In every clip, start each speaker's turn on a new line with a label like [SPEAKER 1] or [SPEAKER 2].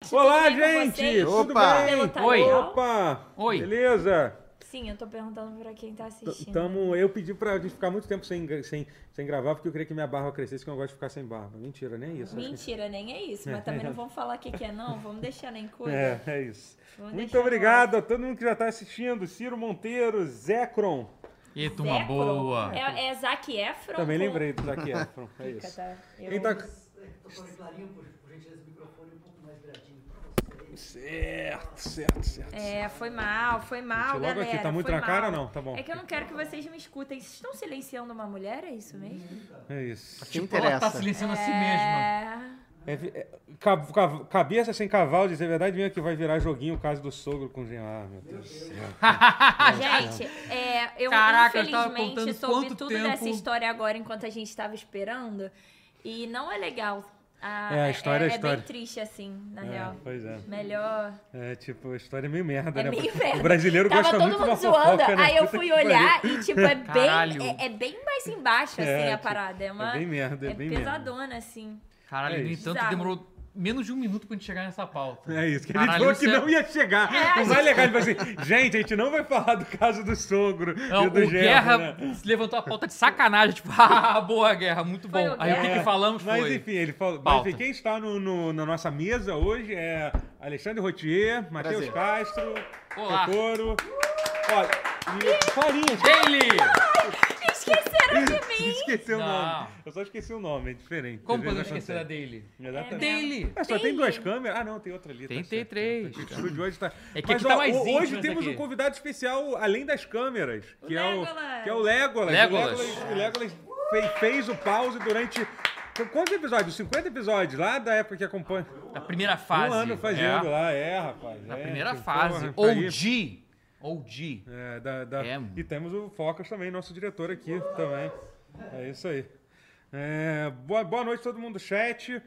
[SPEAKER 1] Tudo
[SPEAKER 2] Olá,
[SPEAKER 1] bem com
[SPEAKER 2] gente!
[SPEAKER 1] vocês?
[SPEAKER 2] Tudo
[SPEAKER 3] Opa!
[SPEAKER 2] bem?
[SPEAKER 1] Pelo tá
[SPEAKER 4] Oi.
[SPEAKER 1] legal?
[SPEAKER 2] Opa!
[SPEAKER 4] Oi.
[SPEAKER 2] Beleza?
[SPEAKER 1] Sim, eu tô perguntando pra quem tá
[SPEAKER 2] T-
[SPEAKER 1] assistindo.
[SPEAKER 2] Tamo, eu pedi pra gente ficar muito tempo sem, gra- sem, sem gravar, porque eu queria que minha barba crescesse, que eu não gosto de ficar sem barba. Mentira, nem isso.
[SPEAKER 1] Mentira, nem é isso. Mas também não vamos falar o que, que é, não. Vamos deixar nem coisa.
[SPEAKER 2] É, é isso.
[SPEAKER 1] Vamos
[SPEAKER 2] muito
[SPEAKER 1] deixar
[SPEAKER 2] obrigado a todo mundo que já tá assistindo. Ciro Monteiro, Zé Cron.
[SPEAKER 4] E turma
[SPEAKER 1] Zécron.
[SPEAKER 4] boa.
[SPEAKER 1] É, é Zac Efron?
[SPEAKER 2] Também
[SPEAKER 1] com-
[SPEAKER 2] lembrei do Zac Efron. É
[SPEAKER 1] Fica,
[SPEAKER 2] isso.
[SPEAKER 1] tá? Eu-
[SPEAKER 2] Quem tá...
[SPEAKER 5] Doutor Clarinho, por, por gentileza, o microfone um pouco mais viradinho pra vocês.
[SPEAKER 2] Certo, certo, certo.
[SPEAKER 1] É, foi mal, foi mal,
[SPEAKER 2] Gente, logo
[SPEAKER 1] galera.
[SPEAKER 2] aqui, tá muito
[SPEAKER 1] foi
[SPEAKER 2] na cara
[SPEAKER 1] mal.
[SPEAKER 2] ou não? Tá bom.
[SPEAKER 1] É que eu não quero que vocês me escutem. Vocês estão silenciando uma mulher, é isso mesmo?
[SPEAKER 2] É isso.
[SPEAKER 3] Quem
[SPEAKER 4] Ela tá
[SPEAKER 3] interessa?
[SPEAKER 4] silenciando a si mesma.
[SPEAKER 1] É...
[SPEAKER 2] É vi- é, ca- ca- cabeça sem cavalo, dizer a verdade mesmo que vai virar joguinho o caso do sogro com o Genlar, meu Deus do céu. É,
[SPEAKER 1] Gente, é, eu
[SPEAKER 4] Caraca, eu tava
[SPEAKER 1] infelizmente
[SPEAKER 4] contando
[SPEAKER 1] soube
[SPEAKER 4] quanto
[SPEAKER 1] tudo
[SPEAKER 4] tempo-
[SPEAKER 1] dessa história agora enquanto a gente estava esperando. E não é legal. Ah,
[SPEAKER 2] É, a história é a
[SPEAKER 1] bem
[SPEAKER 2] história.
[SPEAKER 1] triste, assim, na
[SPEAKER 2] É,
[SPEAKER 1] real.
[SPEAKER 2] pois é.
[SPEAKER 1] Melhor.
[SPEAKER 2] É tipo, a história é meio merda,
[SPEAKER 1] É
[SPEAKER 2] né?
[SPEAKER 1] meio
[SPEAKER 2] Porque
[SPEAKER 1] merda.
[SPEAKER 2] O brasileiro
[SPEAKER 1] Tava
[SPEAKER 2] gosta
[SPEAKER 1] todo
[SPEAKER 2] muito
[SPEAKER 1] mundo
[SPEAKER 2] da
[SPEAKER 1] zoando,
[SPEAKER 2] fofoca, né?
[SPEAKER 1] aí eu
[SPEAKER 2] Puta
[SPEAKER 1] fui
[SPEAKER 2] que pariu.
[SPEAKER 1] olhar e, tipo, é
[SPEAKER 4] Caralho.
[SPEAKER 1] bem, é, é bem mais embaixo, assim,
[SPEAKER 2] É,
[SPEAKER 1] a
[SPEAKER 2] tipo,
[SPEAKER 1] parada. É, uma,
[SPEAKER 2] É bem merda, é,
[SPEAKER 1] é
[SPEAKER 2] bem merda.
[SPEAKER 1] pesadona, assim.
[SPEAKER 4] Caralho,
[SPEAKER 2] É
[SPEAKER 4] no
[SPEAKER 2] isso.
[SPEAKER 4] entanto,
[SPEAKER 1] Bizarro.
[SPEAKER 4] demorou menos de um minuto pra gente chegar nessa pauta.
[SPEAKER 2] É isso, que ele
[SPEAKER 4] Caralho,
[SPEAKER 2] falou que
[SPEAKER 4] isso é-
[SPEAKER 2] não ia chegar. o mais legal,
[SPEAKER 1] é.
[SPEAKER 2] ele falou assim, gente, a gente não vai falar do caso do sogro
[SPEAKER 4] Não,
[SPEAKER 2] e
[SPEAKER 4] É o
[SPEAKER 2] do genro,
[SPEAKER 4] Guerra
[SPEAKER 2] né?
[SPEAKER 4] se levantou a pauta de sacanagem, tipo, ah, boa Guerra, muito
[SPEAKER 1] Foi
[SPEAKER 4] bom.
[SPEAKER 1] o
[SPEAKER 4] Aí o que,
[SPEAKER 1] Guerra.
[SPEAKER 4] que falamos
[SPEAKER 2] É. Mas
[SPEAKER 4] foi.
[SPEAKER 2] enfim, ele falou. Mas,
[SPEAKER 4] Pauta.
[SPEAKER 2] enfim, quem está no, no- na nossa mesa hoje é Alexandre Rotier, Matheus
[SPEAKER 3] Prazer.
[SPEAKER 2] Castro,
[SPEAKER 4] Olá.
[SPEAKER 2] Totoro. Olha, e Farinha,
[SPEAKER 4] Ele!
[SPEAKER 1] Esqueceram de mim!
[SPEAKER 2] esqueceu o
[SPEAKER 4] Não.
[SPEAKER 2] nome. Eu só esqueci o nome, é diferente.
[SPEAKER 4] Como
[SPEAKER 2] Às
[SPEAKER 4] podemos
[SPEAKER 2] vezes
[SPEAKER 4] esquecer da
[SPEAKER 2] acontece.
[SPEAKER 4] dele?
[SPEAKER 2] Exatamente.
[SPEAKER 4] Dele!
[SPEAKER 2] Ah, só tem
[SPEAKER 1] Tem.
[SPEAKER 2] duas câmeras? Ah, não, tem outra ali.
[SPEAKER 4] Tem,
[SPEAKER 2] tá
[SPEAKER 4] tem
[SPEAKER 2] certo.
[SPEAKER 4] três.
[SPEAKER 2] O estúdio hoje tá...
[SPEAKER 4] É que
[SPEAKER 2] Mas,
[SPEAKER 4] aqui tá
[SPEAKER 2] ó,
[SPEAKER 4] mais
[SPEAKER 2] ho- Hoje
[SPEAKER 4] íntimo
[SPEAKER 2] temos
[SPEAKER 4] essa
[SPEAKER 2] um
[SPEAKER 4] aqui.
[SPEAKER 2] convidado especial, além das câmeras, que, é, o,
[SPEAKER 1] Legolas.
[SPEAKER 2] que é o Legolas.
[SPEAKER 4] Legolas.
[SPEAKER 2] O Legolas, o Legolas fe- fez, o pause durante... Quantos episódios? 50 episódios, lá da época que acompanha.
[SPEAKER 4] Da primeira fase.
[SPEAKER 2] Um ano fazendo
[SPEAKER 4] É.
[SPEAKER 2] lá, é, rapaz.
[SPEAKER 4] Na
[SPEAKER 2] é,
[SPEAKER 4] primeira
[SPEAKER 2] que
[SPEAKER 4] fase.
[SPEAKER 2] porra, tá aí.
[SPEAKER 4] OG. OG.
[SPEAKER 2] É, da, da-
[SPEAKER 4] É.
[SPEAKER 2] E temos o Focas também, nosso diretor aqui também. É isso aí. É, boa, boa noite todo mundo do chat.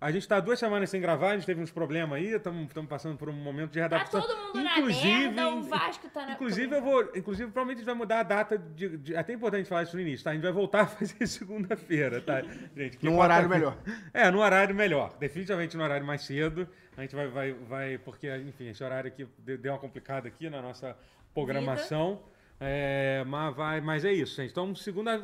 [SPEAKER 2] A gente está duas semanas sem gravar, a gente teve uns problemas aí, estamos passando por um momento de
[SPEAKER 1] Tá
[SPEAKER 2] readaptação.
[SPEAKER 1] todo mundo na merda, o Vasco tá na...
[SPEAKER 2] Inclusive, eu vou. Inclusive, provavelmente a gente vai mudar a data de. de- até é importante falar isso no início, tá? A gente vai voltar a fazer segunda-feira, tá? Gente, porque
[SPEAKER 3] Num
[SPEAKER 2] quarta-
[SPEAKER 3] horário melhor.
[SPEAKER 2] É, num horário melhor. Definitivamente num horário mais cedo. A gente vai, vai, vai porque, enfim, esse horário aqui de- deu uma complicada aqui na nossa programação. É, mas, vai, mas é isso, gente. Então, segunda.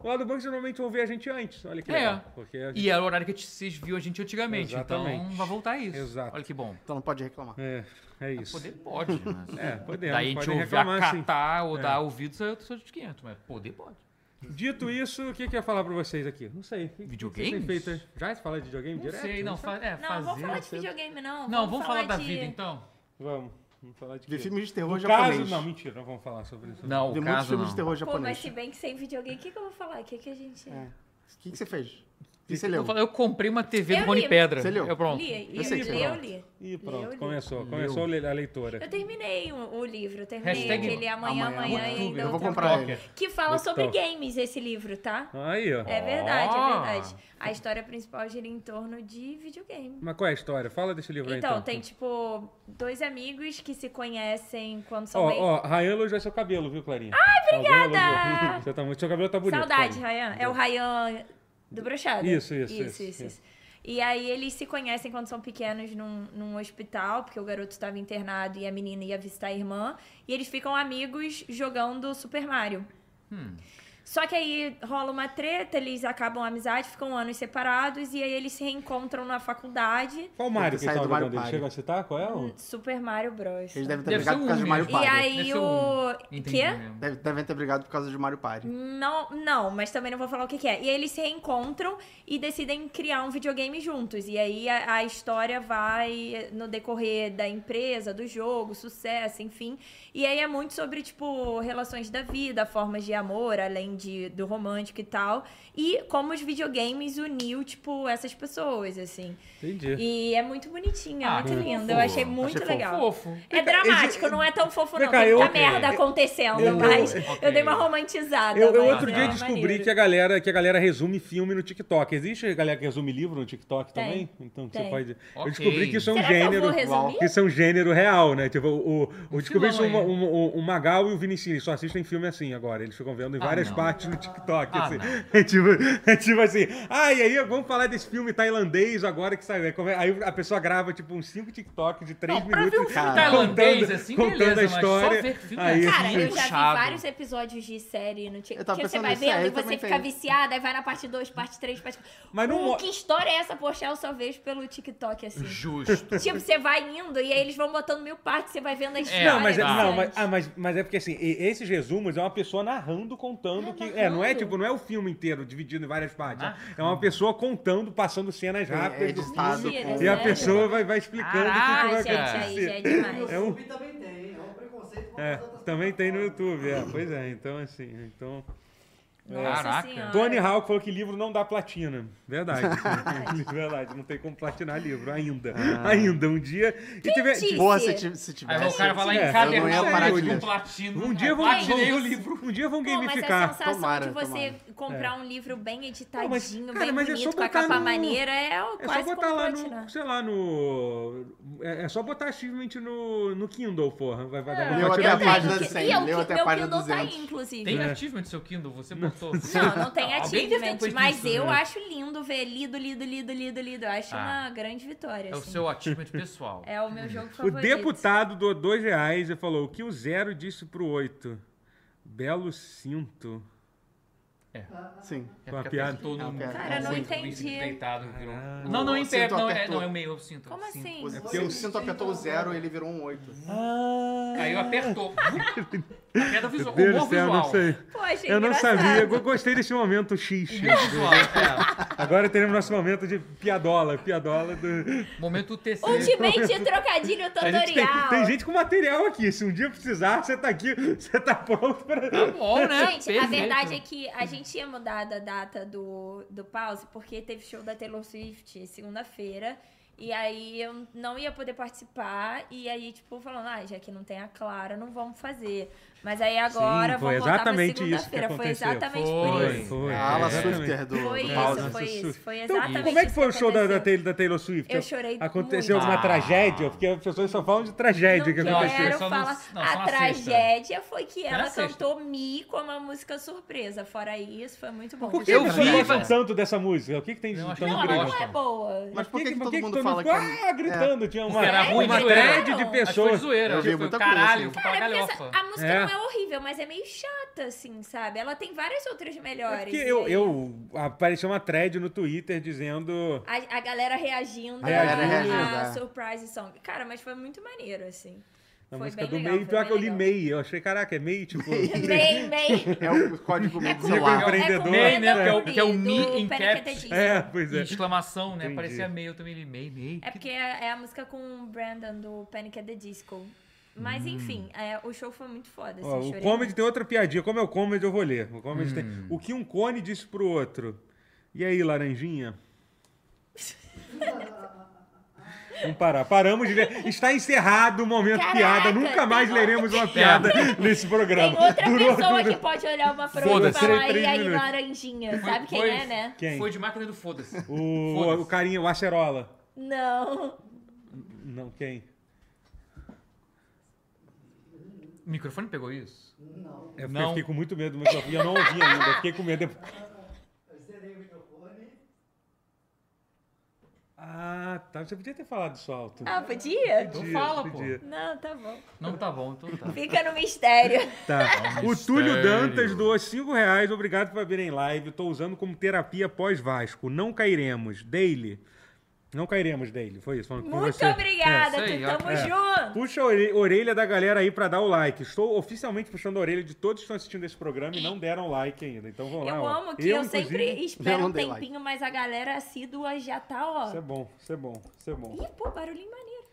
[SPEAKER 2] O lado bom é que vocês normalmente vão ver a gente antes. Olha que
[SPEAKER 4] É.
[SPEAKER 2] legal. Porque a gente-
[SPEAKER 4] E era o horário que vocês viam a gente antigamente.
[SPEAKER 2] Exatamente.
[SPEAKER 4] Então vai voltar isso.
[SPEAKER 2] Exato.
[SPEAKER 4] Olha que bom.
[SPEAKER 3] Então não pode reclamar.
[SPEAKER 2] É, é isso.
[SPEAKER 4] Poder pode, né?
[SPEAKER 2] É, podemos.
[SPEAKER 4] Daí a gente
[SPEAKER 2] podem
[SPEAKER 4] ouvir
[SPEAKER 2] reclamar, sim. É.
[SPEAKER 4] acatar ou dar ouvidos, aí eu sou de 500, mas poder pode.
[SPEAKER 2] Dito isso, o que, que eu ia falar pra vocês aqui? Não sei. O que- o que
[SPEAKER 4] Videogames?
[SPEAKER 2] vocês têm feito aí? Já se fala de videogame
[SPEAKER 4] Não
[SPEAKER 2] direto? né?
[SPEAKER 4] sei, não, fa é,
[SPEAKER 1] Não,
[SPEAKER 4] fazer.
[SPEAKER 1] vamos
[SPEAKER 2] um
[SPEAKER 1] falar de videogame, não.
[SPEAKER 4] Não, vamos falar da
[SPEAKER 1] de-
[SPEAKER 4] vida então.
[SPEAKER 2] Vamos. Vamos falar de
[SPEAKER 3] De
[SPEAKER 2] quê?
[SPEAKER 3] filmes de terror
[SPEAKER 2] No
[SPEAKER 3] japonês.
[SPEAKER 2] caso, não, mentira, não vamos falar sobre isso.
[SPEAKER 4] Não,
[SPEAKER 3] de
[SPEAKER 4] o
[SPEAKER 3] muitos
[SPEAKER 4] caso
[SPEAKER 3] filmes de
[SPEAKER 4] não.
[SPEAKER 3] terror
[SPEAKER 1] Pô, mas
[SPEAKER 3] japonês.
[SPEAKER 1] se bem que sem videogame, o que, que eu vou falar? O que, que a gente...
[SPEAKER 3] É. O que, que você fez? O que você leu?
[SPEAKER 4] Eu falo- Eu comprei uma TV
[SPEAKER 1] Eu
[SPEAKER 4] do Rony
[SPEAKER 1] li.
[SPEAKER 4] Pedra.
[SPEAKER 3] Você leu?
[SPEAKER 4] Eu pronto. É,
[SPEAKER 1] Li, li,
[SPEAKER 3] Eu sei que
[SPEAKER 1] li, eu
[SPEAKER 3] pronto.
[SPEAKER 1] li.
[SPEAKER 2] Ih,
[SPEAKER 1] Eu li.
[SPEAKER 2] pronto, começou.
[SPEAKER 4] Leu.
[SPEAKER 2] Começou a leitura.
[SPEAKER 1] Eu terminei o, o livro, eu terminei
[SPEAKER 4] Hashtag
[SPEAKER 1] aquele Amanhã, Amanhã,
[SPEAKER 3] amanhã.
[SPEAKER 1] ainda.
[SPEAKER 3] Eu vou
[SPEAKER 1] outra
[SPEAKER 3] comprar
[SPEAKER 1] coisa.
[SPEAKER 3] ele.
[SPEAKER 1] Que fala sobre
[SPEAKER 2] Então.
[SPEAKER 1] games esse livro, tá?
[SPEAKER 2] Aí, ó.
[SPEAKER 1] É verdade, é
[SPEAKER 4] Ó.
[SPEAKER 1] verdade. A história principal gira em torno de videogame.
[SPEAKER 2] Mas qual é a história? Fala desse livro aí, então.
[SPEAKER 1] Então, tem tipo dois amigos que se conhecem quando são
[SPEAKER 2] Ó,
[SPEAKER 1] bem.
[SPEAKER 2] ó, Rayan elogiou seu cabelo, viu, Clarinha? Ai,
[SPEAKER 1] obrigada!
[SPEAKER 2] Você tá muito... Seu cabelo tá bonito.
[SPEAKER 1] Saudade,
[SPEAKER 2] Clarinha.
[SPEAKER 1] Ryan. É o Ryan do Brochado.
[SPEAKER 2] Isso, isso, isso, isso.
[SPEAKER 1] Isso, isso, isso. E aí eles se conhecem quando são pequenos num, num hospital, porque o garoto estava internado e a menina ia visitar a irmã. E eles ficam amigos jogando Super Mario.
[SPEAKER 3] Hum.
[SPEAKER 1] Só que aí rola uma treta, eles acabam a amizade, ficam anos separados, e aí eles se reencontram na faculdade.
[SPEAKER 2] Qual Mario que
[SPEAKER 3] Sai
[SPEAKER 2] eles estavam
[SPEAKER 3] do Mario
[SPEAKER 2] jogando? Eles
[SPEAKER 3] Party.
[SPEAKER 2] chegam a citar? Qual é o...
[SPEAKER 1] Super Mario Bros.
[SPEAKER 3] Eles devem ter
[SPEAKER 4] Deve
[SPEAKER 3] brigado
[SPEAKER 4] ser
[SPEAKER 3] por causa
[SPEAKER 4] um
[SPEAKER 3] de Mario
[SPEAKER 4] mesmo.
[SPEAKER 1] E
[SPEAKER 3] Party.
[SPEAKER 1] aí
[SPEAKER 2] é
[SPEAKER 4] Deve ser
[SPEAKER 1] o.
[SPEAKER 4] Entendi
[SPEAKER 1] Quê?
[SPEAKER 4] mesmo.
[SPEAKER 3] Deve- Devem ter brigado por causa de Mario Party.
[SPEAKER 1] Não, não, mas também não vou falar o que, que é. E aí eles se reencontram e decidem criar um videogame juntos. E aí a, a história vai no decorrer da empresa, do jogo, sucesso, enfim. E aí é muito sobre, tipo, relações da vida, formas de amor, além de, do romântico e tal. E como os videogames uniu, tipo, essas pessoas, assim.
[SPEAKER 2] Entendi.
[SPEAKER 1] E é muito bonitinho, é
[SPEAKER 4] Ah,
[SPEAKER 1] muito
[SPEAKER 4] que
[SPEAKER 1] lindo.
[SPEAKER 4] fofo.
[SPEAKER 1] Eu achei muito
[SPEAKER 3] Achei
[SPEAKER 1] legal.
[SPEAKER 4] Fofo.
[SPEAKER 1] É
[SPEAKER 2] Vem cá,
[SPEAKER 1] dramático,
[SPEAKER 2] exi-
[SPEAKER 1] não é tão fofo,
[SPEAKER 2] Vem
[SPEAKER 1] não.
[SPEAKER 2] cá,
[SPEAKER 1] Tem muita
[SPEAKER 2] eu-
[SPEAKER 1] merda acontecendo,
[SPEAKER 2] eu-
[SPEAKER 1] mas
[SPEAKER 4] Ok.
[SPEAKER 1] eu dei uma romantizada.
[SPEAKER 2] Eu, eu
[SPEAKER 1] mas
[SPEAKER 2] outro
[SPEAKER 1] é
[SPEAKER 2] dia descobri
[SPEAKER 1] maneiro.
[SPEAKER 2] que a galera que a galera resume filme no TikTok. Existe a galera que resume livro no TikTok
[SPEAKER 1] Tem.
[SPEAKER 2] também? Então que você
[SPEAKER 1] Tem.
[SPEAKER 2] pode. Eu
[SPEAKER 4] Ok.
[SPEAKER 2] descobri que isso é um
[SPEAKER 1] Será que eu
[SPEAKER 2] gênero.
[SPEAKER 1] vou resumir?
[SPEAKER 2] que são gênero real, né? Tipo, o, o, eu descobri isso,
[SPEAKER 4] filão,
[SPEAKER 2] uma-
[SPEAKER 4] é.
[SPEAKER 2] um- o, o Magal e o Vinicius só assistem filme assim agora. Eles ficam vendo em
[SPEAKER 4] Ah,
[SPEAKER 2] várias
[SPEAKER 4] não.
[SPEAKER 2] debate no TikTok.
[SPEAKER 4] Ah,
[SPEAKER 2] assim.
[SPEAKER 4] não.
[SPEAKER 2] é, tipo, é tipo assim, ah, e aí vamos falar desse filme tailandês agora que saiu. Aí come- Aí a pessoa grava tipo uns 5 TikToks de 3
[SPEAKER 4] Não, pra
[SPEAKER 2] minutos.
[SPEAKER 4] ver um filme
[SPEAKER 2] contando-
[SPEAKER 4] tailandês, assim,
[SPEAKER 2] contando
[SPEAKER 4] beleza,
[SPEAKER 2] a
[SPEAKER 4] mas só
[SPEAKER 2] história.
[SPEAKER 4] ver filme
[SPEAKER 2] aí,
[SPEAKER 4] assim.
[SPEAKER 1] Cara, eu já vi
[SPEAKER 4] Puxado.
[SPEAKER 1] vários episódios de série no
[SPEAKER 3] Eu
[SPEAKER 1] TikTok.
[SPEAKER 3] tava
[SPEAKER 1] Porque você
[SPEAKER 3] pensando
[SPEAKER 1] vai
[SPEAKER 3] nisso, é,
[SPEAKER 1] vendo e
[SPEAKER 3] eu
[SPEAKER 1] você
[SPEAKER 3] também
[SPEAKER 1] fica
[SPEAKER 3] tenho.
[SPEAKER 1] viciada, aí vai na parte 2, parte 3, parte
[SPEAKER 2] Mas não
[SPEAKER 1] Pô,
[SPEAKER 2] mo-
[SPEAKER 1] Que história é essa? Poxa, eu só vejo pelo TikTok, assim.
[SPEAKER 4] Justo.
[SPEAKER 1] tipo, você vai indo e aí eles vão botando mil partes, você vai vendo a história.
[SPEAKER 2] Não, mas, é-
[SPEAKER 4] tá.
[SPEAKER 2] não mas,
[SPEAKER 1] interessante.
[SPEAKER 2] ah, mas, mas é porque assim, e- esses resumos é uma pessoa narrando, contando. que, É, não é
[SPEAKER 1] narrando.
[SPEAKER 2] tipo, não é o filme inteiro dividido em várias partes.
[SPEAKER 1] Ah,
[SPEAKER 2] É uma pessoa contando, passando cenas
[SPEAKER 3] É
[SPEAKER 2] rápidas. do filme,
[SPEAKER 3] editado.
[SPEAKER 1] Mentira,
[SPEAKER 3] com-
[SPEAKER 2] e a
[SPEAKER 1] sério?
[SPEAKER 2] pessoa vai, vai explicando o que
[SPEAKER 1] Ah,
[SPEAKER 2] que, vai
[SPEAKER 1] gente,
[SPEAKER 4] cara.
[SPEAKER 1] aí já é
[SPEAKER 2] acontecer.
[SPEAKER 1] demais.
[SPEAKER 2] É um-
[SPEAKER 5] YouTube também tem, hein? É um preconceito contra
[SPEAKER 2] É,
[SPEAKER 5] as outras
[SPEAKER 2] também tem no
[SPEAKER 5] plataformas.
[SPEAKER 2] YouTube, é. Pois é, então assim, então...
[SPEAKER 1] Nossa
[SPEAKER 4] Caraca.
[SPEAKER 1] Senhora.
[SPEAKER 2] Tony Hawk falou que livro não dá platina. Verdade. né? Verdade, não tem como platinar livro ainda.
[SPEAKER 3] Ah.
[SPEAKER 2] Ainda, um dia... E tiver-
[SPEAKER 1] disse?
[SPEAKER 3] Porra, se, ti- se
[SPEAKER 4] Aí
[SPEAKER 3] tivesse.
[SPEAKER 4] o cara vai lá
[SPEAKER 2] É,
[SPEAKER 4] em
[SPEAKER 2] eu não ia parar
[SPEAKER 4] o
[SPEAKER 2] de
[SPEAKER 4] livro
[SPEAKER 2] ler.
[SPEAKER 4] com tipo platino.
[SPEAKER 2] Um dia
[SPEAKER 4] Ah,
[SPEAKER 2] vão,
[SPEAKER 4] platinei
[SPEAKER 2] vão-
[SPEAKER 4] o livro.
[SPEAKER 2] Um dia vão
[SPEAKER 1] Pô, mas a
[SPEAKER 2] gamificar.
[SPEAKER 1] sensação
[SPEAKER 3] Tomara,
[SPEAKER 1] de você comprar um livro bem editadinho,
[SPEAKER 2] Não, É. mas, cara,
[SPEAKER 1] bem
[SPEAKER 2] mas é só
[SPEAKER 1] bonito, com a
[SPEAKER 2] botar
[SPEAKER 1] capa
[SPEAKER 2] no-
[SPEAKER 1] maneira, é o
[SPEAKER 2] É
[SPEAKER 1] quase
[SPEAKER 2] só botar
[SPEAKER 1] como
[SPEAKER 2] lá
[SPEAKER 1] platinar.
[SPEAKER 2] no, sei lá, no. É, é só botar achievement no, no Kindle, porra. Vai,
[SPEAKER 1] É.
[SPEAKER 2] vai dar uma
[SPEAKER 3] Leu até
[SPEAKER 2] platinada.
[SPEAKER 3] a página
[SPEAKER 1] Que-
[SPEAKER 3] 100,
[SPEAKER 1] e eu,
[SPEAKER 3] leu até a
[SPEAKER 1] meu
[SPEAKER 3] página
[SPEAKER 1] Kindle tá aí,
[SPEAKER 3] 200.
[SPEAKER 1] inclusive.
[SPEAKER 4] Tem achievement no seu Kindle? Você botou.
[SPEAKER 1] Não, não tem
[SPEAKER 4] Alguém deve ter
[SPEAKER 1] achievement,
[SPEAKER 4] feito
[SPEAKER 1] mas
[SPEAKER 4] isso,
[SPEAKER 1] eu
[SPEAKER 4] né?
[SPEAKER 1] acho lindo ver lido, lido, lido, lido, lido. Eu acho
[SPEAKER 4] Ah.
[SPEAKER 1] uma grande vitória.
[SPEAKER 4] É o
[SPEAKER 1] assim.
[SPEAKER 4] seu achievement pessoal.
[SPEAKER 1] É o meu jogo
[SPEAKER 2] O
[SPEAKER 1] favorito.
[SPEAKER 2] deputado doou dois reais e falou: o que o zero disse pro oito? Belo cinto.
[SPEAKER 3] Sim.
[SPEAKER 4] É
[SPEAKER 2] Uma
[SPEAKER 4] porque
[SPEAKER 2] piada. Ah.
[SPEAKER 4] apertou
[SPEAKER 3] É
[SPEAKER 4] no-
[SPEAKER 3] uma piada.
[SPEAKER 1] Cara, eu não
[SPEAKER 4] no- no-
[SPEAKER 1] entendi.
[SPEAKER 4] Deitado, virou. um
[SPEAKER 2] Caralho.
[SPEAKER 4] Não, não
[SPEAKER 3] O
[SPEAKER 4] entendo.
[SPEAKER 3] cinto
[SPEAKER 4] Não, é,
[SPEAKER 3] apertou.
[SPEAKER 4] não, é o meio, eu sinto.
[SPEAKER 1] Como
[SPEAKER 4] Sinto.
[SPEAKER 1] assim?
[SPEAKER 3] O-
[SPEAKER 2] porque eu-
[SPEAKER 3] O cinto apertou o zero, ele virou um oito.
[SPEAKER 4] Caiu, apertou. A queda
[SPEAKER 2] Meu
[SPEAKER 4] visual,
[SPEAKER 2] Deus
[SPEAKER 4] é humor
[SPEAKER 2] do céu, eu
[SPEAKER 4] visual.
[SPEAKER 2] não sei.
[SPEAKER 1] Pô, achei
[SPEAKER 2] Eu não
[SPEAKER 1] engraçado.
[SPEAKER 2] sabia. Eu gostei desse momento X.
[SPEAKER 4] Humor visual, é.
[SPEAKER 2] Agora teremos nosso momento de piadola. Piadola do.
[SPEAKER 4] Momento TC.
[SPEAKER 1] Ultimate trocadilho
[SPEAKER 2] A gente tem,
[SPEAKER 1] tutorial.
[SPEAKER 2] tem gente com material aqui. Se um dia precisar, você tá aqui, você tá pronto pra.
[SPEAKER 4] Tá bom, né?
[SPEAKER 1] Gente, a
[SPEAKER 4] Perfeito.
[SPEAKER 1] verdade é que a gente tinha mudado a data do, do pause porque teve show da Taylor Swift segunda-feira. E aí eu não ia poder participar. E aí, tipo, falando, ah, já que não tem a Clara, não vamos fazer. Mas aí agora
[SPEAKER 2] Sim, foi
[SPEAKER 1] vamos voltar pra
[SPEAKER 2] exatamente isso que
[SPEAKER 1] segunda-feira. Foi
[SPEAKER 2] aconteceu.
[SPEAKER 1] exatamente por
[SPEAKER 4] Foi.
[SPEAKER 1] isso.
[SPEAKER 2] foi.
[SPEAKER 3] A ala
[SPEAKER 2] exatamente.
[SPEAKER 3] Swifter do,
[SPEAKER 1] Foi
[SPEAKER 3] do
[SPEAKER 1] isso,
[SPEAKER 3] House.
[SPEAKER 1] foi isso. Foi
[SPEAKER 2] Então,
[SPEAKER 1] exatamente
[SPEAKER 2] como é que
[SPEAKER 1] isso
[SPEAKER 2] foi o show da, da
[SPEAKER 1] aconteceu.
[SPEAKER 2] Taylor, da Taylor Swift?
[SPEAKER 1] Eu chorei
[SPEAKER 2] Aconteceu
[SPEAKER 1] muito.
[SPEAKER 2] alguma
[SPEAKER 4] Ah.
[SPEAKER 2] tragédia? Porque as pessoas só falam de tragédia que
[SPEAKER 1] não
[SPEAKER 2] aconteceu.
[SPEAKER 1] quero
[SPEAKER 4] Só no-
[SPEAKER 1] falar.
[SPEAKER 4] não, só
[SPEAKER 1] a
[SPEAKER 4] na sexta.
[SPEAKER 1] tragédia foi que ela
[SPEAKER 4] na sexta.
[SPEAKER 1] cantou Mi como a música surpresa. Fora isso, foi muito bom.
[SPEAKER 2] Por que
[SPEAKER 4] Eu
[SPEAKER 2] eles
[SPEAKER 4] vi,
[SPEAKER 2] falam
[SPEAKER 4] velho.
[SPEAKER 2] tanto dessa música? O que, que tem de
[SPEAKER 4] Eu acho
[SPEAKER 2] tão
[SPEAKER 4] que
[SPEAKER 1] Não,
[SPEAKER 4] Não
[SPEAKER 1] ela
[SPEAKER 2] brilhante?
[SPEAKER 1] não é
[SPEAKER 4] gostam.
[SPEAKER 1] boa.
[SPEAKER 3] Mas por que, que todo mundo
[SPEAKER 2] todo
[SPEAKER 3] fala que
[SPEAKER 2] ficou,
[SPEAKER 3] é-
[SPEAKER 2] ah, gritando? Tinha uma,
[SPEAKER 4] Porque era ruim
[SPEAKER 2] uma
[SPEAKER 4] de zoeira.
[SPEAKER 2] thread de
[SPEAKER 4] Acho que foi
[SPEAKER 2] pessoas.
[SPEAKER 4] zoeira.
[SPEAKER 3] Eu vi
[SPEAKER 4] foi
[SPEAKER 3] muita coisa,
[SPEAKER 4] caralho,
[SPEAKER 3] assim.
[SPEAKER 4] foi um pra
[SPEAKER 1] Cara, porque
[SPEAKER 4] galhofa.
[SPEAKER 1] essa- a música
[SPEAKER 2] É.
[SPEAKER 1] não é horrível, mas é meio chata, assim, sabe? Ela tem várias outras melhores.
[SPEAKER 2] É Porque
[SPEAKER 1] e
[SPEAKER 2] eu,
[SPEAKER 1] aí
[SPEAKER 2] eu apareceu uma thread no Twitter dizendo.
[SPEAKER 1] A, a galera reagindo
[SPEAKER 3] A galera
[SPEAKER 1] a-
[SPEAKER 3] reagindo,
[SPEAKER 1] a,
[SPEAKER 3] é.
[SPEAKER 1] Surprise Song. Cara, mas foi muito maneiro, assim.
[SPEAKER 2] A
[SPEAKER 1] foi
[SPEAKER 2] música
[SPEAKER 1] bem
[SPEAKER 2] do
[SPEAKER 1] legal,
[SPEAKER 2] MEI,
[SPEAKER 1] foi
[SPEAKER 2] pior
[SPEAKER 1] bem
[SPEAKER 2] que eu li
[SPEAKER 1] legal.
[SPEAKER 2] MEI. Eu achei, caraca, é MEI, tipo.
[SPEAKER 1] Mei, Mei.
[SPEAKER 3] É o código
[SPEAKER 1] É
[SPEAKER 3] meio do
[SPEAKER 1] com,
[SPEAKER 2] celular.
[SPEAKER 1] é com
[SPEAKER 2] Empreendedor.
[SPEAKER 1] o
[SPEAKER 4] Mei, né?
[SPEAKER 1] Brandon
[SPEAKER 4] Que é o- que é o
[SPEAKER 1] Lee,
[SPEAKER 4] Mi
[SPEAKER 1] do
[SPEAKER 4] em
[SPEAKER 1] Panic!
[SPEAKER 4] caps.
[SPEAKER 1] At the Disco.
[SPEAKER 2] É, pois
[SPEAKER 4] E
[SPEAKER 2] é.
[SPEAKER 4] exclamação, né?
[SPEAKER 2] Entendi.
[SPEAKER 4] Parecia meio, eu também li meio, meio.
[SPEAKER 1] É porque é é a música com o Brandon do Panic! At the Disco. Mas, enfim, é, o show foi muito foda, assim,
[SPEAKER 2] Hum. Ó, o
[SPEAKER 1] chorei
[SPEAKER 2] comedy
[SPEAKER 1] muito.
[SPEAKER 2] tem outra piadinha. Como é o comedy, eu vou ler. O comedy
[SPEAKER 4] Hum.
[SPEAKER 2] tem. O que um cone disse pro outro. E aí, laranjinha? Vamos parar. Paramos de ler. Está encerrado o momento
[SPEAKER 1] Caraca,
[SPEAKER 2] piada. Nunca
[SPEAKER 1] tem
[SPEAKER 2] mais
[SPEAKER 1] outra-
[SPEAKER 2] leremos uma piada nesse programa.
[SPEAKER 1] Tem outra
[SPEAKER 2] Durou
[SPEAKER 1] pessoa
[SPEAKER 2] tudo.
[SPEAKER 1] que pode olhar uma pra outra e
[SPEAKER 4] Foda-se.
[SPEAKER 1] falar,
[SPEAKER 2] Três
[SPEAKER 1] e aí,
[SPEAKER 2] minutos.
[SPEAKER 1] laranjinha?
[SPEAKER 4] Foi-
[SPEAKER 1] Sabe quem
[SPEAKER 4] foi-
[SPEAKER 1] é, né?
[SPEAKER 2] Quem?
[SPEAKER 4] Foi de máquina do foda-se.
[SPEAKER 2] O,
[SPEAKER 4] Foda-se.
[SPEAKER 2] o carinha, o Acerola.
[SPEAKER 1] Não.
[SPEAKER 2] Não, quem?
[SPEAKER 4] O microfone pegou isso?
[SPEAKER 2] É, Eu
[SPEAKER 4] Não.
[SPEAKER 2] fiquei com muito medo do microfone. Eu não ouvi ainda. Eu Fiquei com medo.
[SPEAKER 5] Eu zerei o microfone.
[SPEAKER 2] Ah, tá. Você podia ter falado isso alto.
[SPEAKER 1] Ah, podia?
[SPEAKER 4] Então
[SPEAKER 2] Podia,
[SPEAKER 4] fala, pô.
[SPEAKER 2] podia.
[SPEAKER 1] Não, tá bom.
[SPEAKER 4] Não tá bom, então tá.
[SPEAKER 1] Fica no mistério.
[SPEAKER 2] Tá.
[SPEAKER 4] um
[SPEAKER 2] O Túlio
[SPEAKER 4] mistério.
[SPEAKER 2] Dantas doou 5 reais. Obrigado por virem live. Tô usando como terapia pós-Vasco. Não cairemos. Daily. Não cairemos, Daily. Foi isso. Falando com
[SPEAKER 1] Muito
[SPEAKER 2] você.
[SPEAKER 1] obrigada,
[SPEAKER 4] É, isso aí,
[SPEAKER 1] tu
[SPEAKER 4] ó.
[SPEAKER 1] tamo
[SPEAKER 2] É.
[SPEAKER 1] junto.
[SPEAKER 2] Puxa a ore- orelha da galera aí pra dar o like. Estou oficialmente puxando a orelha de todos que estão assistindo esse programa e não deram like ainda. Então vamos lá.
[SPEAKER 1] Eu
[SPEAKER 2] ó.
[SPEAKER 1] amo que eu, sempre
[SPEAKER 2] inclusive,
[SPEAKER 3] eu
[SPEAKER 1] espero
[SPEAKER 3] não
[SPEAKER 1] um
[SPEAKER 3] dei like.
[SPEAKER 1] tempinho, mas a galera assídua já tá, ó.
[SPEAKER 2] Isso é bom, isso é bom, isso é bom.
[SPEAKER 1] Ih, pô, barulhinho maneiro.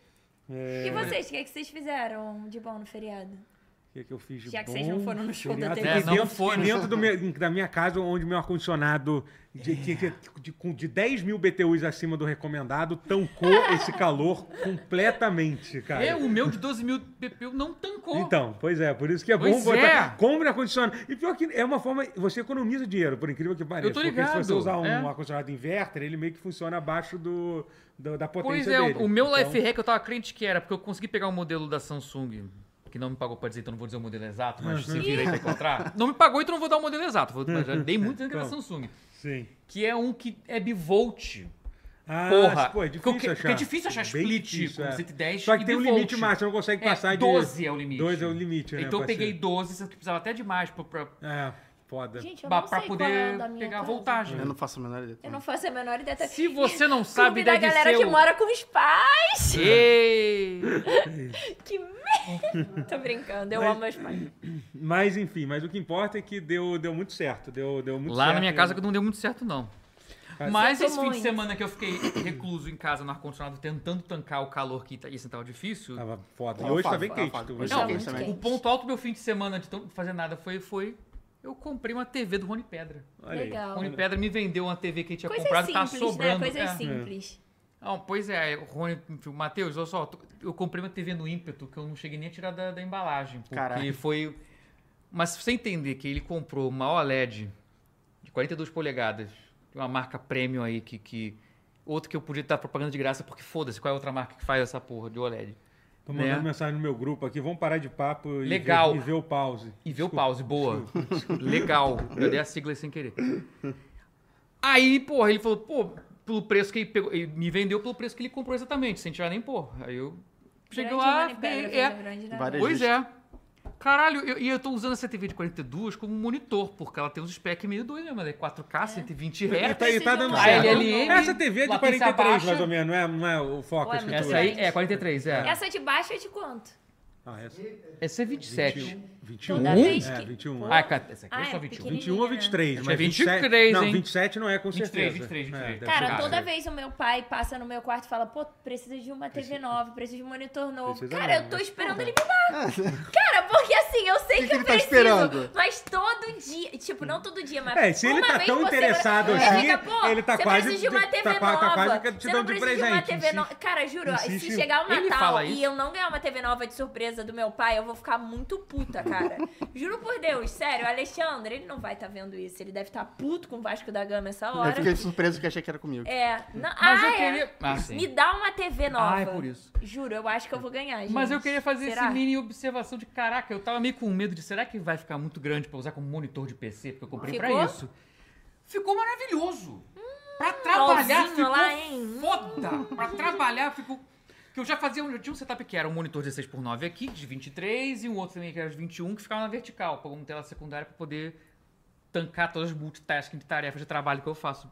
[SPEAKER 2] É,
[SPEAKER 1] E vocês, o que, é que vocês fizeram de bom no feriado?
[SPEAKER 2] O que, que eu fiz de
[SPEAKER 4] é
[SPEAKER 1] Já que
[SPEAKER 2] bom?
[SPEAKER 1] vocês não foram no show
[SPEAKER 2] Feriado-
[SPEAKER 1] da TV.
[SPEAKER 2] É,
[SPEAKER 4] Não
[SPEAKER 2] dentro,
[SPEAKER 4] foi, né?
[SPEAKER 2] dentro do meu- da minha casa, onde meu ar-condicionado de, que- que- de, com- de 10 mil BTUs acima do recomendado tancou esse calor completamente, cara.
[SPEAKER 4] É, o meu de 12 mil BPU não tancou.
[SPEAKER 2] Então, pois é, por isso que é
[SPEAKER 4] Pois
[SPEAKER 2] bom
[SPEAKER 4] é.
[SPEAKER 2] botar. Compre ar-condicionado. E pior que é uma forma. Você economiza dinheiro, por incrível que pareça.
[SPEAKER 4] Eu tô
[SPEAKER 2] Porque se você
[SPEAKER 4] ligado,
[SPEAKER 2] usar um
[SPEAKER 4] é.
[SPEAKER 2] ar-condicionado inverter, ele meio que funciona abaixo do, do- da potência
[SPEAKER 4] Pois é, o-
[SPEAKER 2] dele.
[SPEAKER 4] o meu
[SPEAKER 2] Então-
[SPEAKER 4] life hack eu tava crente que era, porque eu consegui pegar o modelo da Samsung que não me pagou pra dizer, então não vou dizer o modelo exato, mas se virei pra encontrar. Não me pagou, então não vou dar o modelo exato. Vou- mas Já dei muito dizendo que era
[SPEAKER 2] Então.
[SPEAKER 4] Samsung.
[SPEAKER 2] Sim.
[SPEAKER 4] Que é um que é bivolt.
[SPEAKER 2] Ah,
[SPEAKER 4] Porra,
[SPEAKER 2] pô, é
[SPEAKER 4] porque-
[SPEAKER 2] difícil
[SPEAKER 4] porque
[SPEAKER 2] achar.
[SPEAKER 4] é difícil achar tipo,
[SPEAKER 2] Bem
[SPEAKER 4] split
[SPEAKER 2] difícil,
[SPEAKER 4] com
[SPEAKER 2] é.
[SPEAKER 4] 110
[SPEAKER 2] Só que
[SPEAKER 4] e
[SPEAKER 2] tem um
[SPEAKER 4] bivolt.
[SPEAKER 2] limite máximo, não consegue
[SPEAKER 4] É,
[SPEAKER 2] passar de...
[SPEAKER 4] 12 é o limite.
[SPEAKER 2] 12 é o limite, né?
[SPEAKER 4] Então eu
[SPEAKER 2] pra ser-
[SPEAKER 4] peguei 12, sendo que precisava até de mais pra, pra,
[SPEAKER 2] É, foda.
[SPEAKER 6] Gente, eu
[SPEAKER 4] pra,
[SPEAKER 6] não
[SPEAKER 4] pra
[SPEAKER 6] sei
[SPEAKER 4] poder
[SPEAKER 6] qual é o da minha
[SPEAKER 4] pegar a
[SPEAKER 6] casa.
[SPEAKER 4] voltagem.
[SPEAKER 3] Eu não faço a menor ideia.
[SPEAKER 1] Eu não faço a menor ideia. até-
[SPEAKER 4] Se você não
[SPEAKER 1] Clube
[SPEAKER 4] sabe,
[SPEAKER 1] da
[SPEAKER 4] deve
[SPEAKER 1] galera
[SPEAKER 4] ser
[SPEAKER 1] que
[SPEAKER 4] o-
[SPEAKER 1] mora com os pais.
[SPEAKER 4] Ei!
[SPEAKER 1] Que merda. Tô brincando, eu
[SPEAKER 2] Mas-
[SPEAKER 1] amo meus pais.
[SPEAKER 2] Mas enfim, mas o que importa é que deu, deu muito certo. Deu, deu muito
[SPEAKER 4] Lá
[SPEAKER 2] certo,
[SPEAKER 4] na minha
[SPEAKER 2] né?
[SPEAKER 4] casa que não deu muito certo, não.
[SPEAKER 2] Cara,
[SPEAKER 4] Mas
[SPEAKER 1] Sinto
[SPEAKER 4] esse fim de
[SPEAKER 1] muito.
[SPEAKER 4] semana que eu fiquei recluso em casa no ar-condicionado, tentando tancar o calor que tá- ia sentar difícil.
[SPEAKER 2] Tava foda. E
[SPEAKER 3] Tava
[SPEAKER 2] hoje tá
[SPEAKER 3] foda,
[SPEAKER 2] bem
[SPEAKER 3] tava
[SPEAKER 2] quente.
[SPEAKER 3] foda.
[SPEAKER 2] tu.
[SPEAKER 3] Hoje
[SPEAKER 2] Hoje tá
[SPEAKER 4] Não,
[SPEAKER 2] bem-
[SPEAKER 1] muito
[SPEAKER 3] também.
[SPEAKER 4] o
[SPEAKER 1] quente.
[SPEAKER 4] ponto alto do meu fim de semana de não fazer nada foi, foi. Eu comprei uma TV do Rony Pedra.
[SPEAKER 2] Olha aí.
[SPEAKER 1] Legal.
[SPEAKER 4] O Rony Pedra me vendeu uma TV que ele tinha
[SPEAKER 1] Coisas
[SPEAKER 4] comprado e tá
[SPEAKER 1] simples, né?
[SPEAKER 4] sobrando.
[SPEAKER 1] Coisas
[SPEAKER 4] É.
[SPEAKER 1] simples.
[SPEAKER 4] Não, pois é, o Rony, o Matheus, olha só, tu- eu comprei uma TV no ímpeto que eu não cheguei nem a tirar da, da embalagem. Porque
[SPEAKER 3] Caralho.
[SPEAKER 4] foi. Mas se você entender que ele comprou uma OLED de 42 polegadas, de uma marca premium aí, que. que outro que eu podia estar propagando de graça, porque foda-se, qual é a outra marca que faz essa porra de OLED?
[SPEAKER 2] Tô mandando
[SPEAKER 4] Né?
[SPEAKER 2] mensagem no meu grupo aqui. Vamos parar de papo e ver-
[SPEAKER 4] Legal.
[SPEAKER 2] e ver o pause.
[SPEAKER 4] E vê o pause, boa. Legal. Eu dei a sigla sem querer. Aí, porra, ele falou, pô, pelo preço que ele pegou. Ele me vendeu pelo preço que ele comprou exatamente, sem tirar nem porra. Aí eu. Cheguei
[SPEAKER 1] Grande
[SPEAKER 4] lá,
[SPEAKER 1] Rony Pedra,
[SPEAKER 4] dei- é,
[SPEAKER 1] fez um grande
[SPEAKER 3] Várias
[SPEAKER 1] Natal.
[SPEAKER 4] Pois
[SPEAKER 3] justo.
[SPEAKER 4] é. Caralho, eu- e eu, tô usando essa TV de 42 como monitor, porque ela tem uns specs meio doidos mesmo. Ela é 4K, 120
[SPEAKER 2] E
[SPEAKER 4] Hz.
[SPEAKER 2] tá, e tá dando
[SPEAKER 1] Precisa- um
[SPEAKER 2] certo.
[SPEAKER 4] A LLM,
[SPEAKER 2] Essa TV é de
[SPEAKER 4] latência
[SPEAKER 2] 43,
[SPEAKER 4] baixa.
[SPEAKER 2] mais ou menos, não é, não é o foco. a
[SPEAKER 1] Ué,
[SPEAKER 2] escritura.
[SPEAKER 1] mas
[SPEAKER 4] Essa aí é 43, é.
[SPEAKER 1] Essa de baixo é de quanto?
[SPEAKER 2] Ah, essa.
[SPEAKER 4] Essa é 27.
[SPEAKER 2] 21.
[SPEAKER 1] Toda vez
[SPEAKER 2] É,
[SPEAKER 1] que-
[SPEAKER 2] 21.
[SPEAKER 4] Ah, cara, essa aqui
[SPEAKER 1] Ah,
[SPEAKER 4] é
[SPEAKER 1] é
[SPEAKER 4] só 21.
[SPEAKER 1] pequenininha.
[SPEAKER 2] 21 ou 23, mas
[SPEAKER 4] Acho que é
[SPEAKER 2] 27,
[SPEAKER 4] 23,
[SPEAKER 2] não,
[SPEAKER 4] hein?
[SPEAKER 2] 27 não é, com
[SPEAKER 4] 23,
[SPEAKER 2] certeza.
[SPEAKER 4] 23, 23.
[SPEAKER 2] É, deve
[SPEAKER 1] Cara,
[SPEAKER 2] ser
[SPEAKER 1] toda
[SPEAKER 2] isso.
[SPEAKER 1] vez o meu pai passa no meu quarto e fala, pô, precisa de uma TV nova, precisa de um monitor novo.
[SPEAKER 2] Precisa
[SPEAKER 1] cara,
[SPEAKER 2] mesmo,
[SPEAKER 1] eu tô
[SPEAKER 2] né?
[SPEAKER 1] esperando ele me dar. Cara, porque assim, eu sei
[SPEAKER 3] Ah,
[SPEAKER 1] que,
[SPEAKER 3] né? Que que
[SPEAKER 1] eu
[SPEAKER 3] ele tá
[SPEAKER 1] preciso.
[SPEAKER 3] esperando?
[SPEAKER 1] Mas todo dia, tipo, não todo dia, mas
[SPEAKER 2] É, se ele
[SPEAKER 1] uma
[SPEAKER 2] tá
[SPEAKER 1] vez
[SPEAKER 2] tão
[SPEAKER 1] por semana,
[SPEAKER 2] interessado
[SPEAKER 1] ele
[SPEAKER 2] assim,
[SPEAKER 1] fica, pô,
[SPEAKER 2] ele tá
[SPEAKER 1] você
[SPEAKER 2] quase-
[SPEAKER 1] precisa de uma
[SPEAKER 2] tá
[SPEAKER 1] TV
[SPEAKER 2] qua-
[SPEAKER 1] nova.
[SPEAKER 2] tá quase que te
[SPEAKER 1] você não
[SPEAKER 2] dando de
[SPEAKER 1] precisa de uma
[SPEAKER 2] presente,
[SPEAKER 1] TV nova.
[SPEAKER 2] insiste.
[SPEAKER 1] Cara, juro,
[SPEAKER 2] Insiste.
[SPEAKER 1] se chegar o
[SPEAKER 4] Ele fala
[SPEAKER 1] Natal
[SPEAKER 4] isso.
[SPEAKER 1] e eu não ganhar uma TV nova de surpresa do meu pai, eu vou ficar muito puta, cara. juro por Deus, sério, o Alexandre, ele não vai tá vendo isso. Ele deve tá puto com o Vasco da Gama essa hora.
[SPEAKER 3] Eu fiquei surpreso que achei que era comigo.
[SPEAKER 1] É. Não,
[SPEAKER 4] Mas
[SPEAKER 1] ah,
[SPEAKER 4] eu
[SPEAKER 1] é.
[SPEAKER 4] queria. Ah, sim.
[SPEAKER 1] Me dá uma TV nova.
[SPEAKER 4] Ah, é por isso.
[SPEAKER 1] Juro, eu acho que eu vou ganhar, gente.
[SPEAKER 4] Mas eu queria fazer
[SPEAKER 1] Será?
[SPEAKER 4] esse mini observação de caraca, eu tava meio com medo de será que vai ficar muito grande pra usar como monitor de PC, porque eu comprei pra
[SPEAKER 1] Ficou?
[SPEAKER 4] isso. Ficou maravilhoso. Pra trabalhar
[SPEAKER 1] LOLzinho
[SPEAKER 4] ficou
[SPEAKER 1] Hum, lá, hein? Hum.
[SPEAKER 4] foda. Pra trabalhar ficou que eu já fazia, um- eu tinha um setup que era um monitor 16 por 9 aqui, de 23, e um outro também que era de 21, que ficava na vertical, como tela secundária pra poder tancar todas as multitasking de tarefas de trabalho que eu faço.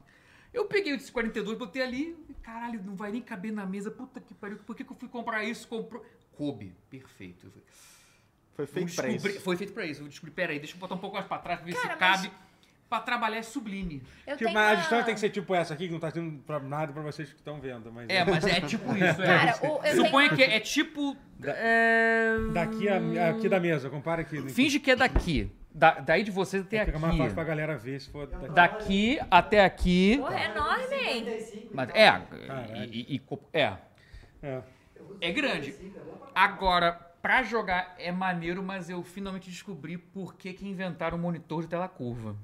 [SPEAKER 4] Eu peguei o de 42, botei ali, e, caralho, não vai nem caber na mesa, puta que pariu, por que, que eu fui comprar isso? Comprou. Kobe, perfeito. Eu falei,
[SPEAKER 3] Foi
[SPEAKER 4] eu
[SPEAKER 3] feito pra isso.
[SPEAKER 4] descobri- Foi feito pra isso. Eu descobri, peraí, deixa eu botar um pouco mais pra trás pra ver
[SPEAKER 1] Cara, mas-
[SPEAKER 4] se cabe. Pra trabalhar é sublime.
[SPEAKER 1] Eu
[SPEAKER 2] Tipo,
[SPEAKER 1] tenho
[SPEAKER 2] mas a
[SPEAKER 1] uma-
[SPEAKER 2] história tem que ser tipo essa aqui, que não tá sendo pra nada pra vocês que estão vendo. Mas
[SPEAKER 4] É, mas é tipo isso.
[SPEAKER 1] Cara,
[SPEAKER 4] É.
[SPEAKER 1] o- eu
[SPEAKER 4] Suponha
[SPEAKER 1] tenho
[SPEAKER 4] que é tipo. é,
[SPEAKER 2] Daqui a, aqui da mesa, compara aqui. né?
[SPEAKER 4] Finge que é daqui. Da- daí de vocês até aqui.
[SPEAKER 2] Fica mais fácil pra galera ver se for daqui.
[SPEAKER 4] Daqui até aqui.
[SPEAKER 1] Porra, é enorme, hein?
[SPEAKER 5] 35,
[SPEAKER 4] Mas é.
[SPEAKER 2] Caralho.
[SPEAKER 4] E, e- e co- é.
[SPEAKER 2] É.
[SPEAKER 4] É grande. Agora, pra jogar é maneiro, mas eu finalmente descobri por que, que inventaram o monitor de tela curva.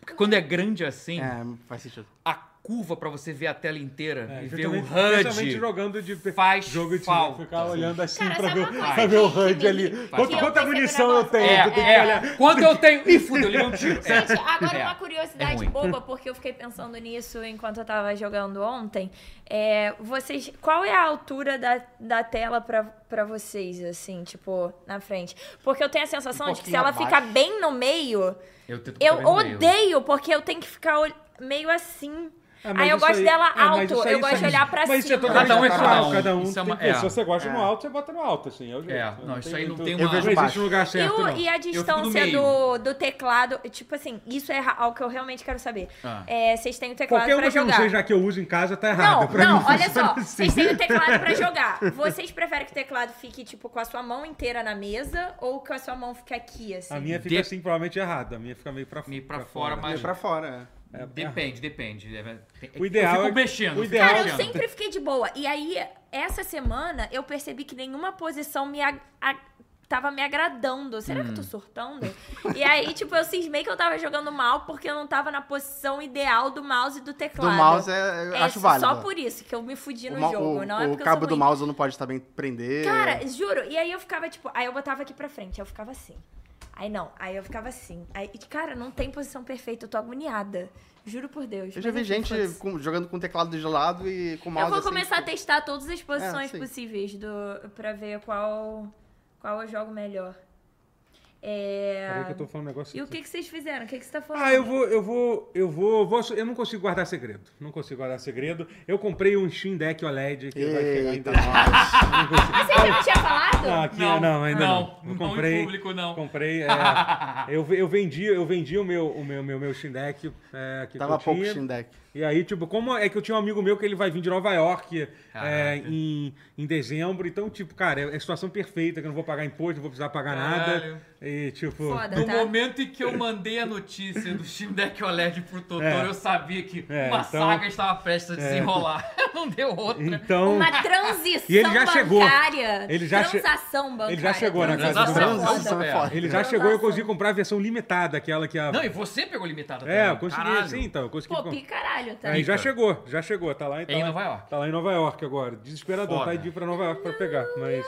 [SPEAKER 4] Porque quando é grande assim,
[SPEAKER 3] É, faz sentido.
[SPEAKER 4] a curva pra você ver a tela inteira
[SPEAKER 2] É,
[SPEAKER 4] e ver o
[SPEAKER 2] especialmente
[SPEAKER 4] HUD.
[SPEAKER 2] jogando de
[SPEAKER 4] faz
[SPEAKER 2] jogo de
[SPEAKER 4] falta.
[SPEAKER 2] ficar olhando assim
[SPEAKER 1] Cara,
[SPEAKER 2] pra,
[SPEAKER 1] sabe
[SPEAKER 2] ver,
[SPEAKER 1] uma coisa
[SPEAKER 2] pra ver o
[SPEAKER 1] que-
[SPEAKER 2] HUD
[SPEAKER 1] que-
[SPEAKER 2] ali.
[SPEAKER 1] que
[SPEAKER 2] Quanto-
[SPEAKER 1] eu
[SPEAKER 2] quanta
[SPEAKER 1] percebi no
[SPEAKER 2] munição eu
[SPEAKER 1] negócio?
[SPEAKER 2] tenho?
[SPEAKER 4] É,
[SPEAKER 2] Tu tem que
[SPEAKER 4] é.
[SPEAKER 2] olhar.
[SPEAKER 4] Quando eu tenho. Ih, fudeu, levei um tiro. É.
[SPEAKER 1] Gente, agora
[SPEAKER 4] É.
[SPEAKER 1] uma
[SPEAKER 4] É
[SPEAKER 1] curiosidade
[SPEAKER 4] ruim.
[SPEAKER 1] boba, porque eu fiquei pensando nisso enquanto eu tava jogando ontem. É, vocês, qual é a altura da, da tela pra, pra vocês, assim, tipo, na frente? Porque eu tenho a sensação
[SPEAKER 3] Um
[SPEAKER 1] de que se
[SPEAKER 3] pouquinho
[SPEAKER 1] ela
[SPEAKER 3] abaixo.
[SPEAKER 1] ficar bem no meio,
[SPEAKER 4] é Eu, tento
[SPEAKER 1] eu
[SPEAKER 4] botar bem no meio.
[SPEAKER 1] odeio, porque eu tenho que ficar ol- meio assim.
[SPEAKER 2] Ah, mas
[SPEAKER 1] aí eu
[SPEAKER 2] isso
[SPEAKER 1] gosto dela
[SPEAKER 2] ah, mas
[SPEAKER 1] alto,
[SPEAKER 2] isso aí-
[SPEAKER 1] eu
[SPEAKER 2] isso
[SPEAKER 1] gosto de
[SPEAKER 2] aí-
[SPEAKER 1] olhar pra
[SPEAKER 2] mas isso é
[SPEAKER 1] cima.
[SPEAKER 2] totalmente
[SPEAKER 4] Cada um é cada
[SPEAKER 2] natural,
[SPEAKER 4] um.
[SPEAKER 2] Cada um
[SPEAKER 4] Isso é
[SPEAKER 2] tem
[SPEAKER 4] uma-
[SPEAKER 2] pessoa,
[SPEAKER 4] é.
[SPEAKER 2] você gosta no
[SPEAKER 3] É.
[SPEAKER 2] alto, você bota no alto, assim. É, o jeito.
[SPEAKER 4] É, não, isso aí não tem
[SPEAKER 2] muito-
[SPEAKER 4] uma-
[SPEAKER 3] Eu vejo
[SPEAKER 2] Não existe
[SPEAKER 3] baixo.
[SPEAKER 2] um lugar
[SPEAKER 1] E,
[SPEAKER 2] certo,
[SPEAKER 1] o-
[SPEAKER 2] não.
[SPEAKER 1] e a
[SPEAKER 4] fico no
[SPEAKER 1] distância
[SPEAKER 4] meio.
[SPEAKER 1] do, do teclado, tipo assim, isso é ra- algo que eu realmente quero saber.
[SPEAKER 4] Ah.
[SPEAKER 1] É, vocês têm o teclado
[SPEAKER 2] Qualquer um
[SPEAKER 1] pra
[SPEAKER 2] uma que eu não
[SPEAKER 1] jogar.
[SPEAKER 2] seja a que eu uso em casa tá errada.
[SPEAKER 1] não,
[SPEAKER 2] Pra mim
[SPEAKER 1] não, olha
[SPEAKER 2] funciona
[SPEAKER 1] só.
[SPEAKER 2] assim.
[SPEAKER 1] Vocês têm o teclado pra jogar. Vocês preferem que o teclado fique, tipo, com a sua mão inteira na mesa ou que a sua mão fique aqui, assim?
[SPEAKER 2] A minha fica
[SPEAKER 4] De-
[SPEAKER 2] assim, provavelmente errada. A minha fica meio pra,
[SPEAKER 4] Meio pra fora, mas-
[SPEAKER 3] É pra fora, é.
[SPEAKER 4] Depende, depende. É, tem-
[SPEAKER 2] O ideal
[SPEAKER 4] eu
[SPEAKER 2] é-
[SPEAKER 4] fico mexendo.
[SPEAKER 2] o
[SPEAKER 4] eu fico
[SPEAKER 2] ideal-
[SPEAKER 1] Cara, eu
[SPEAKER 4] mexendo.
[SPEAKER 1] sempre fiquei de boa. E aí, essa semana, eu percebi que nenhuma posição me. a- a- tava me agradando. Será
[SPEAKER 3] Hum.
[SPEAKER 1] que eu tô surtando? e aí, tipo, eu cismei que eu tava jogando mal porque eu não tava na posição ideal do mouse e do teclado.
[SPEAKER 3] mouse é- eu acho válido.
[SPEAKER 1] Só por isso que eu me fudi no
[SPEAKER 3] ma-
[SPEAKER 1] jogo, não é
[SPEAKER 3] o
[SPEAKER 1] porque eu
[SPEAKER 3] cabo
[SPEAKER 1] sou
[SPEAKER 3] do
[SPEAKER 1] ruim.
[SPEAKER 3] mouse é não pode também prender.
[SPEAKER 1] Cara, juro. E aí eu ficava, tipo, aí eu botava aqui pra frente, aí eu ficava assim. Aí não, aí eu ficava assim. Aí, e, cara, não tem posição perfeita, eu tô agoniada. Juro por Deus.
[SPEAKER 3] eu já
[SPEAKER 1] Mas
[SPEAKER 3] vi
[SPEAKER 1] enfim,
[SPEAKER 3] gente
[SPEAKER 1] foda-se.
[SPEAKER 3] com- jogando com o teclado de lado e com o mouse
[SPEAKER 1] Eu vou
[SPEAKER 3] assim,
[SPEAKER 1] começar a
[SPEAKER 3] tipo, Ah,
[SPEAKER 1] testar todas as posições
[SPEAKER 3] sim.
[SPEAKER 1] possíveis do, pra ver qual, qual eu jogo melhor. É,
[SPEAKER 2] Peraí que eu tô falando um negócio
[SPEAKER 1] E o
[SPEAKER 2] aqui.
[SPEAKER 1] que, que vocês fizeram? O que, que você tá falando?
[SPEAKER 2] Ah, eu vou, eu vou, eu vou, vou- eu não consigo guardar segredo. Não consigo guardar segredo. Eu comprei um Steam Deck OLED que vai chegar ainda.
[SPEAKER 3] Eita,
[SPEAKER 2] Não
[SPEAKER 3] nossa.
[SPEAKER 2] consigo.
[SPEAKER 1] Ah, Você já não tinha falado?
[SPEAKER 2] Ah, aqui, não, não, ainda não.
[SPEAKER 4] Não,
[SPEAKER 2] Eu
[SPEAKER 4] não em
[SPEAKER 2] comprei,
[SPEAKER 4] público, não.
[SPEAKER 2] Comprei, é,
[SPEAKER 4] Ah.
[SPEAKER 2] eu, ve- eu vendi, eu vendi o meu, o meu, meu, meu Steam Deck é, que
[SPEAKER 3] Tava
[SPEAKER 2] eu tinha.
[SPEAKER 3] pouco Steam Deck.
[SPEAKER 2] E aí, tipo, como é que eu tinha um amigo meu que ele vai vir de Nova York é,
[SPEAKER 4] Caraca.
[SPEAKER 2] em, em dezembro, então, tipo, cara, é, é situação perfeita, que eu não vou pagar imposto, não vou precisar pagar
[SPEAKER 4] Caralho.
[SPEAKER 2] nada. E, tipo,
[SPEAKER 1] Foda,
[SPEAKER 4] No
[SPEAKER 1] tá?
[SPEAKER 4] momento em que eu mandei a notícia do Steam Deck OLED pro Totoro,
[SPEAKER 2] É.
[SPEAKER 4] eu sabia que
[SPEAKER 2] É,
[SPEAKER 4] uma
[SPEAKER 2] então- É.
[SPEAKER 4] saga estava prestes a desenrolar. Não deu outra.
[SPEAKER 2] então.
[SPEAKER 1] Uma transição
[SPEAKER 2] E ele já chegou.
[SPEAKER 1] bancária.
[SPEAKER 2] Ele já che-
[SPEAKER 1] transação bancária.
[SPEAKER 2] Ele já chegou na casa do
[SPEAKER 4] Transação.
[SPEAKER 2] Brasil.
[SPEAKER 3] Transição é
[SPEAKER 4] é.
[SPEAKER 3] foda.
[SPEAKER 2] Ele já chegou e eu consegui comprar a versão limitada, aquela que a.
[SPEAKER 4] Não, e você pegou limitada
[SPEAKER 2] é,
[SPEAKER 4] também.
[SPEAKER 2] eu consegui,
[SPEAKER 4] Caralho.
[SPEAKER 2] sim, então. Eu consegui.
[SPEAKER 1] Pô,
[SPEAKER 2] com-
[SPEAKER 1] pi caralho, tá?
[SPEAKER 2] Aí já
[SPEAKER 4] Pica.
[SPEAKER 2] chegou, já chegou. Tá lá, tá
[SPEAKER 4] Em
[SPEAKER 2] lá-
[SPEAKER 4] Nova York.
[SPEAKER 2] Tá lá em Nova York agora. Desesperador,
[SPEAKER 4] Foda.
[SPEAKER 2] tá indo pra Nova York pra pegar. Mas.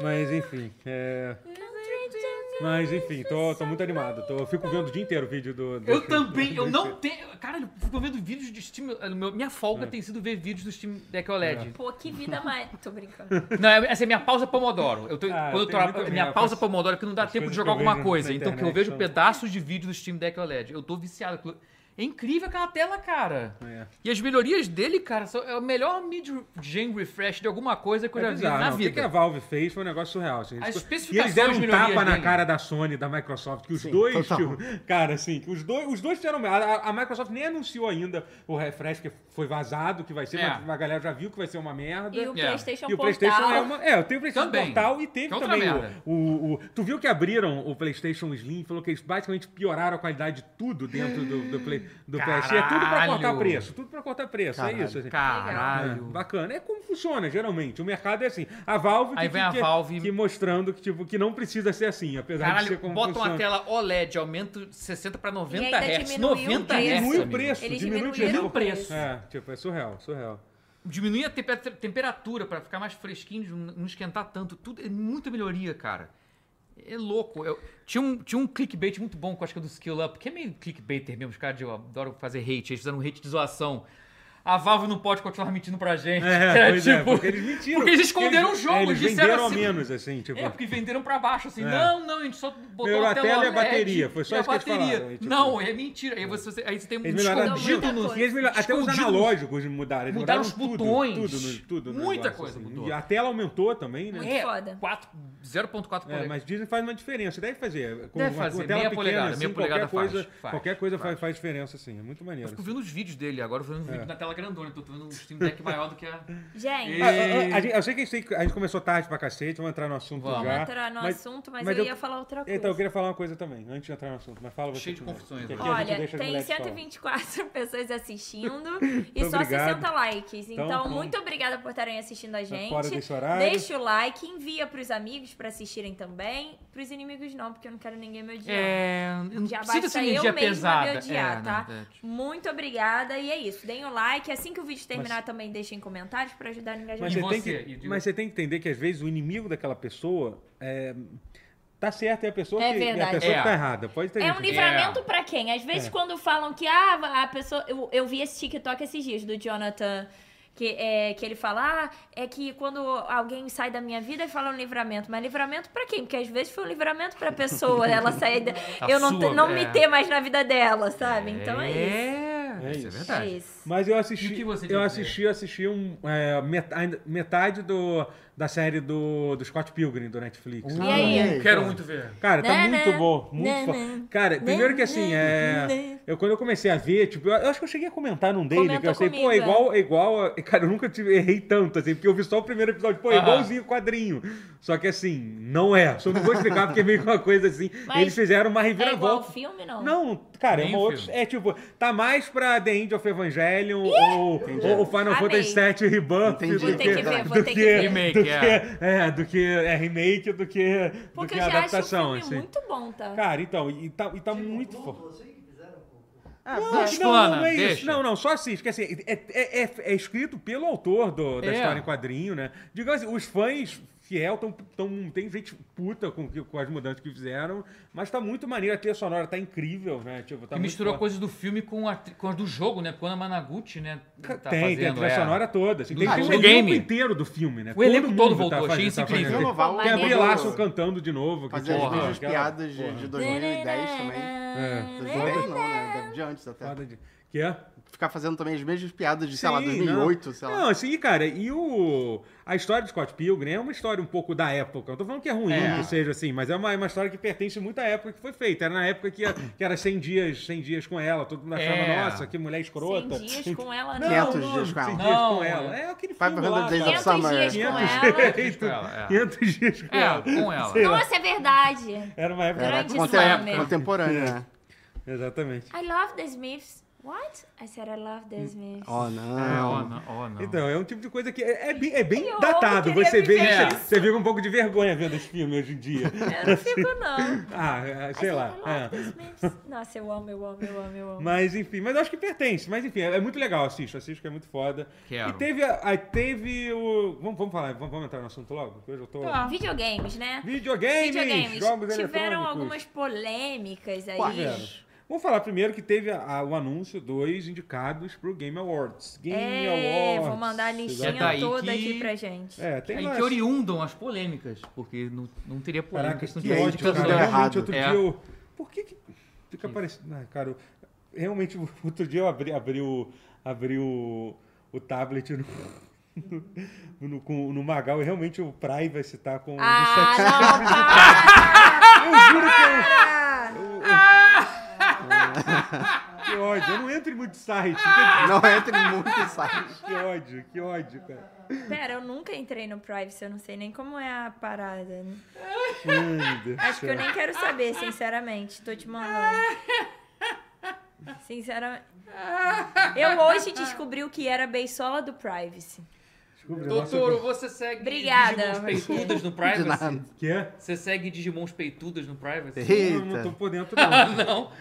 [SPEAKER 2] Mas enfim. É... Mas enfim, tô, tô muito animado. Tô, eu fico vendo o dia inteiro o vídeo do. do-
[SPEAKER 4] Eu também, eu não tenho. Caralho, eu fico vendo vídeos de Steam. eh, meu- Minha folga
[SPEAKER 2] É.
[SPEAKER 4] tem sido ver vídeos do Steam Deck OLED.
[SPEAKER 1] Pô, que vida mais... Tô brincando.
[SPEAKER 4] Não, essa é minha pausa Pomodoro. Eu tô,
[SPEAKER 2] Ah,
[SPEAKER 4] quando eu tô,
[SPEAKER 2] tem muita-
[SPEAKER 4] minha
[SPEAKER 2] é,
[SPEAKER 4] pausa
[SPEAKER 2] faz-
[SPEAKER 4] Pomodoro é porque não dá
[SPEAKER 2] as
[SPEAKER 4] tempo
[SPEAKER 2] coisas
[SPEAKER 4] de jogar
[SPEAKER 2] que eu
[SPEAKER 4] alguma
[SPEAKER 2] vejo
[SPEAKER 4] coisa.
[SPEAKER 2] na
[SPEAKER 4] Então, que eu
[SPEAKER 2] internet
[SPEAKER 4] vejo
[SPEAKER 2] são-
[SPEAKER 4] pedaços de vídeo do Steam Deck OLED. Eu tô viciado. Aquilo- É incrível aquela tela, cara.
[SPEAKER 2] É.
[SPEAKER 4] E as melhorias dele, cara, são, é o melhor mid-gen refresh de alguma coisa que eu já
[SPEAKER 2] É bizarro,
[SPEAKER 4] vi na
[SPEAKER 2] não. O que que
[SPEAKER 4] vida.
[SPEAKER 2] a Valve fez foi um negócio surreal. assim.
[SPEAKER 4] As
[SPEAKER 2] e
[SPEAKER 4] Ah, especificações
[SPEAKER 2] eles deram um
[SPEAKER 4] melhorias
[SPEAKER 2] tapa na
[SPEAKER 4] dele.
[SPEAKER 2] cara da Sony, da Microsoft, que os dois,
[SPEAKER 3] total.
[SPEAKER 2] tipo, cara, assim, que os dois, os dois fizeram. A, a- a Microsoft nem anunciou ainda o refresh que foi vazado, que vai ser,
[SPEAKER 4] É.
[SPEAKER 2] mas a galera já viu que vai ser uma merda.
[SPEAKER 1] E o
[SPEAKER 4] Yeah.
[SPEAKER 1] PlayStation
[SPEAKER 2] E o
[SPEAKER 1] um Portal...
[SPEAKER 2] PlayStation é uma. É, eu tenho o PlayStation
[SPEAKER 4] Também.
[SPEAKER 2] Portal e teve
[SPEAKER 4] Que é outra
[SPEAKER 2] também
[SPEAKER 4] merda.
[SPEAKER 2] o, o, o- Tu viu que abriram o PlayStation Slim? Falou que eles basicamente pioraram a qualidade de tudo dentro do, do, play, do PS. É tudo pra cortar
[SPEAKER 4] Caralho.
[SPEAKER 2] preço, tudo pra cortar preço. É
[SPEAKER 3] Caralho.
[SPEAKER 2] isso. assim. É,
[SPEAKER 4] Caralho.
[SPEAKER 2] bacana. É como funciona, geralmente. O mercado é assim. A Valve
[SPEAKER 4] Aí
[SPEAKER 2] que,
[SPEAKER 4] vem a
[SPEAKER 2] que-
[SPEAKER 4] Valve-
[SPEAKER 2] que mostrando que, tipo, que não precisa ser assim, apesar de
[SPEAKER 4] Caralho,
[SPEAKER 2] ser como
[SPEAKER 4] botam
[SPEAKER 2] funciona.
[SPEAKER 4] a tela OLED, aumento de 60 pra
[SPEAKER 1] ainda
[SPEAKER 4] 90 Hz.
[SPEAKER 1] diminuiu o
[SPEAKER 4] 90
[SPEAKER 1] preço.
[SPEAKER 4] Hz.
[SPEAKER 2] Diminui É o
[SPEAKER 4] amigo.
[SPEAKER 2] preço,
[SPEAKER 1] Eles
[SPEAKER 2] diminui o
[SPEAKER 1] diminuíram o
[SPEAKER 4] preço.
[SPEAKER 1] preço.
[SPEAKER 2] É, tipo, é surreal, surreal.
[SPEAKER 4] Diminuir a tempe- temperatura pra ficar mais fresquinho, não não esquentar tanto. Tudo é muita melhoria, cara. É louco. Eu- tinha, um, tinha um clickbait muito bom que eu acho que é do Skill Up, que é meio clickbaiter mesmo, os caras eu adoro fazer hate. Eles fizeram um hate de zoação. A Valve não pode continuar mentindo pra
[SPEAKER 2] É,
[SPEAKER 4] gente. Era tipo,
[SPEAKER 2] pois é, porque eles mentiram.
[SPEAKER 4] Porque eles esconderam
[SPEAKER 2] Eles-
[SPEAKER 4] o jogo,
[SPEAKER 2] é, eles
[SPEAKER 4] disseram
[SPEAKER 2] venderam
[SPEAKER 4] assim-
[SPEAKER 2] a menos, assim, tipo.
[SPEAKER 4] É, porque venderam pra baixo, assim.
[SPEAKER 2] É.
[SPEAKER 4] Não, não, a gente só botou
[SPEAKER 2] Melhorou
[SPEAKER 4] uma
[SPEAKER 2] a tela e a
[SPEAKER 4] LED
[SPEAKER 2] bateria, foi só
[SPEAKER 4] e a
[SPEAKER 2] isso que eles
[SPEAKER 4] bateria.
[SPEAKER 2] falaram, aí, tipo-
[SPEAKER 4] Não, é mentira. Aí você, você- aí você tem um
[SPEAKER 2] Eles melhoraram
[SPEAKER 1] escondido
[SPEAKER 2] tudo
[SPEAKER 1] no-
[SPEAKER 2] no- e eles melhoraram- até os
[SPEAKER 4] escondido no-
[SPEAKER 2] analógicos mudaram. Eles mudaram,
[SPEAKER 4] mudaram os
[SPEAKER 2] tudo,
[SPEAKER 4] botões,
[SPEAKER 2] Tudo, no- tudo no
[SPEAKER 4] muita
[SPEAKER 2] negócio,
[SPEAKER 4] coisa
[SPEAKER 2] assim.
[SPEAKER 4] mudou.
[SPEAKER 2] E a tela aumentou também, né?
[SPEAKER 1] Muito
[SPEAKER 4] É,
[SPEAKER 1] foda.
[SPEAKER 4] 4 0.4
[SPEAKER 2] É,
[SPEAKER 4] polegadas.
[SPEAKER 2] mas dizem que faz uma diferença. Deve fazer. Com
[SPEAKER 4] Deve
[SPEAKER 2] uma,
[SPEAKER 4] fazer,
[SPEAKER 2] com tela
[SPEAKER 4] meia
[SPEAKER 2] pequena,
[SPEAKER 4] polegada,
[SPEAKER 2] assim,
[SPEAKER 4] meia
[SPEAKER 2] qualquer
[SPEAKER 4] polegada faz,
[SPEAKER 2] coisa,
[SPEAKER 4] faz,
[SPEAKER 2] qualquer coisa faz,
[SPEAKER 4] faz.
[SPEAKER 2] faz diferença, assim. É muito maneiro.
[SPEAKER 4] Eu fico vendo os vídeos dele agora, eu tô vendo
[SPEAKER 2] É.
[SPEAKER 4] um vídeo na tela grandona, eu tô vendo um Steam Deck maior do que a.
[SPEAKER 1] Gente,
[SPEAKER 4] E-
[SPEAKER 2] Ah, ah, ah, a gente- eu sei que a gente, tem que- a gente começou tarde pra cacete, vamos entrar no assunto
[SPEAKER 4] Vamos.
[SPEAKER 2] já.
[SPEAKER 1] vamos entrar no
[SPEAKER 2] mas-
[SPEAKER 1] assunto, mas,
[SPEAKER 2] mas
[SPEAKER 1] eu
[SPEAKER 2] eu-
[SPEAKER 1] ia falar outra coisa.
[SPEAKER 2] Então, eu queria falar uma coisa também, antes de entrar no assunto. Mas fala você.
[SPEAKER 4] Cheio de
[SPEAKER 2] primeiro,
[SPEAKER 4] confusões,
[SPEAKER 2] que
[SPEAKER 4] né?
[SPEAKER 2] aqui a gente
[SPEAKER 1] Olha,
[SPEAKER 2] deixa as
[SPEAKER 1] tem
[SPEAKER 2] mulheres falarem.
[SPEAKER 1] 124 pessoas assistindo e
[SPEAKER 2] Muito
[SPEAKER 1] só
[SPEAKER 2] obrigado.
[SPEAKER 1] 60 likes. Então,
[SPEAKER 2] Então, Tá
[SPEAKER 1] muito obrigada por estarem assistindo a gente.
[SPEAKER 2] fora desse horário.
[SPEAKER 1] Deixa o like, envia pros amigos pra assistirem também. Pros inimigos não, porque eu não quero ninguém me odiar.
[SPEAKER 4] É. eu Não
[SPEAKER 1] Já
[SPEAKER 4] precisa
[SPEAKER 1] basta
[SPEAKER 4] essa
[SPEAKER 1] eu
[SPEAKER 4] energia
[SPEAKER 1] mesma
[SPEAKER 4] pesada.
[SPEAKER 1] me odiar,
[SPEAKER 4] É,
[SPEAKER 1] tá?
[SPEAKER 4] não, é, tipo,
[SPEAKER 1] Muito obrigada e é isso. Deem o like. Assim que o vídeo terminar, também deixem comentários pra ajudar no
[SPEAKER 2] Mas
[SPEAKER 1] engajamento.
[SPEAKER 4] E
[SPEAKER 2] você, tem
[SPEAKER 4] você?
[SPEAKER 2] que,
[SPEAKER 4] E diga-
[SPEAKER 2] mas você tem que entender que às vezes o inimigo daquela pessoa é, tá certo, é a pessoa,
[SPEAKER 1] É
[SPEAKER 2] que, é a
[SPEAKER 1] verdade.
[SPEAKER 2] pessoa
[SPEAKER 4] É.
[SPEAKER 2] que tá errada. Pode ter
[SPEAKER 1] É um
[SPEAKER 2] isso.
[SPEAKER 1] livramento pra quem? Às vezes,
[SPEAKER 2] É.
[SPEAKER 1] quando falam que ah, a pessoa. Eu, eu vi esse TikTok esses dias do Jonathan. Que, é, que ele fala, ah, é que quando alguém sai da minha vida, fala um livramento. Mas livramento pra quem? Porque às vezes foi um livramento pra pessoa, ela sair. Da...
[SPEAKER 4] A
[SPEAKER 1] Eu não, te-
[SPEAKER 4] sua,
[SPEAKER 1] não
[SPEAKER 4] é.
[SPEAKER 1] me ter mais na vida dela, sabe? Então é isso.
[SPEAKER 4] É,
[SPEAKER 2] É
[SPEAKER 4] isso é
[SPEAKER 2] isso.
[SPEAKER 1] É
[SPEAKER 4] verdade.
[SPEAKER 1] isso.
[SPEAKER 2] Mas eu
[SPEAKER 4] E o que
[SPEAKER 2] assisti,
[SPEAKER 4] você
[SPEAKER 2] eu
[SPEAKER 4] diz,
[SPEAKER 2] assisti, assisti um, é, meta- ainda- metade, do, da série do, do Scott Pilgrim do Netflix.
[SPEAKER 1] E aí? É
[SPEAKER 3] Ei,
[SPEAKER 4] Quero muito ver.
[SPEAKER 2] Cara, tá
[SPEAKER 1] Né,
[SPEAKER 2] muito
[SPEAKER 1] né?
[SPEAKER 2] bom, muito
[SPEAKER 1] Né,
[SPEAKER 2] fo-
[SPEAKER 1] né?
[SPEAKER 2] Cara, primeiro que assim,
[SPEAKER 1] né,
[SPEAKER 2] é.
[SPEAKER 1] né.
[SPEAKER 2] Eu, quando eu comecei a ver, tipo, eu, eu acho que eu cheguei a comentar num dele, que
[SPEAKER 1] Comentou
[SPEAKER 2] eu sei,
[SPEAKER 1] comigo,
[SPEAKER 2] pô, é igual, é igual. a- Cara, eu nunca tive, errei tanto, assim, porque eu vi só o primeiro episódio, pô, é
[SPEAKER 4] Aham.
[SPEAKER 2] igualzinho o quadrinho. Só que assim, não é. Só não vou explicar porque é meio que uma coisa assim.
[SPEAKER 1] Mas
[SPEAKER 2] eles fizeram uma
[SPEAKER 1] É igual
[SPEAKER 2] reviravolta.
[SPEAKER 1] filme, não?
[SPEAKER 2] Não, cara, é
[SPEAKER 4] Nem
[SPEAKER 2] uma
[SPEAKER 4] o
[SPEAKER 2] outra.
[SPEAKER 4] filme.
[SPEAKER 2] É tipo, tá mais pra a The End of Evangelion ou, ou o Final
[SPEAKER 1] Amei.
[SPEAKER 2] Fantasy VII Rebuff
[SPEAKER 3] Entendi.
[SPEAKER 2] do
[SPEAKER 1] Ah, Vou ter que ver, vou
[SPEAKER 2] do
[SPEAKER 1] ter que
[SPEAKER 2] que-
[SPEAKER 1] ver.
[SPEAKER 4] Remake,
[SPEAKER 2] do que,
[SPEAKER 4] é.
[SPEAKER 2] é, do que é remake, do que, do que
[SPEAKER 1] Porque eu já acho o
[SPEAKER 2] adaptação.
[SPEAKER 1] filme
[SPEAKER 2] assim.
[SPEAKER 1] muito bom, tá?
[SPEAKER 2] Cara, então, e tá, e tá muito
[SPEAKER 5] Não,
[SPEAKER 2] forte.
[SPEAKER 5] não, Isso aí que fizeram, pô.
[SPEAKER 2] Não,
[SPEAKER 4] vai.
[SPEAKER 2] não, não é
[SPEAKER 4] Explana,
[SPEAKER 2] isso.
[SPEAKER 4] Ah, deixa.
[SPEAKER 2] Não, não, só assiste. Quer dizer, é, é, é- é escrito pelo autor do- da
[SPEAKER 4] É.
[SPEAKER 2] história em quadrinho, né? Digamos assim, os fãs fiel tão, tão, tem gente puta com, que- com as mudanças que fizeram, mas tá muito maneiro. A trilha sonora tá incrível, né? Tipo, tá
[SPEAKER 4] e
[SPEAKER 2] muito
[SPEAKER 4] misturou
[SPEAKER 2] forte.
[SPEAKER 4] coisas do filme com, a, tri- com as do jogo, né? Porque Ana Managuchi, né? Tá
[SPEAKER 2] tem, tem a
[SPEAKER 4] fazendo,
[SPEAKER 2] trilha
[SPEAKER 4] é.
[SPEAKER 2] sonora toda. assim,
[SPEAKER 4] Do
[SPEAKER 2] tem
[SPEAKER 4] jogo.
[SPEAKER 2] tem o
[SPEAKER 4] Do
[SPEAKER 2] elenco
[SPEAKER 4] game.
[SPEAKER 2] inteiro do filme, né?
[SPEAKER 4] O elenco
[SPEAKER 2] Todo
[SPEAKER 4] todo
[SPEAKER 2] mundo tá
[SPEAKER 4] voltou,
[SPEAKER 2] fazendo-
[SPEAKER 4] achei isso
[SPEAKER 2] tá fazendo.
[SPEAKER 4] incrível.
[SPEAKER 3] Renovar o
[SPEAKER 2] Tem a Brie
[SPEAKER 1] Maneiro.
[SPEAKER 2] Larson cantando de novo. que,
[SPEAKER 3] Fazer
[SPEAKER 2] tipo,
[SPEAKER 3] as
[SPEAKER 4] Porra,
[SPEAKER 3] mesmas
[SPEAKER 2] aquela-
[SPEAKER 3] piadas de, de 2010 também.
[SPEAKER 2] É.
[SPEAKER 3] 2010 não, né? De antes até.
[SPEAKER 2] Piada de- Que é?
[SPEAKER 3] Ficar fazendo também as mesmas piadas de, sei lá,
[SPEAKER 2] Sim,
[SPEAKER 3] 2008,
[SPEAKER 2] não.
[SPEAKER 3] sei lá.
[SPEAKER 2] Não, assim, cara, e o... A história de Scott Pilgrim é uma história um pouco da época. Eu tô falando que é ruim,
[SPEAKER 4] É.
[SPEAKER 2] que seja assim, mas é uma, é uma história que pertence muito à época que foi feita. Era na época que, que era 100 dias, 100 dias com ela. Todo mundo achava,
[SPEAKER 4] É.
[SPEAKER 2] nossa, que mulher escrota.
[SPEAKER 1] 100 dias com ela,
[SPEAKER 2] Não,
[SPEAKER 1] não.
[SPEAKER 3] 500
[SPEAKER 2] não,
[SPEAKER 3] dias com
[SPEAKER 2] 100 dias
[SPEAKER 3] ela.
[SPEAKER 2] com
[SPEAKER 4] Não,
[SPEAKER 2] ela.
[SPEAKER 4] é.
[SPEAKER 2] É aquele filme
[SPEAKER 3] 500
[SPEAKER 2] lá,
[SPEAKER 3] Days
[SPEAKER 2] cara.
[SPEAKER 3] of
[SPEAKER 1] 500
[SPEAKER 3] Summer.
[SPEAKER 1] dias com
[SPEAKER 2] 500
[SPEAKER 1] ela.
[SPEAKER 2] dias com ela.
[SPEAKER 4] é.
[SPEAKER 2] 500 dias com
[SPEAKER 4] É,
[SPEAKER 2] ela.
[SPEAKER 4] com ela.
[SPEAKER 2] Sei lá.
[SPEAKER 1] Nossa, é verdade.
[SPEAKER 2] Era uma época...
[SPEAKER 3] Era
[SPEAKER 1] Grande
[SPEAKER 3] conte-
[SPEAKER 1] slammer.
[SPEAKER 3] contemporânea, né?
[SPEAKER 2] Exatamente.
[SPEAKER 1] I love the Smiths. What? I said I love the Smiths.
[SPEAKER 3] Oh,
[SPEAKER 4] É, ó,
[SPEAKER 3] não.
[SPEAKER 4] não, ó, não.
[SPEAKER 2] Então, é um tipo de coisa que é, é bem, é bem
[SPEAKER 1] Eu
[SPEAKER 2] datado.
[SPEAKER 1] queria
[SPEAKER 2] Você vê,
[SPEAKER 1] viver
[SPEAKER 2] você,
[SPEAKER 4] isso.
[SPEAKER 2] você fica um pouco de vergonha vendo esse filme hoje em dia.
[SPEAKER 1] Eu não fico, não.
[SPEAKER 2] Ah, é, sei
[SPEAKER 1] I
[SPEAKER 2] lá.
[SPEAKER 1] said I
[SPEAKER 2] é.
[SPEAKER 1] love the Smiths. Nossa, eu amo, eu amo, eu amo, eu amo.
[SPEAKER 2] Mas enfim, mas eu acho que pertence. Mas enfim, é, é muito legal, assisto, assisto que é muito foda.
[SPEAKER 4] Quero.
[SPEAKER 2] E teve, a- a- teve o. Vamos, vamos falar, vamos, vamos entrar no assunto logo? que Hoje eu tô.
[SPEAKER 4] Tá.
[SPEAKER 1] Videogames, né?
[SPEAKER 2] Videogames, jogos
[SPEAKER 1] Tiveram
[SPEAKER 2] eletrônicos.
[SPEAKER 1] algumas polêmicas aí.
[SPEAKER 2] Tiveram. Vamos falar primeiro que teve a- a- o anúncio dos indicados pro Game Awards. Game
[SPEAKER 1] É,
[SPEAKER 2] Awards.
[SPEAKER 1] vou mandar a
[SPEAKER 4] Já
[SPEAKER 1] listinha
[SPEAKER 4] tá aí
[SPEAKER 1] toda
[SPEAKER 4] que-
[SPEAKER 1] aqui pra gente.
[SPEAKER 2] É, tem
[SPEAKER 4] Aí
[SPEAKER 2] lá.
[SPEAKER 4] que oriundam as polêmicas, porque não, não teria polêmica
[SPEAKER 2] Caraca,
[SPEAKER 4] se não
[SPEAKER 2] que
[SPEAKER 3] de
[SPEAKER 4] tivesse
[SPEAKER 2] ódio,
[SPEAKER 3] tudo
[SPEAKER 2] cara.
[SPEAKER 4] ditadura.
[SPEAKER 3] deu
[SPEAKER 2] Realmente,
[SPEAKER 3] errado.
[SPEAKER 2] outro
[SPEAKER 4] É.
[SPEAKER 2] dia eu... Por que que fica aparecendo... Ah, cara, eu- realmente, outro dia eu abri, abri, o, abri o, o tablet no... No, no- com- no Magal, e realmente o Privacy tá com.
[SPEAKER 1] Ah,
[SPEAKER 2] sete-
[SPEAKER 1] não, para!
[SPEAKER 2] tá Eu juro que. Eu, eu, que ódio, eu não entro em muito site.
[SPEAKER 3] Não entre muito, sabe?
[SPEAKER 2] Que ódio, que ódio, cara.
[SPEAKER 1] Pera, eu nunca entrei no Privacy, eu não sei nem como é a parada.
[SPEAKER 2] Ai, Deus do
[SPEAKER 1] Acho que eu
[SPEAKER 2] céu.
[SPEAKER 1] nem quero saber, sinceramente. Tô te mandando. Sinceramente. Eu hoje descobri o que era a beisola do Privacy.
[SPEAKER 2] Descobri, nossa,
[SPEAKER 4] Doutor, você segue
[SPEAKER 1] Obrigada,
[SPEAKER 4] Digimons peitudas no
[SPEAKER 3] De nada.
[SPEAKER 4] Privacy?
[SPEAKER 2] que é?
[SPEAKER 4] Você segue Digimons peitudas no Privacy?
[SPEAKER 2] Eu não tô
[SPEAKER 3] Eita,
[SPEAKER 2] por dentro, não.
[SPEAKER 4] não.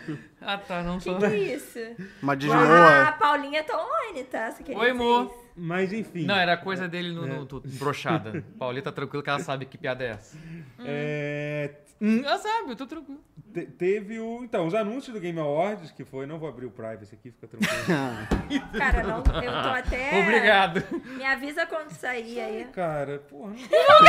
[SPEAKER 4] Ah, tá, não
[SPEAKER 1] Que
[SPEAKER 4] sou.
[SPEAKER 1] que é isso? Ah,
[SPEAKER 3] uma
[SPEAKER 1] a
[SPEAKER 3] desmoa.
[SPEAKER 1] Paulinha tá online, tá? Você queria
[SPEAKER 4] Oi,
[SPEAKER 1] dizer
[SPEAKER 4] amor.
[SPEAKER 1] isso?
[SPEAKER 2] Mas enfim.
[SPEAKER 4] Não, é- era coisa dele no, no, no brochada. Paulita tá tranquilo que ela sabe que piada é essa.
[SPEAKER 2] É,
[SPEAKER 4] Hum, ela sabe, eu tô tranquilo.
[SPEAKER 2] Te- teve o. Então, os anúncios do Game Awards, que foi. Não vou abrir o privacy aqui, fica tranquilo.
[SPEAKER 1] Cara, não, eu tô até.
[SPEAKER 4] Obrigado.
[SPEAKER 1] Me avisa quando sair aí.
[SPEAKER 2] Cara, porra. Não, não,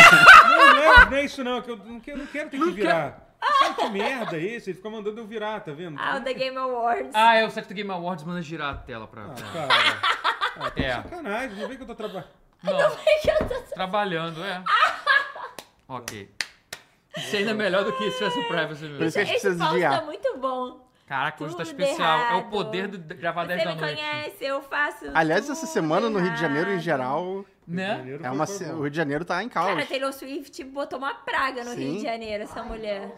[SPEAKER 2] não, é, não é isso, não, que eu não quero, não quero ter que virar. Sabe que merda é esse? Ele fica mandando eu virar, tá vendo?
[SPEAKER 1] Ah, o The Game Awards.
[SPEAKER 4] Ah, é o site do Game Awards, manda girar a tela pra.
[SPEAKER 2] Ah,
[SPEAKER 4] pra-
[SPEAKER 2] cara.
[SPEAKER 4] É.
[SPEAKER 2] Sacanagem, não vê que eu tô trabalhando.
[SPEAKER 4] Não,
[SPEAKER 1] é
[SPEAKER 4] trabalhando, é. Ok. Isso ainda é melhor do que se tivesse um privacy
[SPEAKER 3] Por
[SPEAKER 4] mesmo.
[SPEAKER 3] isso que a gente
[SPEAKER 1] Esse
[SPEAKER 3] precisa
[SPEAKER 1] Paulo tá
[SPEAKER 3] desviar.
[SPEAKER 1] muito bom.
[SPEAKER 4] Caraca, hoje tá
[SPEAKER 1] Tudo
[SPEAKER 4] especial. É
[SPEAKER 1] errado.
[SPEAKER 4] o poder do gravar 10
[SPEAKER 1] Você
[SPEAKER 4] da
[SPEAKER 1] me
[SPEAKER 4] noite.
[SPEAKER 1] conhece, eu faço.
[SPEAKER 3] Aliás, essa
[SPEAKER 1] tudo
[SPEAKER 3] semana no Rio de Janeiro, em
[SPEAKER 1] errado.
[SPEAKER 3] geral,
[SPEAKER 4] Né?
[SPEAKER 2] Janeiro
[SPEAKER 3] é
[SPEAKER 2] foi-
[SPEAKER 3] uma...
[SPEAKER 2] foi
[SPEAKER 3] se-
[SPEAKER 2] bom.
[SPEAKER 3] o Rio de Janeiro tá em caos.
[SPEAKER 1] Cara, a Taylor Swift botou uma praga no
[SPEAKER 3] Sim.
[SPEAKER 1] Rio de Janeiro, essa mulher.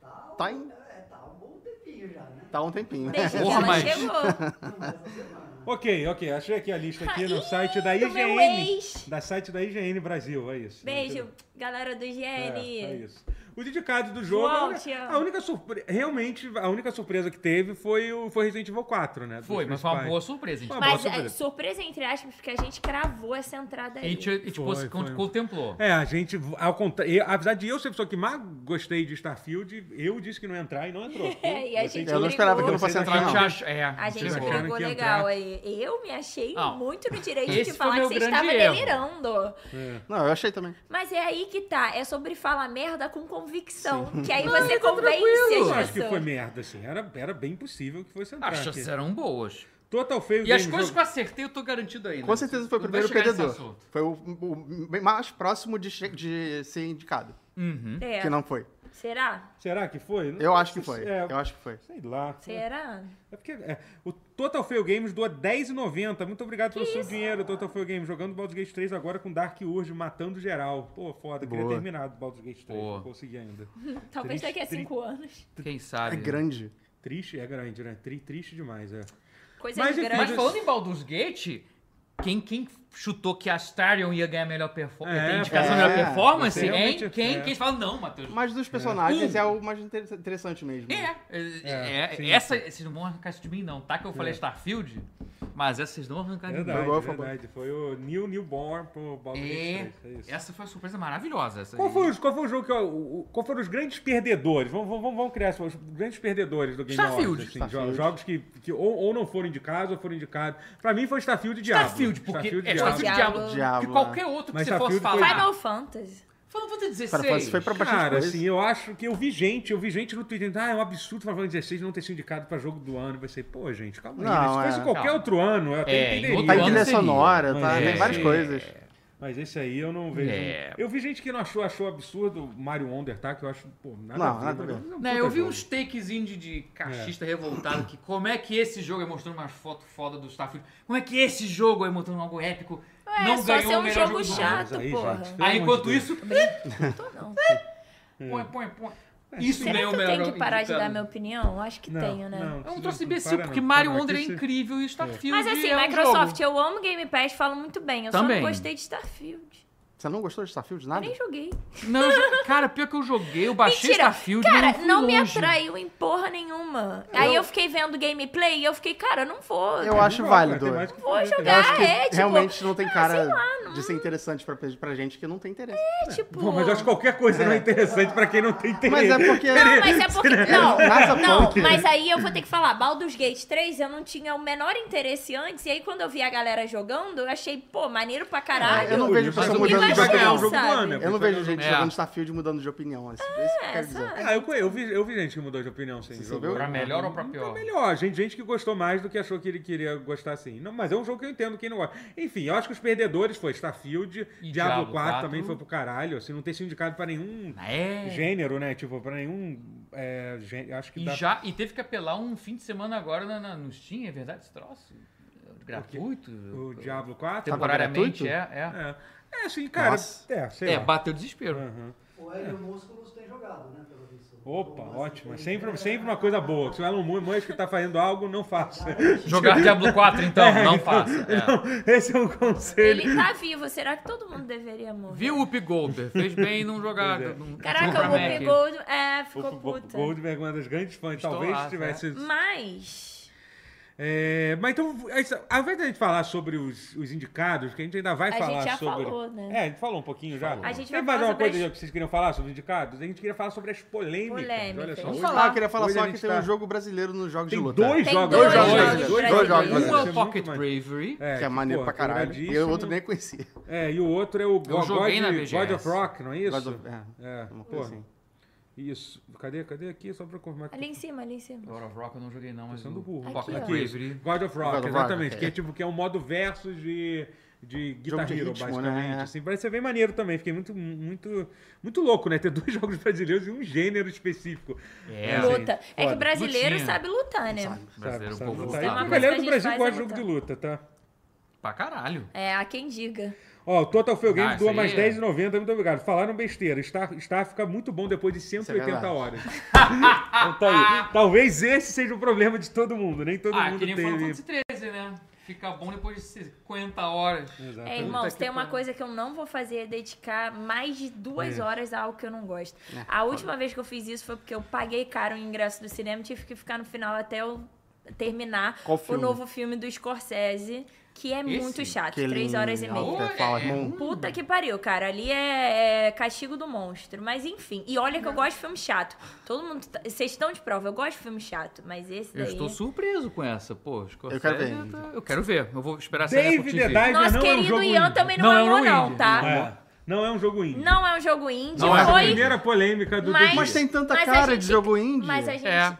[SPEAKER 5] Tá,
[SPEAKER 3] Tá em-
[SPEAKER 5] é, tá um bom tempinho já, né?
[SPEAKER 3] Tá um
[SPEAKER 1] Desde
[SPEAKER 3] tempinho.
[SPEAKER 1] que
[SPEAKER 4] Porra,
[SPEAKER 1] ela
[SPEAKER 4] mas-
[SPEAKER 1] chegou.
[SPEAKER 2] Ok, ok. Achei aqui a lista aqui no
[SPEAKER 1] Ih,
[SPEAKER 2] site da
[SPEAKER 1] do meu
[SPEAKER 2] IGN.
[SPEAKER 1] ex.
[SPEAKER 2] Da site da IGN Brasil, é isso.
[SPEAKER 1] Beijo, galera do
[SPEAKER 2] É, é
[SPEAKER 1] IGN.
[SPEAKER 2] isso. Os indicados do jogo.
[SPEAKER 1] João,
[SPEAKER 2] né?
[SPEAKER 1] te amo.
[SPEAKER 2] a única surpresa. Realmente, a única surpresa que teve foi o foi Resident Evil 4, né? Dos
[SPEAKER 4] Foi, mas foi uma
[SPEAKER 2] principais.
[SPEAKER 4] boa surpresa. gente.
[SPEAKER 2] Uma boa
[SPEAKER 1] Mas é,
[SPEAKER 2] surpresa.
[SPEAKER 1] surpresa entre aspas, porque a gente cravou essa entrada
[SPEAKER 4] A
[SPEAKER 1] aí.
[SPEAKER 4] gente, a gente
[SPEAKER 2] Foi,
[SPEAKER 4] pos- con-
[SPEAKER 2] foi.
[SPEAKER 4] contemplou.
[SPEAKER 2] É, a gente, ao contrário, eu- apesar de eu ser a pessoa que mais gostei de Starfield, eu disse que não ia entrar e não entrou.
[SPEAKER 1] É, e a
[SPEAKER 2] Vocês-
[SPEAKER 1] gente
[SPEAKER 3] Eu não esperava que eu não fosse
[SPEAKER 2] Vocês
[SPEAKER 3] entrar,
[SPEAKER 2] acharam-
[SPEAKER 3] não.
[SPEAKER 4] Ach- É,
[SPEAKER 1] A gente
[SPEAKER 2] Vocês
[SPEAKER 4] chegou.
[SPEAKER 2] acharam
[SPEAKER 1] brigou
[SPEAKER 2] que ia
[SPEAKER 1] legal
[SPEAKER 2] entrar?
[SPEAKER 1] aí. Eu me achei
[SPEAKER 4] Não.
[SPEAKER 1] muito no direito
[SPEAKER 4] Esse
[SPEAKER 1] de
[SPEAKER 4] foi
[SPEAKER 1] falar
[SPEAKER 4] meu
[SPEAKER 1] que você
[SPEAKER 4] grande
[SPEAKER 1] estava
[SPEAKER 4] erro.
[SPEAKER 1] delirando.
[SPEAKER 3] Não, eu achei também.
[SPEAKER 1] Mas é aí que tá. É sobre falar merda com convicção. Que aí você convence
[SPEAKER 4] é tranquilo.
[SPEAKER 2] Eu
[SPEAKER 1] as
[SPEAKER 2] acho que foi
[SPEAKER 1] pessoas.
[SPEAKER 2] merda, assim. Era, era bem possível que fosse entrar.
[SPEAKER 4] As
[SPEAKER 2] aqui.
[SPEAKER 4] chances eram boas.
[SPEAKER 2] Total Fail
[SPEAKER 4] E as
[SPEAKER 2] Game
[SPEAKER 4] coisas que
[SPEAKER 2] um Jogo-
[SPEAKER 4] eu acertei, eu tô garantido ainda.
[SPEAKER 3] Com certeza foi o
[SPEAKER 4] Não vai
[SPEAKER 3] primeiro
[SPEAKER 4] chegar nesse
[SPEAKER 3] perdedor.
[SPEAKER 4] assunto.
[SPEAKER 3] Foi o, o bem mais próximo de, che- de ser indicado.
[SPEAKER 4] Uhum.
[SPEAKER 1] É.
[SPEAKER 3] Que não foi.
[SPEAKER 1] Será?
[SPEAKER 2] Será que foi? Não
[SPEAKER 3] Eu acho que
[SPEAKER 2] sei se-
[SPEAKER 3] foi.
[SPEAKER 2] é,
[SPEAKER 3] Eu acho que foi.
[SPEAKER 2] Sei lá.
[SPEAKER 1] Será?
[SPEAKER 2] É porque é, o Total Fail Games doa 10,90. Muito obrigado pelo seu dinheiro, Total Fail Games. Jogando Baldur's Gate 3 agora com Dark Urge, matando geral. Pô, foda. Queria
[SPEAKER 3] Boa.
[SPEAKER 2] ter terminado Baldur's Gate 3.
[SPEAKER 4] Boa.
[SPEAKER 2] Não consegui ainda.
[SPEAKER 1] Talvez
[SPEAKER 2] Triste,
[SPEAKER 1] daqui a
[SPEAKER 2] triste.
[SPEAKER 1] cinco anos.
[SPEAKER 4] Quem
[SPEAKER 3] É
[SPEAKER 4] sabe?
[SPEAKER 3] grande.
[SPEAKER 2] Triste é grande, né? Tri- triste demais, é.
[SPEAKER 1] Coisas
[SPEAKER 2] Mas, enfim,
[SPEAKER 1] grandes.
[SPEAKER 4] Mas falando em Baldur's Gate, quem, quem chutou que a Astarion ia ganhar a melhor performance?
[SPEAKER 2] É,
[SPEAKER 4] indicação
[SPEAKER 3] é,
[SPEAKER 4] de melhor performance?
[SPEAKER 2] você realmente-
[SPEAKER 4] Hein? Quem,
[SPEAKER 2] é.
[SPEAKER 4] quem fala, não, Matheus.
[SPEAKER 3] Mas dos personagens
[SPEAKER 4] Um.
[SPEAKER 3] é o mais inter- interessante mesmo.
[SPEAKER 4] É, é,
[SPEAKER 2] É,
[SPEAKER 4] é,
[SPEAKER 2] sim. É.
[SPEAKER 4] essa, vocês não vão arrancar isso de mim, não, tá? Que eu falei Starfield, mas essa vocês não vão arrancar de mim.
[SPEAKER 2] Verdade,
[SPEAKER 3] Igual foi-
[SPEAKER 2] verdade. Foi o New Newborn pro Baldur's
[SPEAKER 4] É,
[SPEAKER 2] Gate 3. É isso.
[SPEAKER 4] essa foi uma surpresa maravilhosa. Essa
[SPEAKER 2] Qual
[SPEAKER 4] aí.
[SPEAKER 2] foi, os, qual foi o jogo que. ó, o- o- Qual foram os grandes perdedores? Vamos, vamos, vamos criar assim, os grandes perdedores do Game
[SPEAKER 4] Starfield.
[SPEAKER 2] Awards. Assim, jo-
[SPEAKER 3] Starfield.
[SPEAKER 2] Jogos que, que ou, ou não foram indicados ou foram indicados. Pra mim foi Starfield e Diablo.
[SPEAKER 4] Starfield, porque é
[SPEAKER 2] Diablo.
[SPEAKER 4] Starfield
[SPEAKER 1] Diablo.
[SPEAKER 4] Diablo,
[SPEAKER 3] Diablo,
[SPEAKER 4] que
[SPEAKER 3] né?
[SPEAKER 4] qualquer outro que
[SPEAKER 2] Mas
[SPEAKER 4] você fosse
[SPEAKER 2] Starfield foi-
[SPEAKER 4] falar.
[SPEAKER 1] Final Fantasy.
[SPEAKER 4] Final Fantasy XVI.
[SPEAKER 3] Final Fantasy
[SPEAKER 4] é
[SPEAKER 3] foi pra bastante
[SPEAKER 2] Cara,
[SPEAKER 3] coisa.
[SPEAKER 2] assim, eu acho que eu vi gente, eu vi gente no Twitter, ah, é um absurdo Final Fantasy XVI não ter sido indicado pra jogo do ano. Eu pensei, pô, gente, calma aí.
[SPEAKER 3] Não,
[SPEAKER 2] né? Se fosse
[SPEAKER 3] é.
[SPEAKER 2] qualquer
[SPEAKER 4] Calma.
[SPEAKER 2] outro ano, eu até
[SPEAKER 4] É, em
[SPEAKER 2] entenderia.
[SPEAKER 4] outro
[SPEAKER 3] Tá em
[SPEAKER 4] ano
[SPEAKER 3] trilha
[SPEAKER 4] seria.
[SPEAKER 3] sonora,
[SPEAKER 2] Mas
[SPEAKER 3] tá? Tem
[SPEAKER 2] esse-
[SPEAKER 3] várias coisas.
[SPEAKER 2] Mas esse aí eu não vejo.
[SPEAKER 4] É.
[SPEAKER 2] Eu vi gente que não achou, achou absurdo o Mario Wonder, tá? Que eu acho, pô, nada
[SPEAKER 3] Não,
[SPEAKER 2] a ver.
[SPEAKER 3] nada a ver.
[SPEAKER 2] mas é um
[SPEAKER 4] Né,
[SPEAKER 2] puta
[SPEAKER 4] eu vi
[SPEAKER 2] jogo.
[SPEAKER 4] uns takezinhos de, de
[SPEAKER 2] É.
[SPEAKER 4] cachista revoltado que como é que esse jogo é mostrando umas fotos foda do Starfield. Como é que esse jogo é mostrando algo épico?
[SPEAKER 1] Ué,
[SPEAKER 4] não
[SPEAKER 1] só
[SPEAKER 4] ganhou
[SPEAKER 1] ser
[SPEAKER 4] o
[SPEAKER 1] um
[SPEAKER 4] melhor
[SPEAKER 1] jogo
[SPEAKER 4] do
[SPEAKER 2] Ah, mas
[SPEAKER 1] chato.
[SPEAKER 2] aí,
[SPEAKER 1] porra.
[SPEAKER 2] gente, pelo
[SPEAKER 4] Mundo. Aí
[SPEAKER 2] amor
[SPEAKER 4] enquanto
[SPEAKER 2] de Deus.
[SPEAKER 4] isso,
[SPEAKER 1] Não tô, não.
[SPEAKER 4] põe, põe, põe.
[SPEAKER 2] É.
[SPEAKER 4] Isso
[SPEAKER 1] Será que
[SPEAKER 4] ganhou
[SPEAKER 1] eu
[SPEAKER 4] o melhor
[SPEAKER 1] tenho que parar de
[SPEAKER 4] indicado.
[SPEAKER 1] dar minha opinião? Acho que
[SPEAKER 2] Não,
[SPEAKER 1] tenho, né?
[SPEAKER 2] não,
[SPEAKER 4] É um
[SPEAKER 2] não,
[SPEAKER 4] troço
[SPEAKER 2] não
[SPEAKER 4] imbecil,
[SPEAKER 2] para
[SPEAKER 4] porque
[SPEAKER 2] não,
[SPEAKER 4] Mario
[SPEAKER 2] para não,
[SPEAKER 4] Wonder é
[SPEAKER 2] que isso-
[SPEAKER 4] incrível e Starfield
[SPEAKER 1] Mas assim,
[SPEAKER 4] é um
[SPEAKER 1] Microsoft, eu
[SPEAKER 4] jogo.
[SPEAKER 1] amo Game Pass, falo muito bem. Eu
[SPEAKER 4] Também.
[SPEAKER 1] só não gostei de Starfield.
[SPEAKER 3] Você não gostou de Starfield?
[SPEAKER 1] Eu
[SPEAKER 3] Nada?
[SPEAKER 1] nem joguei.
[SPEAKER 4] Não, eu já- cara, pior que eu joguei, eu baixei
[SPEAKER 1] Mentira.
[SPEAKER 4] Starfield um mas
[SPEAKER 1] Cara,
[SPEAKER 4] fui
[SPEAKER 1] não me
[SPEAKER 4] longe.
[SPEAKER 1] atraiu em porra nenhuma. Aí eu fiquei vendo gameplay e eu fiquei, cara, eu não vou.
[SPEAKER 3] Eu acho
[SPEAKER 2] Não,
[SPEAKER 3] válido.
[SPEAKER 2] tem mais que
[SPEAKER 1] Vou
[SPEAKER 2] fazer, né? tem
[SPEAKER 1] jogar.
[SPEAKER 2] mais-
[SPEAKER 3] acho que
[SPEAKER 1] é, tipo,
[SPEAKER 3] realmente não tem cara
[SPEAKER 1] lá, não-
[SPEAKER 3] de ser interessante pra, pra gente que não tem interesse.
[SPEAKER 1] É, tipo...
[SPEAKER 2] Pô, mas eu acho que qualquer coisa não é interessante pra quem não tem interesse.
[SPEAKER 3] Mas é porque.
[SPEAKER 1] Não, mas é porque.
[SPEAKER 4] né?
[SPEAKER 1] Não,
[SPEAKER 3] Nada
[SPEAKER 1] não,
[SPEAKER 3] punk.
[SPEAKER 1] mas aí eu vou ter que falar. Baldur's Gate 3 eu não tinha o menor interesse antes. E aí quando eu vi a galera jogando, eu achei, pô, maneiro pra caralho.
[SPEAKER 2] É,
[SPEAKER 3] eu não vejo
[SPEAKER 2] Mas
[SPEAKER 3] pessoa
[SPEAKER 2] o que
[SPEAKER 3] mudando
[SPEAKER 2] vai
[SPEAKER 3] de
[SPEAKER 2] ganhar
[SPEAKER 3] opinião.
[SPEAKER 2] o jogo do ano, né?
[SPEAKER 3] Eu não
[SPEAKER 2] Vai
[SPEAKER 3] vejo
[SPEAKER 2] ganhar o
[SPEAKER 3] gente
[SPEAKER 4] É.
[SPEAKER 3] jogando Starfield mudando de opinião. É isso é isso que eu quero dizer.
[SPEAKER 1] sabe?
[SPEAKER 2] Ah, eu, conhe- eu, vi, eu vi gente que mudou de opinião sem
[SPEAKER 3] Você
[SPEAKER 2] jogo.
[SPEAKER 3] viu?
[SPEAKER 4] Pra melhor ou pra
[SPEAKER 2] Pra
[SPEAKER 4] pior?
[SPEAKER 2] melhor, gente, gente que gostou mais do que achou que ele queria gostar assim. Não, mas é um jogo que eu entendo quem não gosta. Enfim, eu acho que os perdedores foi Starfield,
[SPEAKER 4] E
[SPEAKER 2] Diablo,
[SPEAKER 4] Diablo
[SPEAKER 2] 4,
[SPEAKER 4] 4.
[SPEAKER 2] também foi pro caralho, assim, não ter sido indicado pra nenhum
[SPEAKER 4] É.
[SPEAKER 2] gênero, né? Tipo, pra nenhum. É, gê- acho que
[SPEAKER 4] E,
[SPEAKER 2] dá.
[SPEAKER 4] já, e teve que apelar um fim de semana agora na, na, no Steam, é verdade esse troço? Gratuito?
[SPEAKER 2] O Diablo 4.
[SPEAKER 4] Temporariamente, é, é.
[SPEAKER 2] É, é assim, cara.
[SPEAKER 3] Nossa.
[SPEAKER 2] É, sei
[SPEAKER 4] É,
[SPEAKER 2] lá.
[SPEAKER 4] bateu desespero.
[SPEAKER 2] Aham.
[SPEAKER 5] O Elon
[SPEAKER 2] É.
[SPEAKER 5] Musk não tem jogado, né? Pelo visto.
[SPEAKER 2] Opa,
[SPEAKER 5] Mas,
[SPEAKER 2] ótimo. É
[SPEAKER 5] ele-
[SPEAKER 2] Sempre, sempre uma coisa boa. Se o Elon Musk tá fazendo algo, não faça.
[SPEAKER 4] Jogar Diablo 4, então, não faça. é.
[SPEAKER 2] Esse é um conselho.
[SPEAKER 1] Ele tá vivo. Será que todo mundo deveria morrer?
[SPEAKER 4] Viu o Whoopi Goldberg? Fez bem em não jogar.
[SPEAKER 2] é.
[SPEAKER 4] não-
[SPEAKER 1] Caraca,
[SPEAKER 4] comprar
[SPEAKER 1] o
[SPEAKER 4] Mac.
[SPEAKER 1] Whoopi Gold é, ficou
[SPEAKER 2] Gold- Gold-
[SPEAKER 1] puta.
[SPEAKER 2] Goldberg é uma das grandes fãs.
[SPEAKER 4] Estou
[SPEAKER 2] Talvez
[SPEAKER 4] lá, né?
[SPEAKER 2] tivesse.
[SPEAKER 1] Mas.
[SPEAKER 2] É, mas então, essa- ao invés da gente falar sobre os, os indicados, que a gente ainda vai
[SPEAKER 1] A
[SPEAKER 2] falar
[SPEAKER 1] gente já
[SPEAKER 2] sobre.
[SPEAKER 1] falou, né?
[SPEAKER 2] É, a gente falou um pouquinho já.
[SPEAKER 1] A gente
[SPEAKER 2] Tem
[SPEAKER 1] vai
[SPEAKER 2] mais
[SPEAKER 1] falar
[SPEAKER 2] uma
[SPEAKER 1] sobre
[SPEAKER 2] coisa
[SPEAKER 1] as-
[SPEAKER 2] que vocês queriam falar sobre os indicados? A gente queria falar sobre as polêmicas.
[SPEAKER 1] Polêmicas.
[SPEAKER 2] Olha só.
[SPEAKER 1] Vamos
[SPEAKER 2] hoje-
[SPEAKER 3] Ah, eu queria falar
[SPEAKER 2] hoje a
[SPEAKER 3] só
[SPEAKER 2] gente
[SPEAKER 3] que tem
[SPEAKER 2] tá-
[SPEAKER 3] um jogo brasileiro nos jogos
[SPEAKER 2] Tem
[SPEAKER 3] de luta.
[SPEAKER 2] dois
[SPEAKER 1] Tem
[SPEAKER 2] jogos.
[SPEAKER 1] dois
[SPEAKER 3] jogos
[SPEAKER 2] brasileiros.
[SPEAKER 1] brasileiros.
[SPEAKER 3] Dois
[SPEAKER 4] Um é
[SPEAKER 2] Isso
[SPEAKER 4] o
[SPEAKER 2] muito
[SPEAKER 4] Pocket
[SPEAKER 2] maneiro.
[SPEAKER 4] Bravery.
[SPEAKER 2] É,
[SPEAKER 3] Que é maneiro
[SPEAKER 2] pô,
[SPEAKER 3] pra caralho. E o
[SPEAKER 2] duradíssimo.
[SPEAKER 3] outro nem conhecia.
[SPEAKER 2] É, e o outro é o God,
[SPEAKER 4] joguei na
[SPEAKER 2] God,
[SPEAKER 4] BGS.
[SPEAKER 2] God of Rock, não é isso?
[SPEAKER 3] God of- é,
[SPEAKER 2] É,
[SPEAKER 3] uma coisa
[SPEAKER 2] pô.
[SPEAKER 3] assim.
[SPEAKER 2] Isso. Cadê, cadê aqui? Só pra confirmar que
[SPEAKER 1] Ali em cima, ali em cima.
[SPEAKER 4] Lord of Rock eu não joguei não, mas
[SPEAKER 2] Sendo
[SPEAKER 4] o
[SPEAKER 2] burro.
[SPEAKER 4] Pocket
[SPEAKER 1] Aqui, ó.
[SPEAKER 4] Bravery.
[SPEAKER 2] God of Rock,
[SPEAKER 3] God of Rock,
[SPEAKER 2] exatamente.
[SPEAKER 3] é.
[SPEAKER 2] Que é tipo que é um modo versus de, de Guitar
[SPEAKER 3] de
[SPEAKER 2] Hero,
[SPEAKER 3] ritmo,
[SPEAKER 2] basicamente.
[SPEAKER 3] né?
[SPEAKER 2] Assim, parece ser bem maneiro também. Fiquei muito, muito, muito louco, né? Ter dois jogos brasileiros e um gênero específico.
[SPEAKER 4] É.
[SPEAKER 2] Assim,
[SPEAKER 1] Luta. É que
[SPEAKER 2] foda.
[SPEAKER 1] brasileiro
[SPEAKER 4] Lutinha.
[SPEAKER 1] sabe lutar, né?
[SPEAKER 3] um
[SPEAKER 4] Brasileiro,
[SPEAKER 2] Sabe,
[SPEAKER 4] o
[SPEAKER 2] sabe,
[SPEAKER 4] povo gostava.
[SPEAKER 2] tá? E
[SPEAKER 1] Tem
[SPEAKER 2] a
[SPEAKER 1] uma
[SPEAKER 2] galera
[SPEAKER 1] coisa
[SPEAKER 2] do
[SPEAKER 1] que a gente
[SPEAKER 2] Brasil gosta de jogo
[SPEAKER 1] faz
[SPEAKER 2] de luta, tá?
[SPEAKER 4] Pra caralho.
[SPEAKER 1] É, há quem diga.
[SPEAKER 2] Ó, o Total Fail Games
[SPEAKER 4] Ah,
[SPEAKER 2] doa
[SPEAKER 4] isso
[SPEAKER 2] mais
[SPEAKER 4] aí é.
[SPEAKER 2] R$10,90, muito obrigado. Falaram besteira. Star, Star fica muito bom depois de
[SPEAKER 3] é
[SPEAKER 2] 180
[SPEAKER 3] verdade.
[SPEAKER 2] horas. então, tá aí. Talvez esse seja o problema de todo mundo. Nem todo
[SPEAKER 4] Ah,
[SPEAKER 2] mundo
[SPEAKER 4] que nem Final
[SPEAKER 2] tem.
[SPEAKER 4] Fantasy 13, né? Fica bom depois de 50 horas.
[SPEAKER 1] É,
[SPEAKER 2] Exatamente.
[SPEAKER 1] irmãos,
[SPEAKER 4] que
[SPEAKER 1] tem uma
[SPEAKER 4] pariu.
[SPEAKER 1] coisa que eu não vou fazer é dedicar mais de duas horas a algo que eu não gosto. A última vez que eu fiz isso foi porque eu paguei caro o ingresso do cinema e tive que ficar no final até eu terminar
[SPEAKER 3] Qual
[SPEAKER 1] o
[SPEAKER 3] filme?
[SPEAKER 1] novo filme do Scorsese, que é muito chato.
[SPEAKER 3] Aquele
[SPEAKER 1] Três horas e
[SPEAKER 3] em
[SPEAKER 1] meia.
[SPEAKER 3] alta
[SPEAKER 4] Olha,
[SPEAKER 3] fala,
[SPEAKER 4] é
[SPEAKER 3] irmão.
[SPEAKER 1] Puta que pariu, cara. Ali é, é castigo do monstro. Mas enfim. E olha que eu gosto de filme chato. Todo mundo. tá- Vocês estão de prova, eu gosto de filme chato. Mas esse
[SPEAKER 4] Eu
[SPEAKER 1] daí. é
[SPEAKER 4] estou surpreso com essa, pô. Scorsese
[SPEAKER 3] Eu quero ver.
[SPEAKER 4] tá- Eu quero ver. Eu vou esperar sair por
[SPEAKER 2] David
[SPEAKER 4] TV.
[SPEAKER 2] the Diver
[SPEAKER 1] Nosso
[SPEAKER 2] não é um
[SPEAKER 1] querido
[SPEAKER 2] jogo
[SPEAKER 1] Ian
[SPEAKER 2] indie.
[SPEAKER 1] também não,
[SPEAKER 4] Não,
[SPEAKER 1] é
[SPEAKER 4] é um
[SPEAKER 1] um, não,
[SPEAKER 4] indie.
[SPEAKER 1] tá?
[SPEAKER 2] É. Não é um jogo indie.
[SPEAKER 1] Não é um jogo indie.
[SPEAKER 4] Não é um
[SPEAKER 2] a
[SPEAKER 1] foi.
[SPEAKER 2] primeira polêmica do
[SPEAKER 1] Mas-
[SPEAKER 2] dia.
[SPEAKER 3] Mas tem tanta
[SPEAKER 1] Mas a
[SPEAKER 3] cara
[SPEAKER 1] gente-
[SPEAKER 3] de jogo indie.
[SPEAKER 1] Mas a gente.
[SPEAKER 4] É.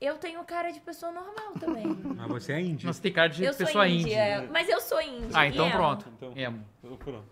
[SPEAKER 1] Eu tenho cara de pessoa normal também.
[SPEAKER 2] Mas você é indie.
[SPEAKER 4] Nossa, tem cara de
[SPEAKER 1] eu sou
[SPEAKER 4] pessoa
[SPEAKER 1] indie.
[SPEAKER 4] indie.
[SPEAKER 1] é. Mas eu sou indie.
[SPEAKER 4] Ah,
[SPEAKER 1] e
[SPEAKER 4] então
[SPEAKER 1] amo.
[SPEAKER 4] pronto.
[SPEAKER 2] Então.
[SPEAKER 4] Emo.
[SPEAKER 2] Tô procurando.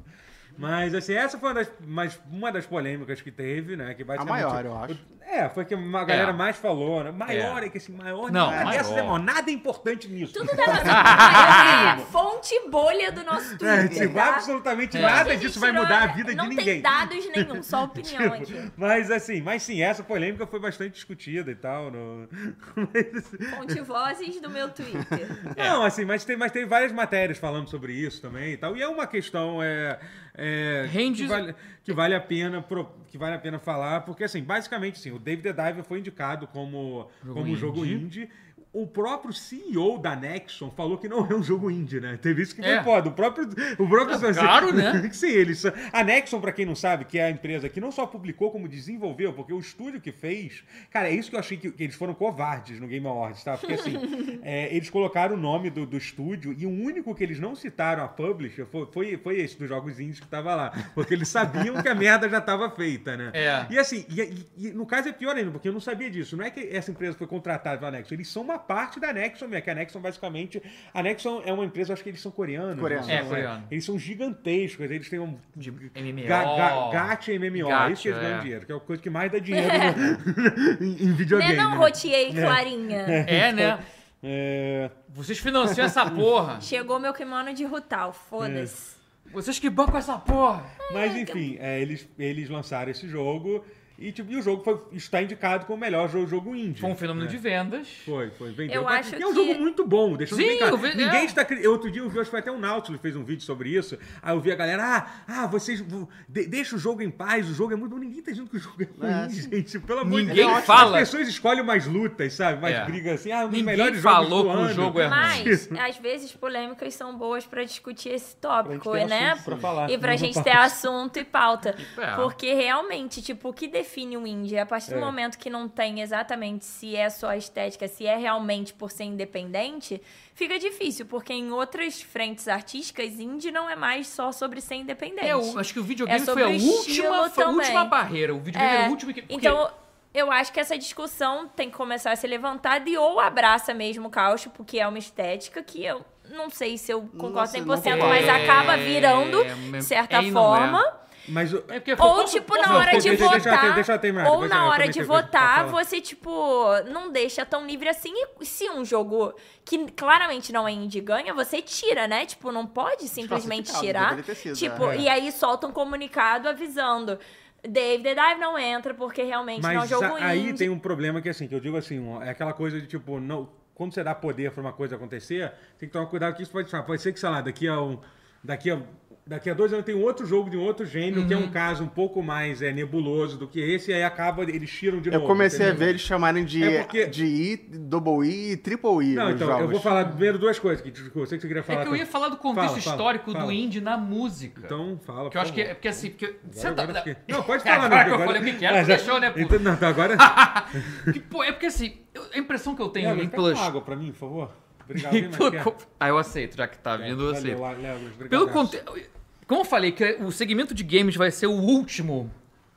[SPEAKER 2] Mas, assim, essa foi uma das, mas uma das polêmicas que teve, né? Que
[SPEAKER 3] A
[SPEAKER 2] basicamente-
[SPEAKER 3] maior, eu acho.
[SPEAKER 2] É, foi que a galera
[SPEAKER 4] É.
[SPEAKER 2] mais falou, né? Maior é, que assim, maior
[SPEAKER 4] Não,
[SPEAKER 2] nada,
[SPEAKER 4] maior.
[SPEAKER 2] dessas, irmão, nada é importante nisso.
[SPEAKER 1] Tudo da nossa Aí, assim, fonte e bolha do nosso
[SPEAKER 2] É,
[SPEAKER 1] Twitter.
[SPEAKER 2] tipo,
[SPEAKER 1] tá?
[SPEAKER 2] absolutamente
[SPEAKER 1] Não,
[SPEAKER 2] nada
[SPEAKER 1] a gente
[SPEAKER 2] disso vai
[SPEAKER 1] tirou-
[SPEAKER 2] mudar a vida de
[SPEAKER 1] não
[SPEAKER 2] ninguém. Tipo
[SPEAKER 1] Não tem dados nenhum, só opinião aqui.
[SPEAKER 2] Mas assim, mas sim, essa polêmica foi bastante discutida e tal. no- Mas, assim,
[SPEAKER 1] Fonte vozes do meu Twitter.
[SPEAKER 4] É.
[SPEAKER 2] Não, assim, mas tem, mas tem várias matérias falando sobre isso também e tal. E é uma questão é, é,
[SPEAKER 4] Rende-
[SPEAKER 2] que, vale, que vale a pena pro- que vale a pena falar, porque assim, basicamente sim, o David The Diver foi indicado como
[SPEAKER 4] Jogo
[SPEAKER 2] como um jogo
[SPEAKER 4] indie.
[SPEAKER 2] indie. O próprio CEO da Nexon falou que não é um jogo indie, né? Teve isso que foi
[SPEAKER 4] É.
[SPEAKER 2] foda. O próprio. O próprio
[SPEAKER 4] Ah, claro, né?
[SPEAKER 2] Sim, eles. A Nexon, pra quem não sabe, que é a empresa que não só publicou, como desenvolveu, porque o estúdio que fez. Cara, é isso que eu achei que, que eles foram covardes no Game Awards, tá? Porque assim, é, eles colocaram o nome do, do estúdio e o único que eles não citaram a publisher foi, foi, foi esse dos jogos indies que tava lá. Porque eles sabiam que a merda já tava feita, né?
[SPEAKER 4] É.
[SPEAKER 2] E assim, e, e- e no caso é pior ainda, porque eu não sabia disso. Não é que essa empresa foi contratada pela Nexon, eles são uma parte da Nexon mesmo, que a Nexon basicamente. A Nexon é uma empresa, acho que eles são coreanos.
[SPEAKER 3] Coreanos.
[SPEAKER 2] não
[SPEAKER 4] É,
[SPEAKER 2] são,
[SPEAKER 4] coreano.
[SPEAKER 2] Eles são gigantescos, eles têm um.
[SPEAKER 4] De MMO.
[SPEAKER 2] Ga, ga, gacha e MMO, é isso que
[SPEAKER 4] Gacha,
[SPEAKER 2] eles ganham
[SPEAKER 4] é.
[SPEAKER 2] dinheiro, que é a coisa que mais dá dinheiro no- em, em
[SPEAKER 1] Né
[SPEAKER 2] videogame.
[SPEAKER 1] não,
[SPEAKER 2] né?
[SPEAKER 1] Rotier e Clarinha?
[SPEAKER 4] É, né?
[SPEAKER 2] É,
[SPEAKER 4] Vocês financiam essa porra.
[SPEAKER 1] Chegou meu kimono de Rutal,
[SPEAKER 2] É.
[SPEAKER 1] foda-se.
[SPEAKER 4] Vocês que bancam essa porra.
[SPEAKER 2] Mas enfim, é, eles, eles lançaram esse jogo e, tipo, e o jogo foi, está indicado como o melhor jogo, jogo indie.
[SPEAKER 4] Foi um fenômeno de vendas.
[SPEAKER 2] Foi, foi. Vendeu.
[SPEAKER 1] Eu
[SPEAKER 2] pra-
[SPEAKER 1] acho
[SPEAKER 2] e é um
[SPEAKER 1] que-
[SPEAKER 2] jogo muito bom, deixa eu
[SPEAKER 4] Sim,
[SPEAKER 2] explicar.
[SPEAKER 4] eu vi-
[SPEAKER 2] Ninguém
[SPEAKER 4] é.
[SPEAKER 2] está... cri- Outro dia eu vi, acho que foi até o Nautilus fez um vídeo sobre isso. Aí eu vi a galera, ah, ah vocês... vo- de- deixa o jogo em paz, o jogo é muito bom. Ninguém tá dizendo que o jogo é ruim,
[SPEAKER 3] É.
[SPEAKER 2] gente. Pelo amor de
[SPEAKER 4] Ninguém
[SPEAKER 2] Deus.
[SPEAKER 4] fala.
[SPEAKER 2] As pessoas escolhem umas lutas, sabe? Mais
[SPEAKER 4] É.
[SPEAKER 2] brigas assim. Ah, um dos
[SPEAKER 4] Ninguém
[SPEAKER 2] melhores
[SPEAKER 4] falou
[SPEAKER 2] jogos
[SPEAKER 4] que
[SPEAKER 2] do
[SPEAKER 4] o
[SPEAKER 2] ano.
[SPEAKER 4] jogo é ruim.
[SPEAKER 1] Mas, às vezes, polêmicas são boas pra discutir esse tópico,
[SPEAKER 2] Pra gente ter
[SPEAKER 1] né?
[SPEAKER 2] assunto pra falar.
[SPEAKER 1] E pra
[SPEAKER 2] Não
[SPEAKER 1] gente
[SPEAKER 2] vou
[SPEAKER 1] ter assunto e pauta.
[SPEAKER 4] É.
[SPEAKER 1] Porque realmente, tipo, o que define o indie? A partir do
[SPEAKER 2] É.
[SPEAKER 1] momento que não tem exatamente se é só estética, se é realmente por ser independente, fica difícil, porque em outras frentes artísticas, indie não é mais só sobre ser independente.
[SPEAKER 4] É, eu acho que o videogame
[SPEAKER 1] É sobre
[SPEAKER 4] foi
[SPEAKER 1] o
[SPEAKER 4] a
[SPEAKER 1] estilo
[SPEAKER 4] última, foi a
[SPEAKER 1] também.
[SPEAKER 4] última barreira. O videogame
[SPEAKER 1] É.
[SPEAKER 4] era o último que. porque-
[SPEAKER 1] Então, eu acho que essa discussão tem que começar a ser levantada e ou abraça mesmo o caucho, porque é uma estética que eu não sei se eu concordo
[SPEAKER 3] Nossa,
[SPEAKER 1] 100%,
[SPEAKER 3] não concordo.
[SPEAKER 1] mas acaba virando,
[SPEAKER 4] É,
[SPEAKER 1] de certa
[SPEAKER 4] é e não
[SPEAKER 1] forma.
[SPEAKER 2] Mas o-
[SPEAKER 4] É porque foi
[SPEAKER 1] Ou,
[SPEAKER 4] pouco-
[SPEAKER 1] tipo,
[SPEAKER 4] pouco-
[SPEAKER 1] na hora de
[SPEAKER 2] deixa- deixa eu ter-
[SPEAKER 1] votar.
[SPEAKER 2] deixa eu terminar,
[SPEAKER 1] Ou
[SPEAKER 2] depois eu
[SPEAKER 1] na hora
[SPEAKER 2] também
[SPEAKER 1] de
[SPEAKER 2] tenho coisa pra
[SPEAKER 1] votar,
[SPEAKER 2] falar.
[SPEAKER 1] você, tipo, não deixa tão livre assim. E se um jogo que claramente não é indie ganha, você tira, né? Tipo, não pode simplesmente
[SPEAKER 3] Desclassificado,
[SPEAKER 1] tirar.
[SPEAKER 3] deveria ter sido,
[SPEAKER 1] Tipo,
[SPEAKER 2] é.
[SPEAKER 1] e aí solta um comunicado avisando. David The Dive não entra porque realmente não é um
[SPEAKER 2] Mas
[SPEAKER 1] jogo
[SPEAKER 2] a- aí
[SPEAKER 1] indie.
[SPEAKER 2] tem um problema que assim, que eu digo assim, um, é aquela coisa de tipo, não, quando você dá poder pra uma coisa acontecer, tem que tomar cuidado que isso pode chamar. Pode ser que, sei lá, daqui a um. Daqui a, daqui a dois anos tem um outro jogo de um outro gênero, que é
[SPEAKER 4] Uhum.
[SPEAKER 2] um caso um pouco mais é, nebuloso do que esse, e aí acaba, eles tiram de novo.
[SPEAKER 3] Eu comecei a
[SPEAKER 2] entendeu?
[SPEAKER 3] ver eles chamarem de,
[SPEAKER 2] É porque-
[SPEAKER 3] de I, double I e triple I
[SPEAKER 2] Não,
[SPEAKER 3] nos
[SPEAKER 2] então,
[SPEAKER 3] jogos.
[SPEAKER 2] eu vou falar primeiro duas coisas, que desculpa, eu sei que você queria falar.
[SPEAKER 4] É que eu ia
[SPEAKER 2] também.
[SPEAKER 4] falar do contexto
[SPEAKER 2] Fala, fala,
[SPEAKER 4] histórico do
[SPEAKER 2] fala.
[SPEAKER 4] indie na música.
[SPEAKER 2] Então, fala.
[SPEAKER 4] que eu acho
[SPEAKER 2] por
[SPEAKER 4] que. É
[SPEAKER 2] favor.
[SPEAKER 4] porque assim. Porque, Você
[SPEAKER 2] Agora-
[SPEAKER 4] tá-
[SPEAKER 2] agora eu fiquei-
[SPEAKER 4] da-
[SPEAKER 2] Não, pode falar,
[SPEAKER 4] Agora que
[SPEAKER 2] não,
[SPEAKER 4] eu falei o que quero,
[SPEAKER 2] Agora-
[SPEAKER 4] deixou, né, pô?
[SPEAKER 2] Então, não, tá, agora. é,
[SPEAKER 4] Que, pô, é porque assim, eu- a impressão que eu tenho
[SPEAKER 2] Léo,
[SPEAKER 4] em
[SPEAKER 2] pega
[SPEAKER 4] Plus.
[SPEAKER 2] uma tá água pra mim, por favor. Obrigado, hein, mas quer?
[SPEAKER 4] Ah, eu aceito, já que tá vindo, eu
[SPEAKER 2] É,
[SPEAKER 4] aceito.
[SPEAKER 2] Valeu, um Léo,
[SPEAKER 4] Pelo
[SPEAKER 2] obrigadaço.
[SPEAKER 4] contexto. Como eu falei, que o segmento de games vai ser o último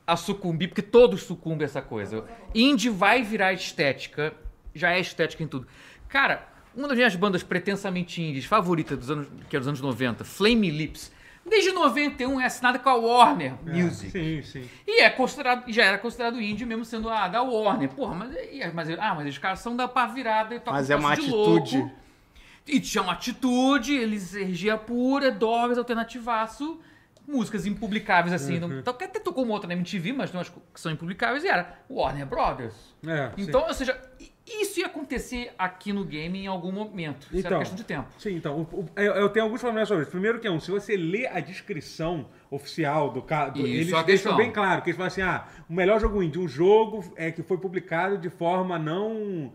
[SPEAKER 4] a sucumbir, porque todos sucumbem a essa coisa. Indie vai virar estética, já é estética em tudo. Cara, uma das minhas bandas pretensamente indies favoritas dos anos, que é dos anos 90, Flame Lips, desde 91 é assinada com a Warner Music.
[SPEAKER 2] É, Sim, sim.
[SPEAKER 4] E é considerado, já era considerado indie mesmo sendo a da Warner. Porra, mas, e- mas, ah, mas os caras são da pá virada e tocam
[SPEAKER 3] Mas é uma
[SPEAKER 4] passo de
[SPEAKER 3] atitude.
[SPEAKER 4] louco. E tinha uma atitude, eles energia pura, dormes, alternativaço, músicas impublicáveis assim. Não, to- até tocou uma outra na MTV, mas não acho que são impublicáveis e era Warner Brothers.
[SPEAKER 2] É, sim.
[SPEAKER 4] Então, ou seja, i- isso ia acontecer aqui no game em algum momento. Isso era
[SPEAKER 2] Então.
[SPEAKER 4] questão de tempo.
[SPEAKER 2] Sim, então, o- o- eu, eu tenho alguns problemas sobre isso. Primeiro que é um, se você lê a descrição oficial do caso,
[SPEAKER 4] Isso,
[SPEAKER 2] eles
[SPEAKER 4] a
[SPEAKER 2] deixam
[SPEAKER 4] questão.
[SPEAKER 2] bem claro, que eles falam assim, ah, o melhor jogo indie, um jogo é que foi publicado de forma não...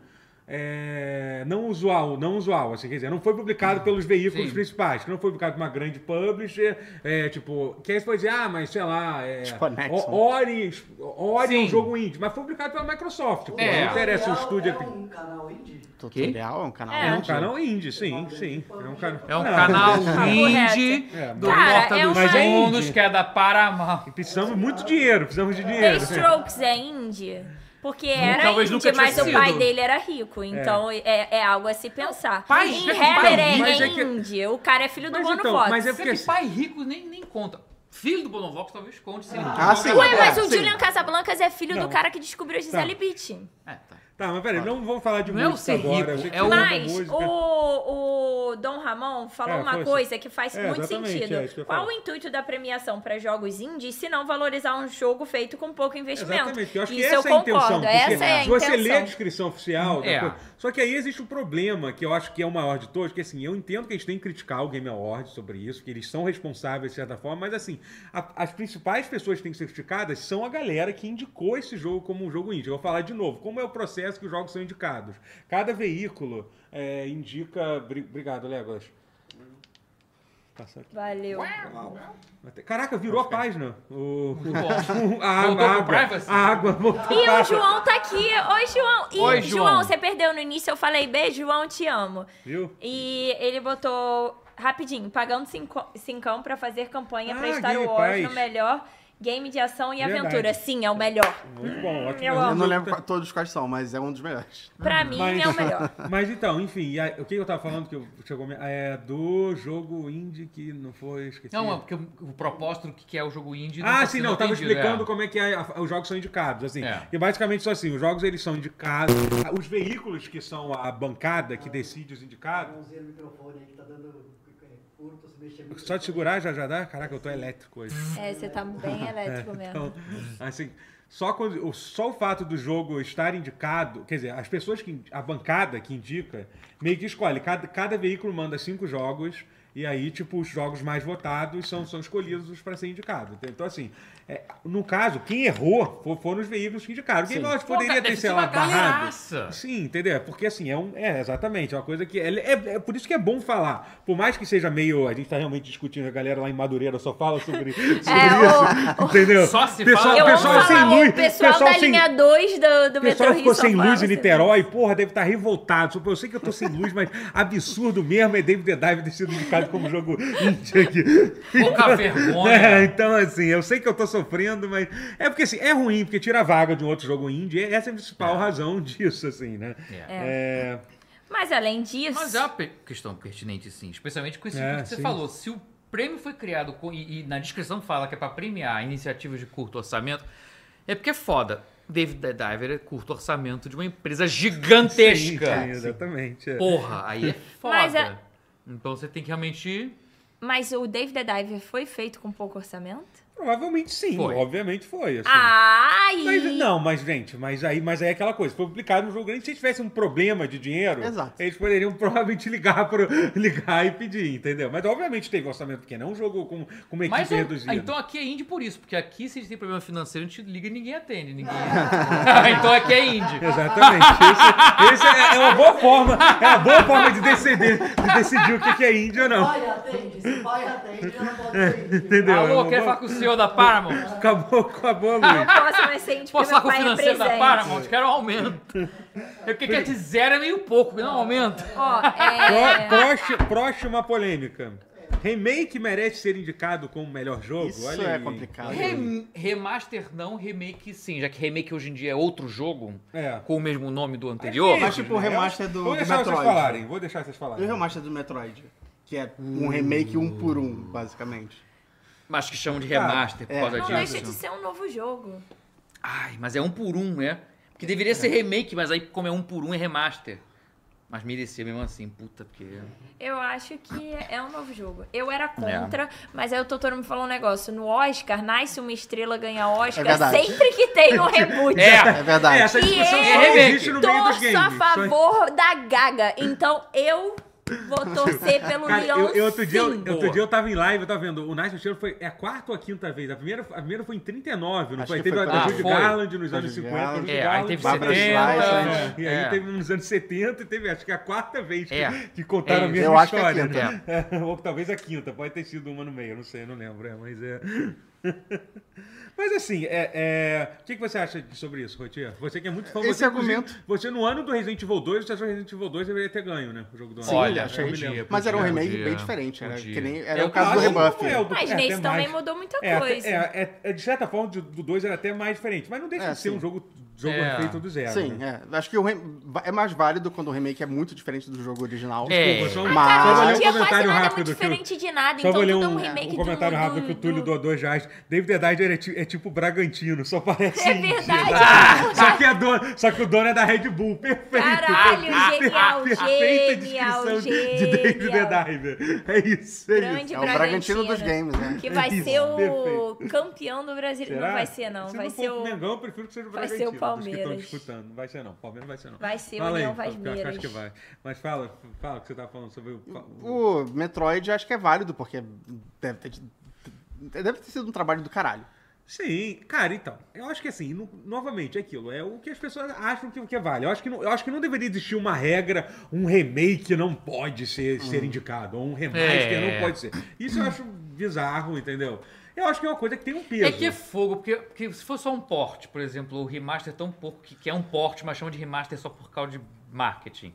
[SPEAKER 2] é, não usual, não usual, assim, quer dizer, não foi publicado pelos veículos
[SPEAKER 4] Sim.
[SPEAKER 2] principais, que não foi publicado por uma grande publisher, é, tipo, que aí você pode dizer, ah, mas sei lá, é,
[SPEAKER 3] Tipo a Nexon.
[SPEAKER 2] O- Ori, Ori é um
[SPEAKER 4] Sim.
[SPEAKER 2] jogo indie, mas foi publicado pela Microsoft, pô,
[SPEAKER 4] É.
[SPEAKER 2] não interessa o
[SPEAKER 5] Tutorial
[SPEAKER 2] estúdio
[SPEAKER 5] é
[SPEAKER 2] aqui.
[SPEAKER 5] um canal indie?
[SPEAKER 3] Tutorial é um canal.
[SPEAKER 1] É.
[SPEAKER 2] É um
[SPEAKER 3] indie?
[SPEAKER 2] canal indie, sim, sim. É um, cana-
[SPEAKER 4] É um
[SPEAKER 2] Não,
[SPEAKER 4] canal
[SPEAKER 1] Tá
[SPEAKER 4] indie
[SPEAKER 1] correto.
[SPEAKER 2] É,
[SPEAKER 4] do
[SPEAKER 1] Cara,
[SPEAKER 4] Porta
[SPEAKER 1] é
[SPEAKER 4] dos
[SPEAKER 1] uma- Mas
[SPEAKER 2] é indie.
[SPEAKER 4] Fundos, que é da Paramount.
[SPEAKER 2] Precisamos muito dinheiro, precisamos de
[SPEAKER 1] The
[SPEAKER 2] dinheiro.
[SPEAKER 1] Strokes é indie? Porque era
[SPEAKER 4] talvez
[SPEAKER 1] indie,
[SPEAKER 4] nunca tinha
[SPEAKER 1] mas o pai
[SPEAKER 4] sido.
[SPEAKER 1] dele era rico. Então é, é algo a se pensar.
[SPEAKER 4] pai-
[SPEAKER 1] Em
[SPEAKER 4] pai
[SPEAKER 1] Heather é,
[SPEAKER 4] rico.
[SPEAKER 1] é
[SPEAKER 2] Mas é que-
[SPEAKER 1] indie. O cara é filho do
[SPEAKER 2] Mas
[SPEAKER 1] Bono
[SPEAKER 2] então,
[SPEAKER 1] Fox.
[SPEAKER 2] mas é
[SPEAKER 4] Você
[SPEAKER 2] porque
[SPEAKER 4] que
[SPEAKER 2] assim-
[SPEAKER 4] pai rico nem, nem conta. Filho do Bonovox, talvez conte se ele
[SPEAKER 3] Ah,
[SPEAKER 2] Tá
[SPEAKER 3] sim.
[SPEAKER 4] Ué,
[SPEAKER 1] Ué, mas
[SPEAKER 3] É,
[SPEAKER 1] o
[SPEAKER 3] sim.
[SPEAKER 1] Julian Casablancas é filho
[SPEAKER 2] Não.
[SPEAKER 1] do cara que descobriu a Gisele Bündchen.
[SPEAKER 4] É, tá.
[SPEAKER 2] Tá, mas peraí, não vamos falar de
[SPEAKER 4] Não é o
[SPEAKER 2] música
[SPEAKER 4] ser rico,
[SPEAKER 2] agora. eu sei que
[SPEAKER 4] é
[SPEAKER 2] você
[SPEAKER 4] o-
[SPEAKER 2] ama
[SPEAKER 1] Mas
[SPEAKER 2] música.
[SPEAKER 1] o, o Dom Ramon falou
[SPEAKER 2] É,
[SPEAKER 1] uma
[SPEAKER 2] foi-
[SPEAKER 1] coisa que faz
[SPEAKER 2] É,
[SPEAKER 1] muito
[SPEAKER 2] exatamente,
[SPEAKER 1] sentido.
[SPEAKER 2] é isso que eu ia
[SPEAKER 1] Qual
[SPEAKER 2] falar.
[SPEAKER 1] o intuito da premiação para jogos indies se não valorizar um jogo feito com pouco investimento?
[SPEAKER 2] Exatamente, eu acho que
[SPEAKER 1] Isso
[SPEAKER 2] essa
[SPEAKER 1] eu
[SPEAKER 2] é a intenção.
[SPEAKER 1] concordo,
[SPEAKER 2] porque
[SPEAKER 1] essa é a
[SPEAKER 2] se você lê a
[SPEAKER 1] intenção.
[SPEAKER 2] descrição oficial, da
[SPEAKER 4] É.
[SPEAKER 2] coisa- só que aí existe um problema que eu acho que é o maior de todos, que assim, eu entendo que a gente tem que criticar o Game Awards sobre isso, que eles são responsáveis de certa forma, mas assim, a- as principais pessoas que têm que ser criticadas são a galera que indicou esse jogo como um jogo indie. Eu vou falar de novo, como é o processo que os jogos são indicados. Cada veículo é, indica... Bri- Obrigado, Legolas. Passar aqui.
[SPEAKER 1] Valeu.
[SPEAKER 2] Caraca, virou a página. O...
[SPEAKER 4] Bom.
[SPEAKER 2] A água,
[SPEAKER 4] Voltou
[SPEAKER 2] a
[SPEAKER 4] pro
[SPEAKER 2] água,
[SPEAKER 4] privacy?
[SPEAKER 2] a água voltou
[SPEAKER 1] E
[SPEAKER 2] pra-
[SPEAKER 1] o João tá aqui. Oi, João. E,
[SPEAKER 4] Oi, João.
[SPEAKER 1] João. você perdeu no início, eu falei, beijo, João, te amo.
[SPEAKER 2] Viu?
[SPEAKER 1] E ele botou rapidinho, pagando cinco- cincão pra fazer campanha pra
[SPEAKER 2] Ah,
[SPEAKER 1] Star
[SPEAKER 2] Game
[SPEAKER 1] Wars
[SPEAKER 2] Pass.
[SPEAKER 1] no melhor game de ação e
[SPEAKER 2] Verdade.
[SPEAKER 1] aventura. Sim, é o melhor.
[SPEAKER 2] Muito bom, ótimo.
[SPEAKER 1] eu
[SPEAKER 2] exemplo.
[SPEAKER 1] amo.
[SPEAKER 3] Eu não lembro qua- todos quais são, mas é um dos melhores.
[SPEAKER 1] Pra mim,
[SPEAKER 2] Hum, Mas-
[SPEAKER 1] é o melhor.
[SPEAKER 2] Mas então, enfim, e aí, o que eu tava falando que eu- chegou minha- é do jogo indie que não foi esquecido.
[SPEAKER 4] Não, é porque o o propósito do que é o jogo indie.
[SPEAKER 2] Ah,
[SPEAKER 4] tá
[SPEAKER 2] sim,
[SPEAKER 4] sendo
[SPEAKER 2] não, eu tava
[SPEAKER 4] entendido,
[SPEAKER 2] explicando
[SPEAKER 4] é.
[SPEAKER 2] como é que a- a- os jogos são indicados, assim.
[SPEAKER 4] É.
[SPEAKER 2] E basicamente são assim, os jogos eles são indicados, os veículos que são a bancada que decide os indicados,
[SPEAKER 5] Mãozinha um no microfone aí que tá dando é, curto, se mexer muito.
[SPEAKER 2] só de segurar já já dá? Caraca, eu tô elétrico hoje.
[SPEAKER 1] É, você tá bem elétrico mesmo.
[SPEAKER 2] Então, assim, só, quando, o- só o fato do jogo estar indicado, quer dizer, as pessoas que. A bancada que indica, meio que escolhe. Cada, cada veículo manda cinco jogos. E aí, tipo, os jogos mais votados são, são escolhidos para ser indicado. Então, assim, é, no caso, quem errou fo- foram os veículos que indicaram. Quem nós
[SPEAKER 4] Pô, cara,
[SPEAKER 2] poderia ter,
[SPEAKER 4] deve
[SPEAKER 2] sei
[SPEAKER 4] ser
[SPEAKER 2] lá,
[SPEAKER 4] é uma
[SPEAKER 2] barrado.
[SPEAKER 4] galeraça.
[SPEAKER 2] Sim, entendeu? Porque assim, é, um, é exatamente, é uma coisa que. É, é- é por isso que é bom falar. Por mais que seja meio. A gente tá realmente discutindo, a galera lá em Madureira só fala
[SPEAKER 4] É,
[SPEAKER 2] sobre, sobre isso.
[SPEAKER 1] É, o-
[SPEAKER 2] entendeu?
[SPEAKER 4] Só se
[SPEAKER 2] pessoal,
[SPEAKER 4] fala-
[SPEAKER 1] Eu amo
[SPEAKER 2] Então, pessoal
[SPEAKER 1] falar,
[SPEAKER 2] sem luz.
[SPEAKER 1] o pessoal, da
[SPEAKER 2] sem,
[SPEAKER 1] linha 2 do, do
[SPEAKER 2] o pessoal
[SPEAKER 1] Metrô
[SPEAKER 2] ficou
[SPEAKER 1] Rio só assim.
[SPEAKER 2] sem
[SPEAKER 1] fala,
[SPEAKER 2] luz em
[SPEAKER 1] você
[SPEAKER 2] Niterói, porra, deve estar revoltado. Só- Eu sei que eu tô sem luz, mas absurdo mesmo é David the Dive ter sido indicado como jogo indie aqui.
[SPEAKER 4] Pouca vergonha.
[SPEAKER 2] É, então, assim, eu sei que eu tô sofrendo, mas. É porque assim, é ruim, porque tira a vaga de um outro jogo indie. Essa é a principal razão disso, assim, né?
[SPEAKER 4] É.
[SPEAKER 2] É.
[SPEAKER 1] vê. Mas além disso,
[SPEAKER 4] Mas é uma pe- questão pertinente, sim. Especialmente com esse
[SPEAKER 2] É,
[SPEAKER 4] que você
[SPEAKER 2] sim.
[SPEAKER 4] falou. Se o prêmio foi criado com- e, e na descrição fala que é pra premiar iniciativas de curto orçamento, é porque é foda. David the Diver é curto orçamento de uma empresa
[SPEAKER 2] Sim,
[SPEAKER 4] gigantesca.
[SPEAKER 2] exatamente. é.
[SPEAKER 4] Porra, aí é foda.
[SPEAKER 1] Mas é-
[SPEAKER 4] Então você tem que realmente.
[SPEAKER 1] mas o Dave the Diver foi feito com pouco orçamento?
[SPEAKER 2] Provavelmente sim,
[SPEAKER 4] Foi.
[SPEAKER 2] obviamente foi. assim.
[SPEAKER 1] Ah, Ai!
[SPEAKER 2] Mas, é- não, mas, gente, mas aí, mas aí é aquela coisa. Foi publicado no jogo grande. Se tivesse um problema de dinheiro,
[SPEAKER 3] Exato.
[SPEAKER 2] eles poderiam provavelmente ligar, pro, ligar e pedir, entendeu? Mas obviamente teve orçamento pequeno. É um jogo com, com uma equipe
[SPEAKER 4] Mas é-
[SPEAKER 2] reduzida.
[SPEAKER 4] então aqui é indie por isso, porque aqui se a gente tem problema financeiro, a gente liga e ninguém atende. Ninguém... então aqui é indie.
[SPEAKER 2] Exatamente. Esse, esse é, é uma boa forma. É uma boa forma de decidir, de decidir o que que é índio ou não.
[SPEAKER 5] Pai atende, se pai atende, ela pode atender.
[SPEAKER 2] Entendeu? É
[SPEAKER 4] Alô,
[SPEAKER 2] uma boa-
[SPEAKER 4] quero falar com o senhor da Paramount.
[SPEAKER 2] Acabou, acabou a luz.
[SPEAKER 1] Posso, mas sem
[SPEAKER 4] Posso falar com o
[SPEAKER 1] pai é
[SPEAKER 4] financeiro da
[SPEAKER 1] presente.
[SPEAKER 4] Paramount? Quero um aumento. É porque quer dizer zero é meio pouco, não aumento.
[SPEAKER 1] Ó,
[SPEAKER 2] Pró-
[SPEAKER 1] é...
[SPEAKER 2] próxi- Próxima polêmica. Remake merece ser indicado como melhor jogo?
[SPEAKER 3] Isso
[SPEAKER 2] Olha
[SPEAKER 3] é
[SPEAKER 2] aí.
[SPEAKER 3] complicado.
[SPEAKER 2] Olha aí.
[SPEAKER 4] Rem- remaster não, remake sim, já que remake hoje em dia é outro jogo
[SPEAKER 2] É.
[SPEAKER 4] com o mesmo nome do anterior.
[SPEAKER 3] Mas, tipo, o remaster do-
[SPEAKER 2] Vou
[SPEAKER 3] do
[SPEAKER 2] deixar vocês
[SPEAKER 3] Metroid.
[SPEAKER 2] falarem, vou deixar vocês
[SPEAKER 3] E o
[SPEAKER 2] falarem.
[SPEAKER 3] remaster do Metroid, que é
[SPEAKER 4] Hum.
[SPEAKER 3] um remake um por um, basicamente.
[SPEAKER 4] Mas que chamam de remaster por
[SPEAKER 3] É.
[SPEAKER 4] causa
[SPEAKER 1] Não
[SPEAKER 4] disso.
[SPEAKER 1] deixa de ser um novo jogo.
[SPEAKER 4] Ai, mas é um por um, né? Porque deveria ser remake, mas aí como é um por um é remaster. Mas merecia mesmo assim, puta, porque...
[SPEAKER 1] Eu acho que é um novo jogo. Eu era contra, mas aí o Totoro me falou um negócio. No Oscar, nasce uma estrela, ganha Oscar
[SPEAKER 3] É verdade.
[SPEAKER 1] sempre que tem um reboot.
[SPEAKER 4] É!
[SPEAKER 3] É verdade.
[SPEAKER 2] essa discussão
[SPEAKER 1] E
[SPEAKER 2] só
[SPEAKER 4] eu
[SPEAKER 2] existe no meio dos
[SPEAKER 1] Torço
[SPEAKER 2] games.
[SPEAKER 1] a
[SPEAKER 2] Só-
[SPEAKER 1] favor da Gaga. Então eu vou torcer pelo
[SPEAKER 2] Cara,
[SPEAKER 1] Leon.
[SPEAKER 2] eu, eu outro dia, eu,
[SPEAKER 1] sim.
[SPEAKER 2] outro dia eu tava em live, eu tava vendo. O Night Shiro foi é a quarta ou a quinta vez. A primeira, a primeira foi em 39, não
[SPEAKER 3] Acho
[SPEAKER 2] foi?
[SPEAKER 3] que
[SPEAKER 2] Teve
[SPEAKER 3] foi
[SPEAKER 2] a da
[SPEAKER 4] pra-
[SPEAKER 2] Judy
[SPEAKER 4] Ah, foi.
[SPEAKER 2] Garland nos
[SPEAKER 3] A
[SPEAKER 2] anos
[SPEAKER 3] Judy
[SPEAKER 2] 50. a Judy
[SPEAKER 4] É, aí
[SPEAKER 2] Garland.
[SPEAKER 4] teve
[SPEAKER 3] Barbra
[SPEAKER 4] 70.
[SPEAKER 3] Streisand.
[SPEAKER 2] né? E
[SPEAKER 4] é.
[SPEAKER 2] aí teve nos anos 70 e teve, acho que a quarta vez que,
[SPEAKER 4] É.
[SPEAKER 2] que contaram
[SPEAKER 4] É
[SPEAKER 2] a
[SPEAKER 4] isso.
[SPEAKER 2] mesma
[SPEAKER 3] Eu acho que é a
[SPEAKER 2] história.
[SPEAKER 4] quinta.
[SPEAKER 2] né? É, ou talvez a quinta, pode ter sido uma no meio, eu não sei, eu não lembro. é, mas é. Mas assim, é, é, o que, que você acha de- sobre isso, Rotier? Você que é muito fã
[SPEAKER 3] Esse
[SPEAKER 2] você, inclusive,
[SPEAKER 3] argumento-
[SPEAKER 2] Você no ano do Resident Evil 2, você achou que Resident Evil 2 deveria ter ganho, né? O jogo do ano.
[SPEAKER 4] Olha,
[SPEAKER 2] Eu
[SPEAKER 4] achei
[SPEAKER 2] me lembro.
[SPEAKER 4] dia,
[SPEAKER 3] Mas era um
[SPEAKER 4] podia,
[SPEAKER 3] remake bem
[SPEAKER 4] podia,
[SPEAKER 3] diferente, era
[SPEAKER 4] podia.
[SPEAKER 3] que nem- era
[SPEAKER 4] É
[SPEAKER 3] o caso do
[SPEAKER 2] acho que não
[SPEAKER 3] rebuff.
[SPEAKER 2] é o do-
[SPEAKER 1] Mas
[SPEAKER 2] é,
[SPEAKER 1] nesse
[SPEAKER 2] até
[SPEAKER 1] também
[SPEAKER 2] mais-
[SPEAKER 1] mudou muita
[SPEAKER 2] é, até-
[SPEAKER 1] coisa.
[SPEAKER 2] É, é- é, de certa forma, do 2 era até mais diferente. Mas não deixa
[SPEAKER 3] É,
[SPEAKER 2] de ser
[SPEAKER 3] sim.
[SPEAKER 2] um jogo jogo
[SPEAKER 4] É.
[SPEAKER 2] refeito do zero.
[SPEAKER 3] Sim,
[SPEAKER 2] né?
[SPEAKER 3] é. Acho que o rem- é mais válido quando o remake é muito diferente do jogo original.
[SPEAKER 4] É.
[SPEAKER 2] Desculpa, só,
[SPEAKER 3] Mas-
[SPEAKER 2] só vou
[SPEAKER 1] Cara,
[SPEAKER 2] ler
[SPEAKER 1] não
[SPEAKER 2] um
[SPEAKER 1] tinha quase
[SPEAKER 2] comentário
[SPEAKER 1] nada
[SPEAKER 2] rápido
[SPEAKER 1] muito
[SPEAKER 2] que o-
[SPEAKER 1] diferente de nada,
[SPEAKER 2] Só
[SPEAKER 1] então
[SPEAKER 2] vou ler
[SPEAKER 1] tudo é
[SPEAKER 2] um,
[SPEAKER 1] um remake
[SPEAKER 2] um
[SPEAKER 1] do-
[SPEAKER 2] comentário
[SPEAKER 1] do-
[SPEAKER 2] rápido que o
[SPEAKER 1] do-
[SPEAKER 2] Túlio doou dois reais. David Dyer é, ti- é tipo Bragantino, só parece.
[SPEAKER 1] É
[SPEAKER 2] indígena.
[SPEAKER 1] verdade.
[SPEAKER 2] Só, que é dono, só que o dono é da Red Bull. Perfeito.
[SPEAKER 1] Caralho,
[SPEAKER 2] perfeito.
[SPEAKER 1] genial,
[SPEAKER 2] Perfeita
[SPEAKER 1] genial,
[SPEAKER 2] descrição de- de
[SPEAKER 1] genial.
[SPEAKER 2] David Diver. É isso, é
[SPEAKER 1] Grande
[SPEAKER 3] É o Bragantino dos
[SPEAKER 1] Bragantino.
[SPEAKER 3] games, né?
[SPEAKER 1] Que vai
[SPEAKER 2] Isso,
[SPEAKER 1] ser o
[SPEAKER 2] perfeito.
[SPEAKER 1] campeão do Brasil.
[SPEAKER 2] Será?
[SPEAKER 1] Não vai ser, não.
[SPEAKER 2] Se
[SPEAKER 1] vai
[SPEAKER 2] for
[SPEAKER 1] ser
[SPEAKER 2] pro
[SPEAKER 1] o.
[SPEAKER 2] Mengão, eu prefiro que seja o
[SPEAKER 1] vai ser
[SPEAKER 2] Bragantino. dos que estão
[SPEAKER 1] o Palmeiras.
[SPEAKER 2] disputando. Não vai ser, não. Palmeiras vai ser, não.
[SPEAKER 1] Vai ser o
[SPEAKER 2] Fala aí,
[SPEAKER 1] União Vasmeiras.
[SPEAKER 2] Fábio, que eu Acho que vai. Mas fala, fala o que você tá falando sobre o... o...
[SPEAKER 3] O Metroid acho que é válido, porque deve ter, deve ter sido um trabalho do caralho.
[SPEAKER 2] Sim, cara, então. Eu acho que assim, no- novamente, é aquilo. É o que as pessoas acham que, que vale. Eu acho que, não, eu acho que não deveria existir uma regra, um remake não pode ser, ser indicado, ou um remaster
[SPEAKER 4] Hum. É.
[SPEAKER 2] não pode ser. Isso eu acho bizarro, entendeu? Eu acho que é uma coisa que tem um peso.
[SPEAKER 4] É que é fogo, porque, porque se for só um porte, por exemplo, o remaster é tão pouco que, que é um porte, mas chama de remaster só por causa de marketing.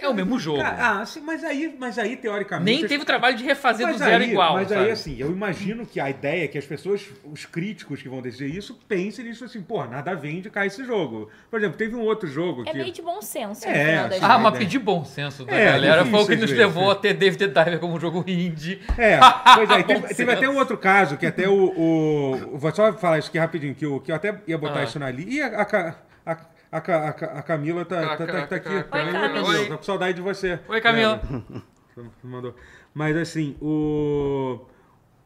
[SPEAKER 4] É o mesmo jogo.
[SPEAKER 2] Cara, ah, sim, mas aí, mas aí teoricamente.
[SPEAKER 4] Nem teve o trabalho de refazer
[SPEAKER 2] Mas
[SPEAKER 4] do zero
[SPEAKER 2] aí-
[SPEAKER 4] igual.
[SPEAKER 2] Mas
[SPEAKER 4] sabe?
[SPEAKER 2] aí, assim, eu imagino que a ideia é que as pessoas, os críticos que vão decidir isso, pensem nisso assim, pô, nada vende, cai esse jogo. Por exemplo, teve um outro jogo
[SPEAKER 1] É
[SPEAKER 2] que.
[SPEAKER 1] meio de bom senso.
[SPEAKER 2] É,
[SPEAKER 1] no final das
[SPEAKER 2] assim,
[SPEAKER 4] Ah,
[SPEAKER 1] contas.
[SPEAKER 4] mas
[SPEAKER 2] ideia.
[SPEAKER 4] pedir bom senso da
[SPEAKER 2] É,
[SPEAKER 4] galera foi o que
[SPEAKER 2] difícil
[SPEAKER 4] nos
[SPEAKER 2] às
[SPEAKER 4] levou a
[SPEAKER 2] vezes.
[SPEAKER 4] ter David Diver como um jogo indie.
[SPEAKER 2] É, pois é, e
[SPEAKER 4] Bom
[SPEAKER 2] teve, teve até
[SPEAKER 4] senso.
[SPEAKER 2] um outro caso, que até o, o- Vou só falar isso aqui rapidinho, que, o, que eu até ia botar
[SPEAKER 4] Ah.
[SPEAKER 2] isso na li. E a, a, Ca- a, a, Ca- a Ca- a Camila tá, tá, tá, tá aqui.
[SPEAKER 4] Ah, Oi,
[SPEAKER 1] Camila.
[SPEAKER 2] Tá com saudade de você.
[SPEAKER 4] Oi, Camila.
[SPEAKER 2] É, mandou. Mas assim, o.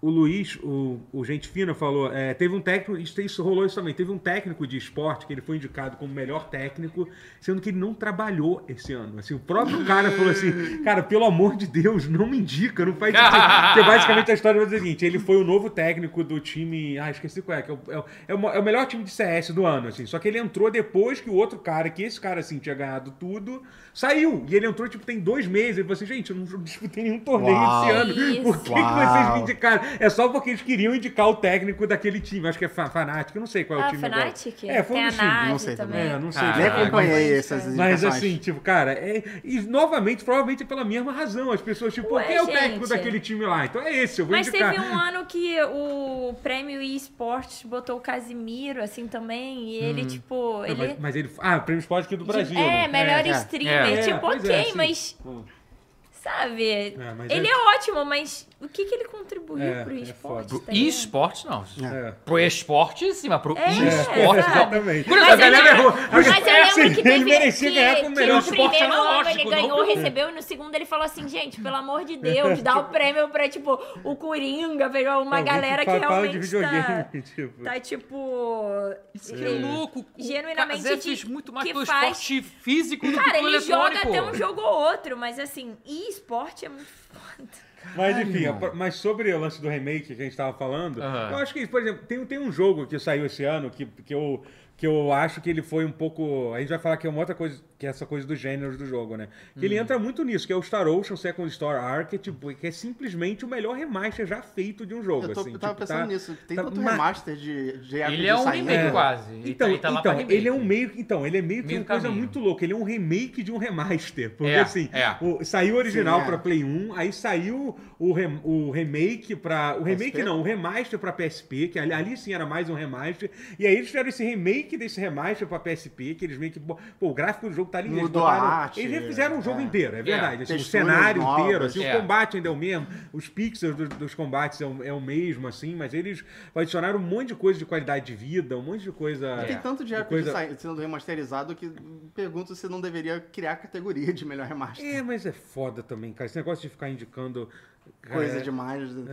[SPEAKER 2] O Luiz, o, o Gente Fina, falou. é, teve um técnico, isso, isso rolou isso também. Teve um técnico de esporte que ele foi indicado como melhor técnico, sendo que ele não trabalhou esse ano. Assim, o próprio cara falou assim: Cara, pelo amor de Deus, não me indica, não faz sentido. Porque basicamente a história é o seguinte: ele foi o novo técnico do time. Ah, esqueci qual é, que é o, é o- é o mo- é o melhor time de CS do ano, assim. Só que ele entrou depois que o outro cara, que esse cara, assim, tinha ganhado tudo, saiu. E ele entrou, tipo, tem dois meses. Ele falou assim: Gente, eu não disputei nenhum torneio
[SPEAKER 3] Uau.
[SPEAKER 2] esse ano. Por que, que vocês me
[SPEAKER 3] Uau.
[SPEAKER 2] indicaram? É só porque eles queriam indicar o técnico daquele time. Acho que é fa Fanatic, eu não sei qual é o
[SPEAKER 1] Ah,
[SPEAKER 2] time agora.
[SPEAKER 1] Fnatic?
[SPEAKER 2] É, foi
[SPEAKER 1] Tem
[SPEAKER 2] um
[SPEAKER 1] a
[SPEAKER 2] dos times.
[SPEAKER 1] Nage
[SPEAKER 3] não sei
[SPEAKER 1] também.
[SPEAKER 2] É, não sei.
[SPEAKER 4] Ah,
[SPEAKER 3] Nem
[SPEAKER 2] cara.
[SPEAKER 3] acompanhei essas
[SPEAKER 2] Mas
[SPEAKER 3] indicações.
[SPEAKER 2] assim, tipo, cara, é- e novamente, provavelmente é pela mesma razão. As pessoas, tipo,
[SPEAKER 1] Ué,
[SPEAKER 2] quem é o
[SPEAKER 1] gente.
[SPEAKER 2] técnico daquele time lá? Então é esse, eu vou
[SPEAKER 1] Mas
[SPEAKER 2] indicar.
[SPEAKER 1] teve um ano que o prêmio eSports botou o Casimiro, assim, também. E ele, tipo.
[SPEAKER 2] Hum. Não,
[SPEAKER 1] Ele...
[SPEAKER 2] mas, mas ele. Ah, o prêmio esporte aqui do Brasil. né?
[SPEAKER 1] é, melhor
[SPEAKER 3] é.
[SPEAKER 1] streamer.
[SPEAKER 2] É,
[SPEAKER 1] tipo,
[SPEAKER 2] pois
[SPEAKER 1] ok,
[SPEAKER 2] é, assim.
[SPEAKER 1] mas. Sabe?
[SPEAKER 2] É, mas
[SPEAKER 1] ele
[SPEAKER 2] é-
[SPEAKER 1] é... ótimo, mas o que, que ele contribuiu
[SPEAKER 2] É,
[SPEAKER 1] pro
[SPEAKER 2] é
[SPEAKER 1] esporte?
[SPEAKER 2] foda.
[SPEAKER 1] tá
[SPEAKER 4] E
[SPEAKER 1] ligado?
[SPEAKER 4] esporte, não.
[SPEAKER 2] É.
[SPEAKER 4] Pro esporte, sim, mas pro
[SPEAKER 1] É,
[SPEAKER 4] esporte, não.
[SPEAKER 2] Exatamente.
[SPEAKER 4] Por
[SPEAKER 1] Mas é
[SPEAKER 4] exemplo, a galera
[SPEAKER 1] eu-
[SPEAKER 4] errou.
[SPEAKER 1] Mas eu lembro que teve,
[SPEAKER 2] é assim, ele merecia
[SPEAKER 1] que,
[SPEAKER 2] ganhar com o melhor
[SPEAKER 1] que no
[SPEAKER 4] esporte
[SPEAKER 1] primeiro ano ele
[SPEAKER 4] analógico, não
[SPEAKER 1] ganhou,
[SPEAKER 4] pro-
[SPEAKER 1] recebeu, e no segundo ele falou assim, gente, pelo amor
[SPEAKER 2] É
[SPEAKER 1] de Deus, dá o prêmio pra, tipo, o Coringa, pra uma
[SPEAKER 2] Alguém
[SPEAKER 1] galera que
[SPEAKER 2] fa- fala de
[SPEAKER 1] realmente tá,
[SPEAKER 2] videogame, tipo.
[SPEAKER 1] tá, tipo...
[SPEAKER 4] Isso que é louco. O
[SPEAKER 1] Genuinamente
[SPEAKER 4] Zé
[SPEAKER 1] de-
[SPEAKER 4] fez muito mais
[SPEAKER 1] que
[SPEAKER 4] pelo
[SPEAKER 1] faz-
[SPEAKER 4] esporte físico do
[SPEAKER 1] Cara,
[SPEAKER 4] que pelo
[SPEAKER 1] ele joga
[SPEAKER 4] eletrônico.
[SPEAKER 1] até um jogo ou outro, mas assim, e esporte é muito foda.
[SPEAKER 2] Mas enfim, a- mas sobre o lance do remake que a gente tava falando,
[SPEAKER 4] Aham.
[SPEAKER 2] eu acho que, por exemplo, tem, tem um jogo que saiu esse ano que, que, eu, que eu acho que ele foi um pouco. A gente vai falar que é uma outra coisa, que é essa coisa dos gêneros do jogo, né? Que ele
[SPEAKER 3] Hum.
[SPEAKER 2] entra muito nisso, que é o Star Ocean Second Star Archetype, que é simplesmente o melhor remaster já feito de um jogo.
[SPEAKER 3] eu, tô,
[SPEAKER 2] assim,
[SPEAKER 3] eu tava
[SPEAKER 2] tipo,
[SPEAKER 3] pensando
[SPEAKER 2] tá-
[SPEAKER 3] nisso. Tem
[SPEAKER 2] tá
[SPEAKER 3] tanto
[SPEAKER 2] ma-
[SPEAKER 3] remaster de, de
[SPEAKER 4] Ele
[SPEAKER 3] RPG
[SPEAKER 4] é um
[SPEAKER 3] saindo.
[SPEAKER 4] remake quase. Ele
[SPEAKER 2] Então,
[SPEAKER 4] tá- ele tá lá pra
[SPEAKER 2] então
[SPEAKER 4] remake.
[SPEAKER 2] ele é um meio, então ele é meio que
[SPEAKER 4] Meio
[SPEAKER 2] uma coisa
[SPEAKER 4] caminho.
[SPEAKER 2] muito louca. Ele é um remake de um remaster, porque
[SPEAKER 4] É,
[SPEAKER 2] assim,
[SPEAKER 4] é.
[SPEAKER 2] o- saiu o original
[SPEAKER 3] Sim, é.
[SPEAKER 2] pra Play 1, aí saiu o, rem- o remake pra. o remake
[SPEAKER 3] PSP?
[SPEAKER 2] não, o remaster pra PSP, que ali, ali sim era mais um remaster. E aí eles fizeram esse remake desse remaster pra PSP, que eles meio que pô, o gráfico do jogo tá lindo, eles
[SPEAKER 3] Mudou
[SPEAKER 2] botaram-
[SPEAKER 3] a arte,
[SPEAKER 2] eles refizeram o jogo
[SPEAKER 3] é.
[SPEAKER 2] inteiro, é verdade, assim, o
[SPEAKER 3] Texturas
[SPEAKER 2] cenário
[SPEAKER 3] novas.
[SPEAKER 2] inteiro, assim,
[SPEAKER 4] É.
[SPEAKER 2] o combate ainda é o mesmo, os pixels do- dos combates é o, é o mesmo assim, mas eles adicionaram um monte de coisa de qualidade de vida, um monte de coisa
[SPEAKER 4] É.
[SPEAKER 3] Tem tanto de
[SPEAKER 2] De
[SPEAKER 3] RPG
[SPEAKER 2] coisa-
[SPEAKER 3] saindo- sendo remasterizado que pergunto se não deveria criar a categoria de melhor remaster.
[SPEAKER 2] É, mas é foda também, cara. Esse negócio de ficar indicando. cara,
[SPEAKER 3] Coisa
[SPEAKER 2] é-
[SPEAKER 3] demais. tipo,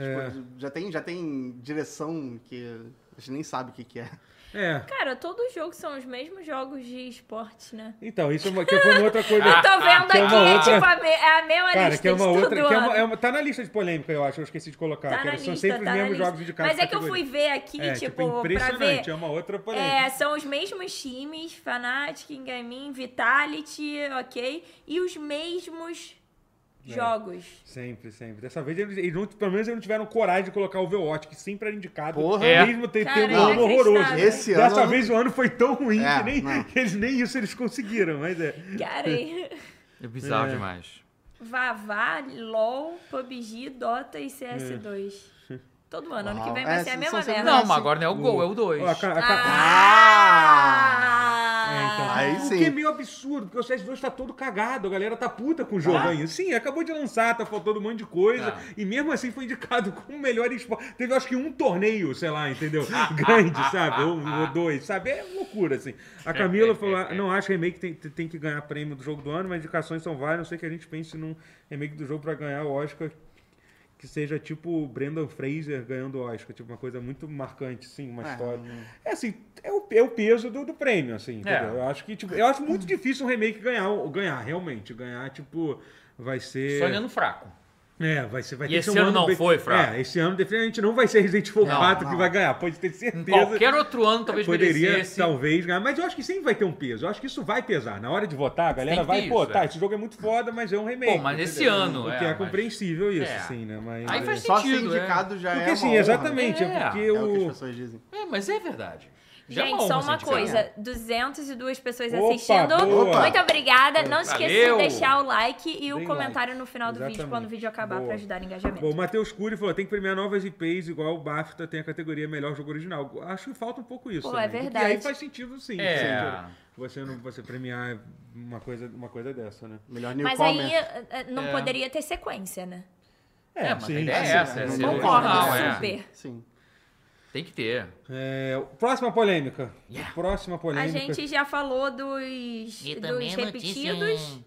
[SPEAKER 3] já, tem, já tem direção que a gente nem sabe o que, que é.
[SPEAKER 2] É.
[SPEAKER 1] Cara, todos os jogos são os mesmos jogos de esporte, né?
[SPEAKER 2] Então, isso é uma, que foi uma outra coisa.
[SPEAKER 1] Eu
[SPEAKER 4] Ah,
[SPEAKER 1] tô vendo
[SPEAKER 2] que é
[SPEAKER 1] aqui,
[SPEAKER 2] uma outra-
[SPEAKER 1] tipo, a me- é a mesma
[SPEAKER 2] Cara,
[SPEAKER 1] lista
[SPEAKER 2] que é uma
[SPEAKER 1] de todo
[SPEAKER 2] outra. Que é uma-
[SPEAKER 1] ano.
[SPEAKER 2] é uma- tá na lista de polêmica, eu acho. Eu esqueci de colocar.
[SPEAKER 1] Tá
[SPEAKER 2] que
[SPEAKER 1] na
[SPEAKER 2] era- são
[SPEAKER 1] lista,
[SPEAKER 2] sempre os
[SPEAKER 1] tá na
[SPEAKER 2] mesmos
[SPEAKER 1] lista.
[SPEAKER 2] jogos indicados.
[SPEAKER 1] Mas é que eu fui
[SPEAKER 2] categoria.
[SPEAKER 1] ver aqui,
[SPEAKER 2] É,
[SPEAKER 1] tipo,
[SPEAKER 2] tipo,
[SPEAKER 1] pra ver.
[SPEAKER 2] impressionante. É uma outra polêmica.
[SPEAKER 1] É, são os mesmos times, Fnatic, Gaming, Vitality, ok? E os mesmos
[SPEAKER 2] É.
[SPEAKER 1] jogos.
[SPEAKER 2] Sempre, sempre. Dessa vez, eles, eles não- pelo menos eles não tiveram coragem de colocar o Overwatch, que sempre era indicado.
[SPEAKER 3] Porra.
[SPEAKER 4] É.
[SPEAKER 2] Mesmo ter,
[SPEAKER 1] Cara,
[SPEAKER 2] tendo
[SPEAKER 3] é
[SPEAKER 2] um ano horroroso.
[SPEAKER 1] inacreditável.
[SPEAKER 3] Esse ano
[SPEAKER 2] Dessa
[SPEAKER 3] eu não-
[SPEAKER 2] vez o ano foi tão ruim
[SPEAKER 3] É,
[SPEAKER 2] que nem,
[SPEAKER 3] não.
[SPEAKER 2] que eles, nem isso eles conseguiram, mas é.
[SPEAKER 1] Cara, hein?
[SPEAKER 4] É bizarro demais.
[SPEAKER 2] É.
[SPEAKER 1] Vavá, LOL, PUBG, Dota e CS2. Todo ano. Ano que vem
[SPEAKER 3] Uau.
[SPEAKER 1] vai
[SPEAKER 3] É,
[SPEAKER 1] ser a
[SPEAKER 3] são-
[SPEAKER 1] mesma
[SPEAKER 3] são-
[SPEAKER 1] merda.
[SPEAKER 4] Não, mas agora não é o gol, é o 2.
[SPEAKER 2] A ca- a ca-
[SPEAKER 1] Ah!
[SPEAKER 2] É, então.
[SPEAKER 3] Aí
[SPEAKER 2] o
[SPEAKER 3] sim.
[SPEAKER 2] que é meio absurdo, porque o CS2 tá todo cagado, a galera tá puta com o jogo ainda. Sim, acabou de lançar, tá faltando um monte de coisa.
[SPEAKER 4] Tá.
[SPEAKER 2] E mesmo assim foi indicado como o melhor esporte. Teve acho que um torneio, sei lá, entendeu? Grande, sabe? Ou, ou dois, sabe? É loucura, assim. A Camila falou: "Ah, não acho que remake tem, tem que ganhar prêmio do jogo do ano, mas indicações são várias. Não sei que a gente pense num remake do jogo pra ganhar o Oscar. Que seja tipo o Brendan Fraser ganhando o Oscar, tipo uma coisa muito marcante, sim, uma
[SPEAKER 3] É,
[SPEAKER 2] história. É assim, é o, é o peso do, do prêmio, assim,
[SPEAKER 4] É.
[SPEAKER 2] entendeu? Eu acho que, tipo, eu acho muito difícil um remake ganhar, o- ganhar, realmente. Ganhar, tipo, vai ser.
[SPEAKER 4] Só olhando fraco.
[SPEAKER 2] É, vai ser. Vai
[SPEAKER 4] E
[SPEAKER 2] ter que
[SPEAKER 4] esse
[SPEAKER 2] ser um
[SPEAKER 4] ano não
[SPEAKER 2] bem-
[SPEAKER 4] foi, Fraga.
[SPEAKER 2] É, esse ano definitivamente não vai ser Resident Evil
[SPEAKER 4] Não,
[SPEAKER 2] 4 que
[SPEAKER 3] não.
[SPEAKER 2] vai ganhar, pode ter
[SPEAKER 4] Em
[SPEAKER 2] certeza.
[SPEAKER 4] qualquer outro ano talvez
[SPEAKER 2] Poderia, um-
[SPEAKER 4] merecesse.
[SPEAKER 2] talvez, ganhar. Mas eu acho que sempre vai ter um peso. Eu acho que isso vai pesar. Na hora de votar, a galera
[SPEAKER 4] Tem
[SPEAKER 2] vai,
[SPEAKER 4] que
[SPEAKER 2] pô,
[SPEAKER 4] isso,
[SPEAKER 2] tá,
[SPEAKER 4] é.
[SPEAKER 2] esse jogo é muito foda, mas é um remake.
[SPEAKER 4] Pô, mas esse ano,
[SPEAKER 2] O
[SPEAKER 4] é,
[SPEAKER 2] que é,
[SPEAKER 4] mas-
[SPEAKER 2] compreensível isso,
[SPEAKER 4] É.
[SPEAKER 2] assim, né? Mas,
[SPEAKER 4] Aí faz
[SPEAKER 2] é.
[SPEAKER 3] Só ser
[SPEAKER 4] sentido, é.
[SPEAKER 3] indicado já é
[SPEAKER 2] Porque
[SPEAKER 3] uma
[SPEAKER 2] sim,
[SPEAKER 3] honra, né?
[SPEAKER 2] exatamente. É,
[SPEAKER 4] É.
[SPEAKER 2] porque
[SPEAKER 3] É o que as
[SPEAKER 2] o.
[SPEAKER 3] pessoas dizem.
[SPEAKER 4] É, mas é verdade. Já
[SPEAKER 1] Gente,
[SPEAKER 4] uma
[SPEAKER 1] só uma
[SPEAKER 4] honra ser indicado.
[SPEAKER 1] coisa: 202 pessoas
[SPEAKER 2] Opa,
[SPEAKER 1] assistindo.
[SPEAKER 2] boa.
[SPEAKER 1] Muito obrigada. Não esqueça de
[SPEAKER 4] Valeu.
[SPEAKER 1] deixar o like e o
[SPEAKER 2] Deem
[SPEAKER 1] comentário no final do vídeo,
[SPEAKER 2] Exatamente.
[SPEAKER 1] quando o vídeo acabar,
[SPEAKER 2] Boa.
[SPEAKER 1] pra ajudar o engajamento.
[SPEAKER 2] Bom, o Matheus Cury falou, tem que premiar novas IPs igual o BAFTA tem a categoria melhor jogo original. Acho que falta um pouco isso.
[SPEAKER 1] Pô,
[SPEAKER 2] também,
[SPEAKER 1] é
[SPEAKER 2] porque
[SPEAKER 1] verdade.
[SPEAKER 2] aí faz sentido sim.
[SPEAKER 4] É.
[SPEAKER 2] assim, Você não você premiar uma coisa, uma coisa dessa, né?
[SPEAKER 3] Melhor New
[SPEAKER 1] Mas
[SPEAKER 3] Comment.
[SPEAKER 1] aí eh, eh, não
[SPEAKER 4] É.
[SPEAKER 1] poderia ter sequência, né?
[SPEAKER 4] É, mas a ideia é
[SPEAKER 3] sim,
[SPEAKER 4] essa.
[SPEAKER 3] é,
[SPEAKER 4] é
[SPEAKER 3] não
[SPEAKER 4] ser
[SPEAKER 3] concordo,
[SPEAKER 4] original, é.
[SPEAKER 1] super.
[SPEAKER 3] Sim.
[SPEAKER 4] Tem que ter.
[SPEAKER 2] É, próxima polêmica.
[SPEAKER 4] Yeah.
[SPEAKER 2] Próxima
[SPEAKER 1] A
[SPEAKER 2] polêmica.
[SPEAKER 1] gente já falou dos, dos repetidos.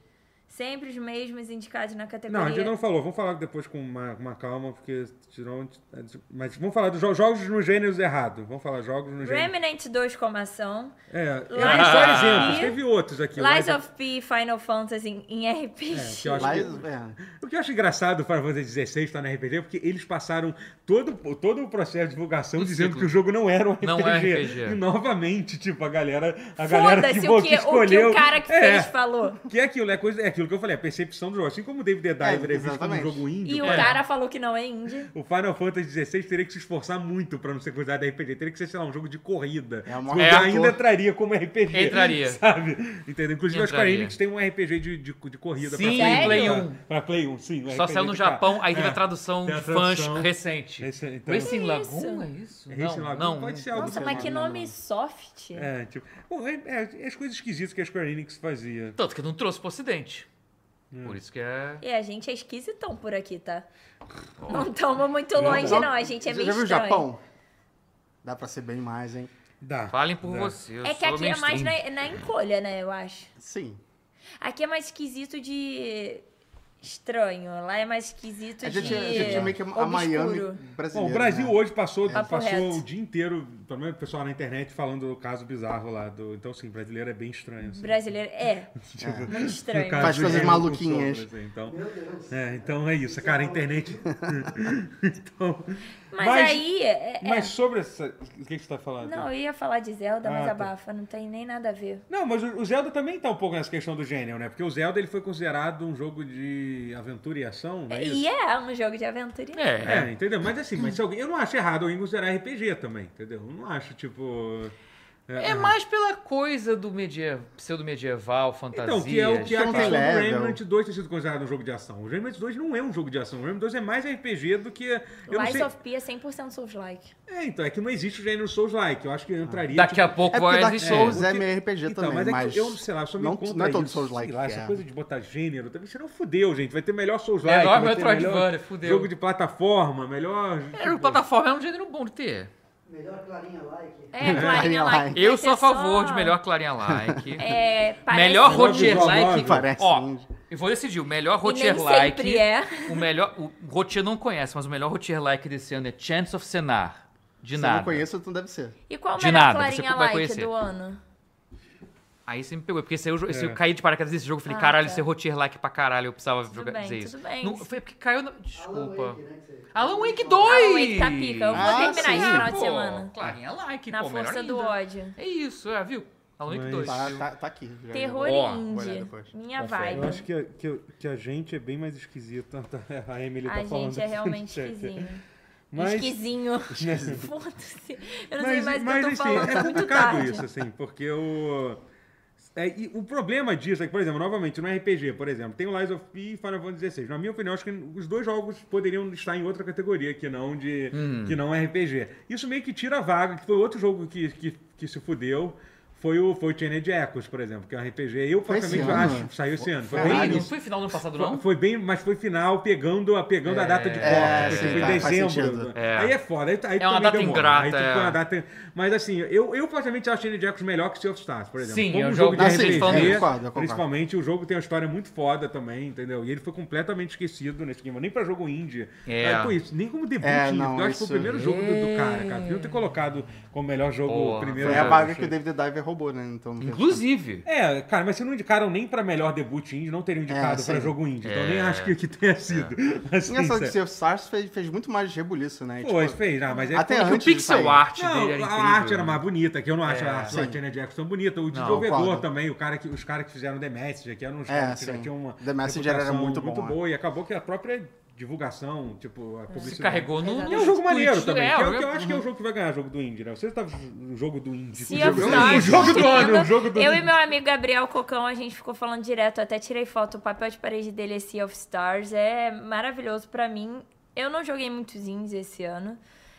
[SPEAKER 1] Sempre os mesmos indicados na categoria.
[SPEAKER 2] Não, a gente não falou. Vamos falar depois com uma, uma calma, porque senão... a gente- a gente- Mas vamos falar dos jo- jogos nos gêneros errado. Vamos falar jogos nos gêneros...
[SPEAKER 1] Remnant 2 como ação.
[SPEAKER 2] É, eu dei
[SPEAKER 1] Lies
[SPEAKER 2] só
[SPEAKER 4] of
[SPEAKER 2] exemplos.
[SPEAKER 1] P.
[SPEAKER 2] Teve outros aqui.
[SPEAKER 1] Lies of P Final Fantasy em, em RPG.
[SPEAKER 2] que eu acho
[SPEAKER 3] Lá,
[SPEAKER 2] que-
[SPEAKER 3] é.
[SPEAKER 2] O que eu acho engraçado para fazer 16 estar na RPG, é porque eles passaram todo, todo o processo de divulgação
[SPEAKER 4] O
[SPEAKER 2] dizendo
[SPEAKER 4] ciclo.
[SPEAKER 2] que o jogo não era um RPG.
[SPEAKER 4] Não é RPG.
[SPEAKER 2] E novamente, tipo, a galera, a galera que,
[SPEAKER 1] Foda-se o,
[SPEAKER 2] vo-
[SPEAKER 1] que,
[SPEAKER 2] que
[SPEAKER 1] o que
[SPEAKER 2] escolheu.
[SPEAKER 1] o cara que
[SPEAKER 2] é,
[SPEAKER 1] fez falou.
[SPEAKER 2] Que é aquilo, é, coisa, é aquilo que eu falei, a percepção do jogo. Assim como o David the Diver é, visto como um
[SPEAKER 3] exatamente.
[SPEAKER 2] jogo índio.
[SPEAKER 1] E o
[SPEAKER 4] É.
[SPEAKER 1] cara falou que não é indie.
[SPEAKER 2] O Final Fantasy XVI teria que se esforçar muito pra não ser considerado RPG. Teria que ser, sei lá, um jogo de corrida.
[SPEAKER 3] É uma-
[SPEAKER 2] que
[SPEAKER 4] É.
[SPEAKER 2] ainda entraria como RPG.
[SPEAKER 4] Entraria.
[SPEAKER 2] Sabe? Entendeu? Inclusive, a Square
[SPEAKER 4] Entraria.
[SPEAKER 2] Enix tem um RPG de, de, de corrida
[SPEAKER 4] Sim,
[SPEAKER 2] pra um.
[SPEAKER 1] Sério?
[SPEAKER 4] Play 1.
[SPEAKER 2] Pra Play 1, sim. um
[SPEAKER 4] Só
[SPEAKER 2] RPG
[SPEAKER 4] saiu no
[SPEAKER 2] de carro.
[SPEAKER 4] Japão, aí teve
[SPEAKER 2] É.
[SPEAKER 4] a tradução
[SPEAKER 2] Tem a
[SPEAKER 4] de fãs
[SPEAKER 2] tradução.
[SPEAKER 3] Tipo,
[SPEAKER 4] recente.
[SPEAKER 2] Esse- então-
[SPEAKER 4] Racing
[SPEAKER 1] Que isso?
[SPEAKER 4] Lagoon, é isso?
[SPEAKER 2] Racing
[SPEAKER 4] Não,
[SPEAKER 2] Lagoon
[SPEAKER 4] não.
[SPEAKER 2] pode ser
[SPEAKER 4] não.
[SPEAKER 2] algo
[SPEAKER 1] Nossa,
[SPEAKER 2] que-
[SPEAKER 1] mas que
[SPEAKER 3] não, não,
[SPEAKER 1] nome soft.
[SPEAKER 2] É, tipo. Bom, é, é, é as coisas esquisitas que a Square Enix fazia.
[SPEAKER 4] Tanto que não trouxe pro ocidente.
[SPEAKER 2] Hum.
[SPEAKER 4] Por isso que é...
[SPEAKER 1] E a gente é esquisitão por aqui, tá? Não estamos muito longe,
[SPEAKER 3] Já-
[SPEAKER 1] não. A gente é
[SPEAKER 3] já
[SPEAKER 1] meio
[SPEAKER 3] Já viu o
[SPEAKER 1] estranho.
[SPEAKER 3] Japão? Dá pra ser bem mais, hein?
[SPEAKER 2] Dá.
[SPEAKER 4] Falem por
[SPEAKER 2] dá.
[SPEAKER 4] você, eu
[SPEAKER 1] É que
[SPEAKER 4] sou
[SPEAKER 1] aqui é mais
[SPEAKER 4] mainstream.
[SPEAKER 1] na, na encolha, né, eu acho.
[SPEAKER 3] Sim.
[SPEAKER 1] Aqui é mais esquisito de estranho. Lá é mais esquisito
[SPEAKER 3] A gente,
[SPEAKER 1] de.
[SPEAKER 3] a gente é meio que a
[SPEAKER 1] obscuro.
[SPEAKER 3] Miami
[SPEAKER 2] Bom,
[SPEAKER 3] brasileira.
[SPEAKER 2] o Brasil
[SPEAKER 3] né?
[SPEAKER 2] hoje passou,
[SPEAKER 1] Papo
[SPEAKER 2] passou
[SPEAKER 1] reto.
[SPEAKER 2] o dia inteiro, pelo menos o pessoal na internet, falando do caso bizarro lá. Do, então, sim, brasileiro é bem estranho. assim.
[SPEAKER 1] Brasileiro. É. Muito estranho.
[SPEAKER 2] No caso
[SPEAKER 3] Faz
[SPEAKER 2] do
[SPEAKER 3] coisas
[SPEAKER 2] Jair
[SPEAKER 3] maluquinhas.
[SPEAKER 2] Bolsonaro, assim, Então,
[SPEAKER 5] Meu Deus.
[SPEAKER 2] é, então é isso, cara, a internet. então,
[SPEAKER 1] Mas,
[SPEAKER 2] mas-
[SPEAKER 1] aí. é- é-
[SPEAKER 2] Mas sobre essa. O que que você tá falando?
[SPEAKER 1] Não, eu ia falar de Zelda, mas
[SPEAKER 2] Ah, tá.
[SPEAKER 1] abafa, não tem nem nada a ver.
[SPEAKER 2] Não, mas o o Zelda também tá um pouco nessa questão do gênero, né? Porque o Zelda ele foi considerado um jogo de aventura e ação, não é isso?
[SPEAKER 1] e é um jogo de aventura.
[SPEAKER 4] É,
[SPEAKER 2] É, entendeu? Mas assim, mas se alguém, eu não acho errado alguém considerar RPG também, entendeu? Eu não acho, tipo.
[SPEAKER 4] é, mais pela coisa do medieval, pseudo-medieval, fantasia.
[SPEAKER 2] Então, que é o que é a questão
[SPEAKER 3] Então tem
[SPEAKER 2] do
[SPEAKER 3] level.
[SPEAKER 2] Remnant 2 ter sido considerado um jogo de ação. O Remnant 2 não é um jogo de ação. O Remnant 2 é mais RPG do que. Eu não
[SPEAKER 1] Lies
[SPEAKER 2] sei...
[SPEAKER 1] of P é 100% Souls-like.
[SPEAKER 2] É, então, é que não existe o gênero Souls-like. Eu acho que entraria.
[SPEAKER 4] Daqui a
[SPEAKER 2] tipo-
[SPEAKER 4] pouco
[SPEAKER 3] É porque
[SPEAKER 4] vai
[SPEAKER 3] Dark
[SPEAKER 4] existir.
[SPEAKER 3] Souls
[SPEAKER 2] É,
[SPEAKER 3] é,
[SPEAKER 2] porque-
[SPEAKER 3] meio RPG
[SPEAKER 2] Então,
[SPEAKER 3] também,
[SPEAKER 2] mas,
[SPEAKER 3] mas...
[SPEAKER 2] é que eu, sei lá, só me
[SPEAKER 3] não,
[SPEAKER 2] contra
[SPEAKER 3] não é todo
[SPEAKER 2] isso,
[SPEAKER 3] Souls-like
[SPEAKER 2] sei lá,
[SPEAKER 3] que
[SPEAKER 2] essa
[SPEAKER 3] é.
[SPEAKER 2] coisa de botar gênero, também isso não fudeu, gente. Vai ter melhor Souls-like,
[SPEAKER 4] É, igual
[SPEAKER 2] vai ter
[SPEAKER 4] Metroidvania,
[SPEAKER 2] melhor
[SPEAKER 4] fudeu.
[SPEAKER 2] jogo de plataforma, melhor... tipo,
[SPEAKER 4] É, o plataforma é um gênero bom de ter.
[SPEAKER 5] Melhor clarinha like.
[SPEAKER 1] É,
[SPEAKER 3] Clarinha
[SPEAKER 1] Clarinha Like.
[SPEAKER 3] Like.
[SPEAKER 4] Eu
[SPEAKER 1] Vai
[SPEAKER 4] sou a
[SPEAKER 1] ter
[SPEAKER 4] favor
[SPEAKER 1] só-
[SPEAKER 4] de melhor clarinha like.
[SPEAKER 1] É, parece
[SPEAKER 4] melhor
[SPEAKER 2] Melhor
[SPEAKER 4] rotier
[SPEAKER 2] visual
[SPEAKER 4] like.
[SPEAKER 2] novel.
[SPEAKER 3] Parece
[SPEAKER 4] Ó,
[SPEAKER 3] indie.
[SPEAKER 4] eu vou decidir. O melhor
[SPEAKER 1] um E nem
[SPEAKER 4] rotier like.
[SPEAKER 1] sempre é.
[SPEAKER 4] O melhor. O rotier não conhece, mas o melhor rotier like desse ano é Chance of Senar. De
[SPEAKER 3] Se eu
[SPEAKER 4] nada.
[SPEAKER 3] não conheço, então deve ser.
[SPEAKER 1] E qual é o
[SPEAKER 4] De
[SPEAKER 1] melhor
[SPEAKER 4] nada, você
[SPEAKER 1] Clarinha
[SPEAKER 4] vai
[SPEAKER 1] Like
[SPEAKER 4] conhecer.
[SPEAKER 1] do ano?
[SPEAKER 4] Aí você me pegou, porque esse, eu, esse,
[SPEAKER 2] É.
[SPEAKER 4] eu caí de paraquedas nesse jogo e falei,
[SPEAKER 1] Ah,
[SPEAKER 4] caralho,
[SPEAKER 1] tá.
[SPEAKER 4] esse é rotier like pra caralho, eu precisava
[SPEAKER 1] Tudo
[SPEAKER 4] jogar
[SPEAKER 1] bem,
[SPEAKER 4] dizer
[SPEAKER 1] tudo
[SPEAKER 4] isso.
[SPEAKER 1] bem. Tá
[SPEAKER 4] Não, foi porque caiu. na-
[SPEAKER 5] Alan Wake,
[SPEAKER 4] Desculpa.
[SPEAKER 5] né, que você-
[SPEAKER 4] Alan Wake 2!
[SPEAKER 1] Alan Wake tá pica. Eu vou
[SPEAKER 3] Ah,
[SPEAKER 1] terminar
[SPEAKER 3] sim.
[SPEAKER 1] esse final de
[SPEAKER 4] pô,
[SPEAKER 1] semana.
[SPEAKER 4] Clarinha like,
[SPEAKER 1] Na
[SPEAKER 4] pô, melhor
[SPEAKER 1] força do
[SPEAKER 4] ainda.
[SPEAKER 1] ódio.
[SPEAKER 4] É isso, é, viu? Alan Wake
[SPEAKER 2] Mas-
[SPEAKER 4] 2.
[SPEAKER 3] Tá, tá, tá aqui. já.
[SPEAKER 1] Terror
[SPEAKER 4] Ó,
[SPEAKER 3] vou olhar
[SPEAKER 1] indie.
[SPEAKER 3] depois.
[SPEAKER 1] Minha
[SPEAKER 4] Confere.
[SPEAKER 2] Eu
[SPEAKER 1] vibe.
[SPEAKER 2] acho que, a- que, eu- que a gente é bem mais esquisita. A Emily tá
[SPEAKER 1] A
[SPEAKER 2] falando.
[SPEAKER 1] gente é
[SPEAKER 2] aqui no
[SPEAKER 1] realmente
[SPEAKER 2] chat.
[SPEAKER 1] esquisinho.
[SPEAKER 2] Mas,
[SPEAKER 1] Esquisinho.
[SPEAKER 2] Esquisinho.
[SPEAKER 1] Foda-se. Eu não sei mais o que eu
[SPEAKER 2] mas,
[SPEAKER 1] tô
[SPEAKER 2] assim,
[SPEAKER 1] falando,
[SPEAKER 2] é
[SPEAKER 1] tá muito
[SPEAKER 2] complicado
[SPEAKER 1] tarde.
[SPEAKER 2] isso, assim, porque o... É, e o problema disso é que, por exemplo, novamente, no RPG, por exemplo, tem o Lies of P e Final Fantasy XVI. Na minha opinião, acho que os dois jogos poderiam estar em outra categoria que não de que não é RPG. Isso meio que tira a vaga, que foi outro jogo que, que, que se fudeu. Foi o, foi o Chained Echoes, por exemplo, que é um RPG. Eu,
[SPEAKER 3] Foi esse
[SPEAKER 2] francamente,
[SPEAKER 3] ano?
[SPEAKER 2] acho. Saiu esse ano. Foi
[SPEAKER 3] Caralho,
[SPEAKER 2] bem
[SPEAKER 4] Ih,
[SPEAKER 2] no
[SPEAKER 4] não foi final do ano passado, não?
[SPEAKER 2] foi um bem, mas foi final pegando, a- pegando a data de corte,
[SPEAKER 3] É,
[SPEAKER 2] porque
[SPEAKER 3] sim,
[SPEAKER 2] foi em
[SPEAKER 3] tá, faz
[SPEAKER 2] dezembro.
[SPEAKER 3] sentido.
[SPEAKER 2] Aí é foda. Aí, aí
[SPEAKER 4] É uma
[SPEAKER 2] também
[SPEAKER 4] data
[SPEAKER 2] demora.
[SPEAKER 4] ingrata,
[SPEAKER 2] Aí, tipo,
[SPEAKER 4] é.
[SPEAKER 2] uma data- Mas assim, eu, eu particularmente acho Shane Jackson melhor que Sea of Stars, por exemplo.
[SPEAKER 4] Sim,
[SPEAKER 2] Como
[SPEAKER 4] é um
[SPEAKER 2] um
[SPEAKER 4] jogo
[SPEAKER 2] jogo de
[SPEAKER 4] Ah,
[SPEAKER 3] sim,
[SPEAKER 2] RPG,
[SPEAKER 3] falando- eu concordo, eu concordo.
[SPEAKER 2] principalmente, o jogo tem uma história muito foda também, entendeu? E ele foi completamente esquecido nesse game, nem pra jogo indie.
[SPEAKER 4] É.
[SPEAKER 2] Aí, pô, isso, nem como debut
[SPEAKER 3] É,
[SPEAKER 2] indie,
[SPEAKER 3] não,
[SPEAKER 2] eu acho que foi o
[SPEAKER 3] isso-
[SPEAKER 2] primeiro jogo do, do cara,
[SPEAKER 4] É.
[SPEAKER 2] cara. Podiam ter colocado como melhor jogo,
[SPEAKER 4] Porra,
[SPEAKER 2] primeiro
[SPEAKER 3] Foi
[SPEAKER 4] É,
[SPEAKER 3] a
[SPEAKER 2] jogo,
[SPEAKER 3] vaga
[SPEAKER 2] achei.
[SPEAKER 3] que o David Diver roubou, né? Então, não
[SPEAKER 4] Inclusive.
[SPEAKER 2] É, cara, mas se não indicaram nem pra melhor debut indie, não teriam indicado
[SPEAKER 3] É, sim.
[SPEAKER 2] pra jogo indie. Então
[SPEAKER 4] É.
[SPEAKER 2] nem acho que, que tenha sido. Assim,
[SPEAKER 3] Engraçado
[SPEAKER 2] sério.
[SPEAKER 3] que o Sea of Stars fez, fez muito mais rebuliço, né? E,
[SPEAKER 2] Pô,
[SPEAKER 3] tipo,
[SPEAKER 2] fez, ah, mas é
[SPEAKER 3] até
[SPEAKER 2] porque-
[SPEAKER 4] O
[SPEAKER 3] antes de
[SPEAKER 4] pixel
[SPEAKER 3] sair.
[SPEAKER 4] art
[SPEAKER 2] Não,
[SPEAKER 4] dele era incrível.
[SPEAKER 2] a arte era
[SPEAKER 4] né?
[SPEAKER 2] mais bonita, que eu não acho a arte da
[SPEAKER 3] É, sim.
[SPEAKER 2] Tina Jackson bonita. O
[SPEAKER 3] concordo.
[SPEAKER 2] desenvolvedor também, o cara que, os caras que fizeram The Messenger, que eram uns
[SPEAKER 3] É,
[SPEAKER 2] caras que já
[SPEAKER 3] sim.
[SPEAKER 2] tinham uma.
[SPEAKER 3] The Messenger era
[SPEAKER 2] reputação
[SPEAKER 3] muito bom, é.
[SPEAKER 2] boa. E acabou que a própria divulgação, tipo, a publicidade.
[SPEAKER 4] Se carregou no.
[SPEAKER 2] E é um
[SPEAKER 4] nos
[SPEAKER 2] jogo
[SPEAKER 4] tweets
[SPEAKER 2] maneiro
[SPEAKER 4] do-
[SPEAKER 2] também,
[SPEAKER 4] é,
[SPEAKER 2] que, é, o
[SPEAKER 1] né?
[SPEAKER 2] que eu acho que é o jogo que vai ganhar jogo do Indie, né? Você tá no jogo do Indie.
[SPEAKER 1] Uhum. Sea of
[SPEAKER 2] Tipo, o jogo,
[SPEAKER 1] Stars,
[SPEAKER 2] o jogo do ano, o jogo do
[SPEAKER 1] Eu
[SPEAKER 2] ano.
[SPEAKER 1] e meu amigo Gabriel Cocão, a gente ficou falando direto, eu até tirei foto, o papel de parede dele é Sea of Stars, é maravilhoso pra mim. Eu não joguei muitos indies esse ano.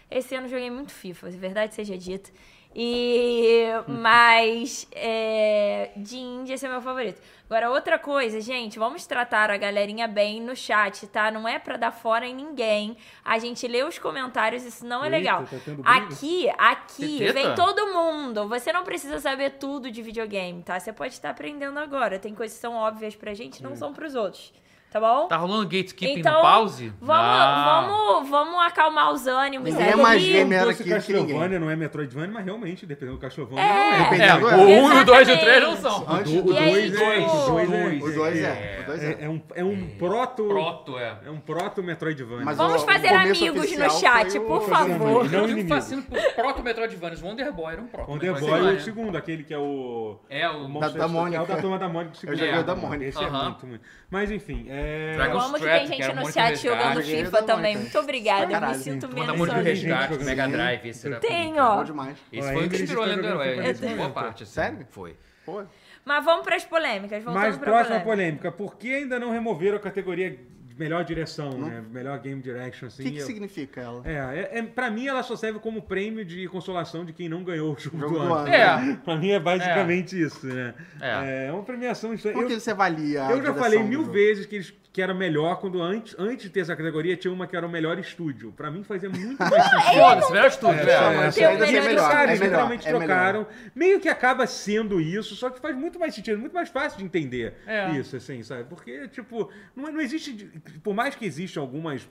[SPEAKER 1] Esse ano eu joguei muito FIFA, de verdade seja dita. E mas é, de indie esse é meu favorito. Agora outra coisa, gente, vamos tratar a galerinha bem no chat, tá? Não é pra dar fora em ninguém. A gente lê os comentários, isso não é
[SPEAKER 2] Eita,
[SPEAKER 1] legal.
[SPEAKER 2] tá tendo briga?
[SPEAKER 1] aqui, aqui
[SPEAKER 4] Tem treta?
[SPEAKER 1] vem todo todo mundo. Você não precisa saber tudo de videogame, tá? Você pode estar aprendendo agora. Tem coisas que são óbvias pra gente, não são pros outros. Tá bom?
[SPEAKER 4] Hum. Tá rolando gatekeeping
[SPEAKER 1] Então,
[SPEAKER 4] no pause?
[SPEAKER 1] Vamos,
[SPEAKER 4] Ah.
[SPEAKER 1] vamos, vamos acalmar os ânimos.
[SPEAKER 3] Ninguém
[SPEAKER 1] aí.
[SPEAKER 3] é mais
[SPEAKER 1] Ih,
[SPEAKER 3] gamer
[SPEAKER 2] Perguntou
[SPEAKER 3] era
[SPEAKER 2] se
[SPEAKER 3] aqui que
[SPEAKER 2] Castlevania
[SPEAKER 3] ninguém.
[SPEAKER 2] não é Metroidvania, mas realmente, dependendo do Castlevania, não é.
[SPEAKER 3] Dependendo
[SPEAKER 4] É,
[SPEAKER 3] do-
[SPEAKER 4] o 1 e o 2 e o 3 não
[SPEAKER 1] Exatamente.
[SPEAKER 4] são.
[SPEAKER 2] O
[SPEAKER 3] Antes
[SPEAKER 2] do-
[SPEAKER 3] do
[SPEAKER 2] o
[SPEAKER 1] E aí,
[SPEAKER 2] dois é- o
[SPEAKER 1] tipo,
[SPEAKER 2] dois é-
[SPEAKER 4] dois,
[SPEAKER 3] O 2 é. O 2 é.
[SPEAKER 2] É, é um, é um proto.
[SPEAKER 4] Proto, é.
[SPEAKER 2] É um proto Metroidvania.
[SPEAKER 3] Mas
[SPEAKER 1] Vamos
[SPEAKER 3] o-
[SPEAKER 1] fazer
[SPEAKER 3] o começo
[SPEAKER 1] amigos no
[SPEAKER 3] oficial
[SPEAKER 1] chat,
[SPEAKER 3] foi o-
[SPEAKER 1] por
[SPEAKER 3] foi o
[SPEAKER 1] favor.
[SPEAKER 2] Metroidvania. Não
[SPEAKER 4] eu digo
[SPEAKER 2] inimigo.
[SPEAKER 4] fascino por proto Metroidvania. Wonder Boy era um proto.
[SPEAKER 2] Onde é boy,
[SPEAKER 4] Metroidvania.
[SPEAKER 2] o segundo, aquele que é o.
[SPEAKER 4] É, o
[SPEAKER 2] Monster
[SPEAKER 3] da Mônica.
[SPEAKER 2] É o da turma da Mônica. o segundo.
[SPEAKER 4] joguei o
[SPEAKER 2] É,
[SPEAKER 4] da
[SPEAKER 3] Mônica.
[SPEAKER 2] Esse é
[SPEAKER 4] Aham.
[SPEAKER 2] muito, muito. Mas enfim. É...
[SPEAKER 4] Dragon-
[SPEAKER 1] Vamos que
[SPEAKER 4] Strap,
[SPEAKER 1] tem
[SPEAKER 4] que
[SPEAKER 1] gente
[SPEAKER 4] era
[SPEAKER 1] no
[SPEAKER 4] muito
[SPEAKER 1] chat
[SPEAKER 4] resgate.
[SPEAKER 1] jogando
[SPEAKER 3] Joguei
[SPEAKER 1] FIFA
[SPEAKER 3] da
[SPEAKER 1] também.
[SPEAKER 3] Mônica.
[SPEAKER 1] Muito obrigada, me
[SPEAKER 3] Caralho,
[SPEAKER 1] sinto
[SPEAKER 3] gente.
[SPEAKER 1] menos
[SPEAKER 4] Manda muito
[SPEAKER 2] Sony.
[SPEAKER 1] sozinha.
[SPEAKER 4] resgate,
[SPEAKER 2] Sim.
[SPEAKER 4] Mega Drive. Esse era
[SPEAKER 1] Tem,
[SPEAKER 4] bonito.
[SPEAKER 3] Bom
[SPEAKER 1] ó.
[SPEAKER 3] demais.
[SPEAKER 4] Esse
[SPEAKER 2] Ó,
[SPEAKER 4] foi o que
[SPEAKER 2] Ingrid
[SPEAKER 4] inspirou a
[SPEAKER 2] tá
[SPEAKER 4] Lenda do
[SPEAKER 2] jogando
[SPEAKER 4] Herói.
[SPEAKER 2] FIFA nesse
[SPEAKER 4] Boa
[SPEAKER 2] momento.
[SPEAKER 4] parte. assim.
[SPEAKER 3] Sério?
[SPEAKER 4] Foi.
[SPEAKER 3] Pô.
[SPEAKER 1] Mas vamos pras polêmicas. Voltando
[SPEAKER 2] Mas
[SPEAKER 1] pra
[SPEAKER 2] próxima
[SPEAKER 1] polêmica.
[SPEAKER 2] polêmica. Por que ainda não removeram a categoria de melhor direção, né? Melhor game direction,
[SPEAKER 3] O
[SPEAKER 2] assim.
[SPEAKER 3] que, que
[SPEAKER 2] eu-
[SPEAKER 3] significa ela?
[SPEAKER 2] É, é, é, pra mim ela só serve como prêmio de consolação de quem não ganhou o jogo,
[SPEAKER 3] Jogo
[SPEAKER 2] do,
[SPEAKER 3] do
[SPEAKER 2] ano.
[SPEAKER 3] ano.
[SPEAKER 4] É.
[SPEAKER 2] Pra mim é basicamente isso, né?
[SPEAKER 4] É.
[SPEAKER 2] É, uma premiação estranha.
[SPEAKER 3] Como
[SPEAKER 2] Eu-
[SPEAKER 3] que você avalia a
[SPEAKER 2] Eu já
[SPEAKER 3] direção
[SPEAKER 2] falei
[SPEAKER 3] do
[SPEAKER 2] mil
[SPEAKER 3] jogo?
[SPEAKER 2] vezes que, eles, que era melhor quando antes, antes de ter essa categoria tinha uma que era o melhor estúdio. Pra mim fazia muito mais sentido.
[SPEAKER 4] Foda-se, melhor estúdio.
[SPEAKER 2] É,
[SPEAKER 3] Não,
[SPEAKER 4] é.
[SPEAKER 3] mas
[SPEAKER 1] tem o
[SPEAKER 3] ainda assim
[SPEAKER 1] melhor
[SPEAKER 3] é melhor.
[SPEAKER 2] trocaram,
[SPEAKER 3] é
[SPEAKER 2] eles
[SPEAKER 3] melhor,
[SPEAKER 2] literalmente
[SPEAKER 3] é melhor.
[SPEAKER 2] trocaram. Meio que acaba sendo isso, só que faz muito mais sentido, muito mais fácil de entender
[SPEAKER 4] É.
[SPEAKER 2] isso, assim, sabe? Porque, tipo, não, não existe. de- Por mais que existam algumas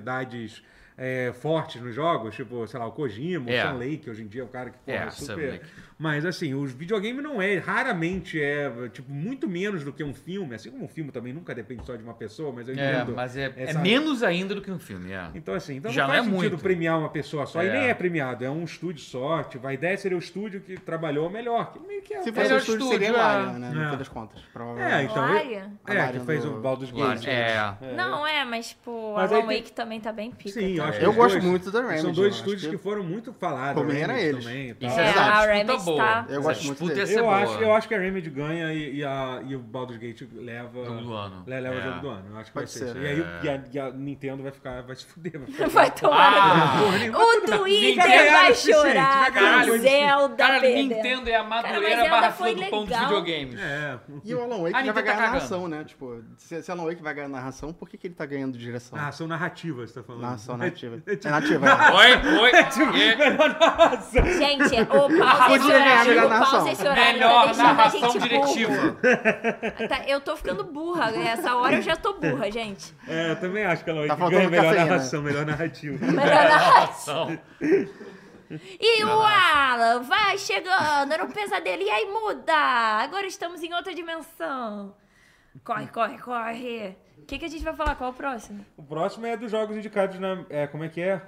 [SPEAKER 2] personalidades. é, fortes nos jogos, tipo, sei lá, o Kojima,
[SPEAKER 4] É.
[SPEAKER 2] o Sam Lake, hoje em dia é o cara que porra,
[SPEAKER 4] É,
[SPEAKER 2] é
[SPEAKER 4] Sam
[SPEAKER 2] super.
[SPEAKER 4] Lake.
[SPEAKER 2] Mas assim, os videogame não é, raramente é, tipo, muito menos do que um filme, assim como um filme também nunca depende só de uma pessoa, mas eu
[SPEAKER 4] É,
[SPEAKER 2] entendo.
[SPEAKER 4] mas é, é
[SPEAKER 2] essa-
[SPEAKER 4] menos ainda do que um filme, é.
[SPEAKER 2] então, assim, então
[SPEAKER 4] Já
[SPEAKER 2] não
[SPEAKER 4] não
[SPEAKER 2] faz
[SPEAKER 4] é
[SPEAKER 2] sentido
[SPEAKER 4] muito.
[SPEAKER 2] premiar uma pessoa só. E
[SPEAKER 4] É.
[SPEAKER 2] nem é premiado, é um estúdio só. Tipo, a ideia seria o estúdio que trabalhou melhor. Que meio que é.
[SPEAKER 3] Se
[SPEAKER 2] é-
[SPEAKER 3] fosse
[SPEAKER 4] Melhor
[SPEAKER 3] um estúdio,
[SPEAKER 4] estúdio,
[SPEAKER 3] seria o
[SPEAKER 4] é.
[SPEAKER 3] Larian, né? No
[SPEAKER 2] É.
[SPEAKER 3] fim das contas,
[SPEAKER 2] É,
[SPEAKER 3] provavelmente.
[SPEAKER 2] então. ele-
[SPEAKER 1] Larian?
[SPEAKER 2] É, que
[SPEAKER 3] Larian
[SPEAKER 2] fez o
[SPEAKER 3] do-
[SPEAKER 2] Baldur's
[SPEAKER 4] Claro,
[SPEAKER 2] Gate.
[SPEAKER 4] é.
[SPEAKER 1] Não, é, mas, tipo,
[SPEAKER 2] Mas aí
[SPEAKER 1] Alan
[SPEAKER 2] tem-
[SPEAKER 1] Wake também tá bem pica.
[SPEAKER 2] Sim, eu
[SPEAKER 1] tá?
[SPEAKER 2] acho que
[SPEAKER 3] Eu
[SPEAKER 2] os
[SPEAKER 3] gosto
[SPEAKER 2] dois-
[SPEAKER 3] muito da
[SPEAKER 2] São
[SPEAKER 3] Remedy, eu
[SPEAKER 2] dois
[SPEAKER 3] acho
[SPEAKER 2] estúdios
[SPEAKER 3] que-
[SPEAKER 2] que foram muito falados.
[SPEAKER 3] Pra mim era
[SPEAKER 2] a Remedy
[SPEAKER 3] eles.
[SPEAKER 2] também e tal.
[SPEAKER 4] Isso
[SPEAKER 1] É,
[SPEAKER 4] é
[SPEAKER 1] a
[SPEAKER 4] verdade.
[SPEAKER 1] Remedy
[SPEAKER 4] Disputa boa.
[SPEAKER 1] tá-
[SPEAKER 3] Eu gosto
[SPEAKER 4] Essa
[SPEAKER 3] muito
[SPEAKER 4] disputa ia
[SPEAKER 3] dele.
[SPEAKER 4] ser
[SPEAKER 2] Eu
[SPEAKER 4] boa.
[SPEAKER 2] acho, eu acho que a Remedy ganha e, e a- e o Baldur's Gate leva
[SPEAKER 4] Jogo do ano.
[SPEAKER 2] le- leva o
[SPEAKER 4] É.
[SPEAKER 2] jogo do ano. Eu acho que vai
[SPEAKER 3] Pode
[SPEAKER 2] ser.
[SPEAKER 3] ser.
[SPEAKER 2] isso. E aí o- e a, e a Nintendo vai ficar, vai se fuder. Vai ficar
[SPEAKER 1] Vai tomar.
[SPEAKER 4] Ah!
[SPEAKER 2] porra nenhuma.
[SPEAKER 1] O
[SPEAKER 4] Vai
[SPEAKER 1] Twitter
[SPEAKER 2] ganhar
[SPEAKER 1] vai
[SPEAKER 2] o suficiente, vai
[SPEAKER 1] chorar.
[SPEAKER 2] ganhar
[SPEAKER 1] Caralho,
[SPEAKER 2] o suficiente.
[SPEAKER 1] Zelda
[SPEAKER 4] Cara,
[SPEAKER 1] perdeu.
[SPEAKER 4] Nintendo é a
[SPEAKER 1] Cara,
[SPEAKER 4] madureira
[SPEAKER 1] mas
[SPEAKER 4] barra
[SPEAKER 1] ela foi
[SPEAKER 4] fila do pão dos
[SPEAKER 1] legal.
[SPEAKER 4] videogames.
[SPEAKER 2] É.
[SPEAKER 3] E o Alan
[SPEAKER 4] A
[SPEAKER 3] Wake já vai
[SPEAKER 4] Nintendo tá
[SPEAKER 3] ganhar
[SPEAKER 4] cagando.
[SPEAKER 3] narração, né? Tipo, se, se Alan Wake vai ganhar narração, por que, que ele tá ganhando direção?
[SPEAKER 2] Narração narrativa, você Ah, tá falando.
[SPEAKER 3] Narração
[SPEAKER 2] É-
[SPEAKER 3] nativa.
[SPEAKER 2] é tipo-
[SPEAKER 3] É nativa, é.
[SPEAKER 4] Oi, oi. É.
[SPEAKER 1] Gente, o pausa esse
[SPEAKER 3] Podia ganhar
[SPEAKER 1] horário,
[SPEAKER 3] melhor
[SPEAKER 1] o pausa
[SPEAKER 3] narração.
[SPEAKER 1] esse horário tá
[SPEAKER 4] Melhor
[SPEAKER 1] deixando a gente
[SPEAKER 4] narração
[SPEAKER 1] burro.
[SPEAKER 4] diretiva.
[SPEAKER 1] Tá, eu tô ficando burra, né? essa hora eu já tô burra, gente.
[SPEAKER 2] É, eu também acho que ela
[SPEAKER 3] Tá
[SPEAKER 2] que
[SPEAKER 3] faltando
[SPEAKER 2] ganha melhor
[SPEAKER 3] cafeína.
[SPEAKER 2] narração, melhor narrativa.
[SPEAKER 1] Melhor narração.
[SPEAKER 4] Ação.
[SPEAKER 1] E o Alan vai chegando no pesadelo, e aí muda. Agora estamos em outra dimensão. Corre, corre, corre. O que, que a gente vai falar? Qual o próximo?
[SPEAKER 2] O próximo é dos jogos indicados na. É, como é que é?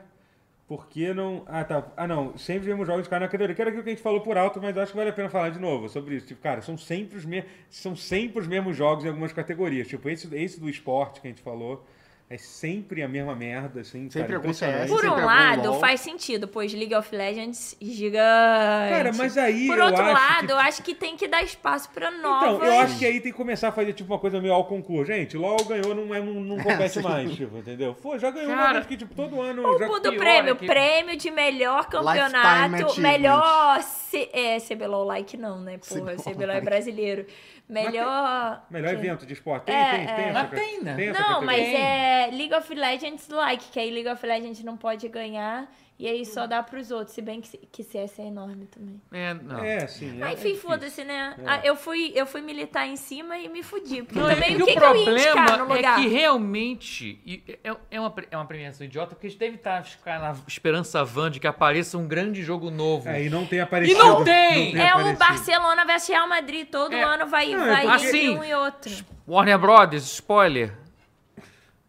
[SPEAKER 2] Por que não. Ah, tá. Ah, não. Sempre vemos jogos indicados na categoria. Que era aquilo que a gente falou por alto, mas acho que vale a pena falar de novo sobre isso. Tipo, cara, são sempre os, me... são sempre os mesmos jogos em algumas categorias. Tipo, esse, esse do esporte que a gente falou. É sempre a mesma merda, assim.
[SPEAKER 3] Sempre
[SPEAKER 2] cara,
[SPEAKER 3] algum
[SPEAKER 2] impressionante.
[SPEAKER 3] CS.
[SPEAKER 1] Por
[SPEAKER 3] sempre
[SPEAKER 1] um
[SPEAKER 3] algum
[SPEAKER 1] lado,
[SPEAKER 3] LOL.
[SPEAKER 1] faz sentido, pois League of Legends gigante.
[SPEAKER 2] Cara, mas aí
[SPEAKER 1] Por
[SPEAKER 2] eu
[SPEAKER 1] outro
[SPEAKER 2] acho
[SPEAKER 1] lado,
[SPEAKER 2] que-
[SPEAKER 1] eu acho que tem que dar espaço pra novas.
[SPEAKER 2] Então, eu acho que aí tem que começar a fazer tipo uma coisa meio ao concurso. Gente, LOL ganhou, não, é- não, não compete
[SPEAKER 3] Sim.
[SPEAKER 2] mais, tipo, entendeu? Pô, já ganhou uma
[SPEAKER 4] Cara,
[SPEAKER 2] vez que, tipo, todo ano. já...
[SPEAKER 1] Muda o
[SPEAKER 4] pior
[SPEAKER 1] prêmio.
[SPEAKER 4] é que-
[SPEAKER 1] Prêmio de melhor campeonato.
[SPEAKER 3] Achievement.
[SPEAKER 1] Melhor. C... É, CBLOL like não, né? Porra,
[SPEAKER 3] CBLOL
[SPEAKER 1] CBLOL é brasileiro. Melhor.
[SPEAKER 2] Melhor
[SPEAKER 1] que-
[SPEAKER 2] evento de esporte. Tem,
[SPEAKER 1] É,
[SPEAKER 2] tem, tem.
[SPEAKER 1] é.
[SPEAKER 2] essa
[SPEAKER 4] Mas
[SPEAKER 2] ca-
[SPEAKER 4] tem, né?
[SPEAKER 2] essa
[SPEAKER 1] Não, mas
[SPEAKER 2] categoria.
[SPEAKER 1] é League of Legends like, que aí League of Legends não pode ganhar. E aí
[SPEAKER 2] Hum.
[SPEAKER 1] só dá pros outros, se bem que, que CS é enorme também.
[SPEAKER 4] É, não.
[SPEAKER 2] É, sim. é-
[SPEAKER 1] Ah,
[SPEAKER 2] é
[SPEAKER 1] enfim,
[SPEAKER 2] difícil.
[SPEAKER 1] foda-se, né?
[SPEAKER 2] É.
[SPEAKER 1] Ah, eu, fui, eu fui militar em cima e me fudi. Porque
[SPEAKER 4] Não, é
[SPEAKER 1] também
[SPEAKER 4] porque
[SPEAKER 1] o que,
[SPEAKER 4] o
[SPEAKER 1] que eu ia indicar no
[SPEAKER 4] problema
[SPEAKER 1] lugar?
[SPEAKER 4] é que realmente e é, é uma, pre- é uma premiação idiota, porque a gente deve estar ficar na esperança van de que apareça um grande jogo novo.
[SPEAKER 2] É, e não tem aparecido.
[SPEAKER 4] não tem!
[SPEAKER 1] É o
[SPEAKER 2] aparecido.
[SPEAKER 1] Barcelona versus Real Madrid. Todo
[SPEAKER 4] É.
[SPEAKER 1] ano vai,
[SPEAKER 2] Não, é
[SPEAKER 1] vai
[SPEAKER 4] porque-
[SPEAKER 1] entre
[SPEAKER 4] Assim,
[SPEAKER 1] um e outro.
[SPEAKER 4] Warner Brothers, spoiler.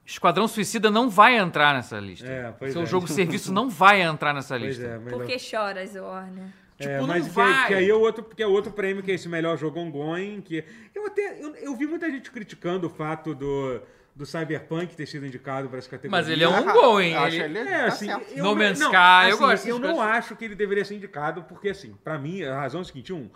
[SPEAKER 4] Esquadrão Suicida não vai entrar nessa lista.
[SPEAKER 2] É, pois
[SPEAKER 4] Seu
[SPEAKER 2] é.
[SPEAKER 4] jogo serviço não vai entrar nessa
[SPEAKER 2] Pois é,
[SPEAKER 4] lista.
[SPEAKER 2] mas
[SPEAKER 1] Porque choras, Warner.
[SPEAKER 2] É,
[SPEAKER 4] Tipo, não
[SPEAKER 2] mas que-
[SPEAKER 4] vai.
[SPEAKER 2] Que, aí é o outro, que é outro prêmio, que é esse melhor jogo ongoing, que eu até eu, eu vi muita gente criticando o fato do, do Cyberpunk ter sido indicado para essa categoria.
[SPEAKER 4] Mas ele é um gol, hein?
[SPEAKER 3] Eu acho
[SPEAKER 4] Ele-
[SPEAKER 3] ele
[SPEAKER 2] É,
[SPEAKER 3] tá
[SPEAKER 2] assim,
[SPEAKER 3] certo.
[SPEAKER 2] eu
[SPEAKER 4] No
[SPEAKER 2] não-
[SPEAKER 4] Man's
[SPEAKER 2] não,
[SPEAKER 4] Sky,
[SPEAKER 2] assim,
[SPEAKER 4] eu gosto
[SPEAKER 2] Eu
[SPEAKER 4] dessas
[SPEAKER 2] não
[SPEAKER 4] coisas.
[SPEAKER 2] acho que ele deveria ser indicado, porque assim, pra mim, a razão é a seguinte, um,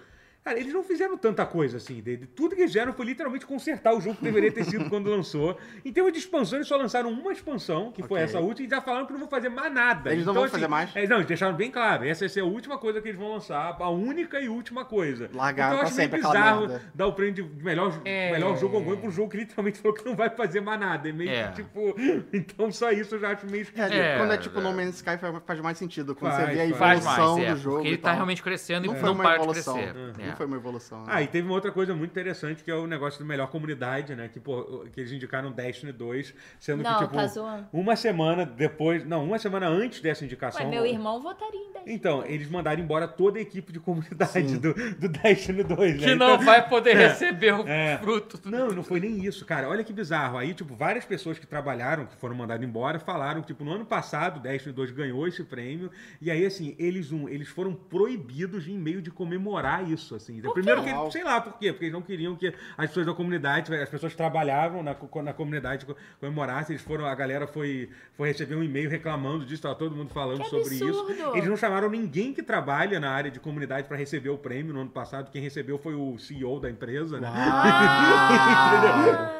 [SPEAKER 2] cara, eles não fizeram tanta coisa assim, de, de- tudo que eles fizeram foi literalmente consertar o jogo que deveria ter sido quando lançou. Em termos de expansão, eles só lançaram uma expansão, que foi
[SPEAKER 3] Ok.
[SPEAKER 2] essa última, e já falaram que não vão fazer mais nada.
[SPEAKER 3] Eles não vão fazer mais?
[SPEAKER 2] é, não, eles deixaram bem claro, essa vai ser a última coisa que eles vão lançar, a única e última coisa.
[SPEAKER 3] Largaram
[SPEAKER 2] então, eu
[SPEAKER 3] pra
[SPEAKER 2] acho meio
[SPEAKER 3] sempre aquela
[SPEAKER 2] bizarro
[SPEAKER 3] merda.
[SPEAKER 2] dar o prêmio de de melhor, jo-
[SPEAKER 4] É.
[SPEAKER 2] melhor jogo ongoing pro jogo que literalmente falou que não vai fazer mais nada. É meio
[SPEAKER 4] É.
[SPEAKER 2] que, tipo, então só isso eu já acho meio esquisito.
[SPEAKER 3] É,
[SPEAKER 4] É,
[SPEAKER 3] quando é tipo
[SPEAKER 4] é.
[SPEAKER 3] No Man's Sky faz- faz mais sentido. Quando
[SPEAKER 2] Faz,
[SPEAKER 3] você vê a
[SPEAKER 4] Faz
[SPEAKER 2] faz.
[SPEAKER 3] evolução
[SPEAKER 4] mais, é.
[SPEAKER 3] do jogo.
[SPEAKER 4] porque ele
[SPEAKER 3] e
[SPEAKER 4] tá
[SPEAKER 3] tal.
[SPEAKER 4] realmente crescendo
[SPEAKER 3] Não
[SPEAKER 4] e
[SPEAKER 3] foi
[SPEAKER 4] não
[SPEAKER 3] uma
[SPEAKER 4] para de
[SPEAKER 3] evolução.
[SPEAKER 4] crescer. É.
[SPEAKER 3] Não foi uma evolução. né?
[SPEAKER 2] Ah, e teve uma outra coisa muito interessante que é o negócio do melhor comunidade, né? Que, pô, que eles indicaram Destiny 2, sendo
[SPEAKER 1] Não,
[SPEAKER 2] que, tipo,
[SPEAKER 1] tá zoando.
[SPEAKER 2] uma semana depois. Não, uma semana antes dessa
[SPEAKER 3] Tá
[SPEAKER 2] indicação.
[SPEAKER 1] Ué,
[SPEAKER 3] um.
[SPEAKER 1] meu irmão votaria em 10.
[SPEAKER 2] Então, eles mandaram embora toda a equipe de comunidade do, do Destiny 2, né?
[SPEAKER 4] Que
[SPEAKER 2] Então-
[SPEAKER 4] não vai poder receber o
[SPEAKER 2] É.
[SPEAKER 4] fruto. do-
[SPEAKER 2] Não, não foi nem isso, cara. Olha que bizarro. Aí, tipo, várias pessoas que trabalharam, que foram mandadas embora, falaram que, tipo, no ano passado, Destiny 2 ganhou esse prêmio. E aí, assim, eles, um, eles foram proibidos em meio de comemorar isso, assim. Primeiro que,
[SPEAKER 3] Uau.
[SPEAKER 2] sei lá por quê, porque eles não queriam que as pessoas da comunidade, as pessoas que trabalhavam na, co- na comunidade co- comemorassem. Eles foram, a galera foi, foi receber um e-mail reclamando disso, tava todo mundo falando
[SPEAKER 1] Que
[SPEAKER 2] sobre isso.
[SPEAKER 1] absurdo!
[SPEAKER 2] Eles não chamaram ninguém que trabalha na área de comunidade para receber o prêmio no ano passado. Quem recebeu foi o CEO da empresa, né?
[SPEAKER 1] Ah,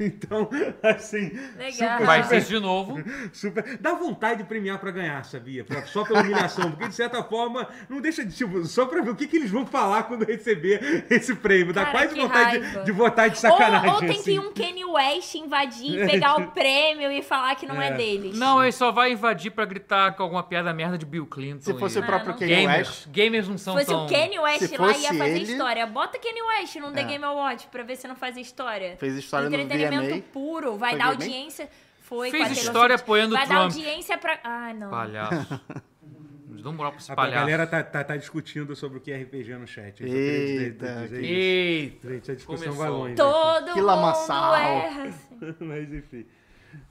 [SPEAKER 2] Então, assim,
[SPEAKER 1] legal.
[SPEAKER 4] Vai ser isso de novo.
[SPEAKER 2] super. Dá vontade de premiar pra ganhar, sabia? Pra- só pela humilhação. Porque, de certa forma, não deixa de. Tipo, só pra ver o que, que eles vão falar quando receber esse prêmio. Dá
[SPEAKER 1] Cara,
[SPEAKER 2] quase
[SPEAKER 1] que
[SPEAKER 2] vontade de,
[SPEAKER 1] raiva.
[SPEAKER 2] de votar de sacanagem.
[SPEAKER 1] ou, ou tem que
[SPEAKER 2] assim.
[SPEAKER 1] ir um Kanye West invadir, pegar o prêmio e falar que não é,
[SPEAKER 2] É.
[SPEAKER 1] deles.
[SPEAKER 4] Não, ele só vai invadir pra gritar com alguma piada merda de Bill Clinton.
[SPEAKER 3] Se fosse
[SPEAKER 4] e-
[SPEAKER 3] o próprio
[SPEAKER 1] não.
[SPEAKER 3] Kanye West,
[SPEAKER 4] gamers. Gamers não são
[SPEAKER 1] Se fosse
[SPEAKER 4] tão...
[SPEAKER 1] o Kanye West
[SPEAKER 3] Se
[SPEAKER 1] lá, ia
[SPEAKER 3] fosse
[SPEAKER 1] fazer
[SPEAKER 3] ele-
[SPEAKER 1] história. Bota Kanye West no The
[SPEAKER 3] É.
[SPEAKER 1] Game Awards pra ver se não faz história.
[SPEAKER 3] Fez história no
[SPEAKER 1] Entretenimento
[SPEAKER 3] VMA.
[SPEAKER 1] puro, vai
[SPEAKER 3] Foi
[SPEAKER 1] dar
[SPEAKER 3] VMA?
[SPEAKER 1] audiência. Foi
[SPEAKER 4] Fez
[SPEAKER 1] com a Taylor
[SPEAKER 4] história
[SPEAKER 1] Swift.
[SPEAKER 4] apoiando
[SPEAKER 1] Vai dar
[SPEAKER 4] Trump.
[SPEAKER 1] audiência pra. Ah, não.
[SPEAKER 4] Palhaço. Nos dá um moral pra esse
[SPEAKER 2] A,
[SPEAKER 4] palhaço.
[SPEAKER 2] galera tá, tá, tá discutindo sobre o que é RPG no chat. Eu só queria dizer-
[SPEAKER 3] Eita,
[SPEAKER 2] dizer isso.
[SPEAKER 4] Eita.
[SPEAKER 2] Gente, a discussão
[SPEAKER 4] Começou.
[SPEAKER 2] vai longe.
[SPEAKER 1] Todo
[SPEAKER 3] Que
[SPEAKER 1] mundo
[SPEAKER 3] lamaçal.
[SPEAKER 1] erra. assim.
[SPEAKER 2] Mas enfim.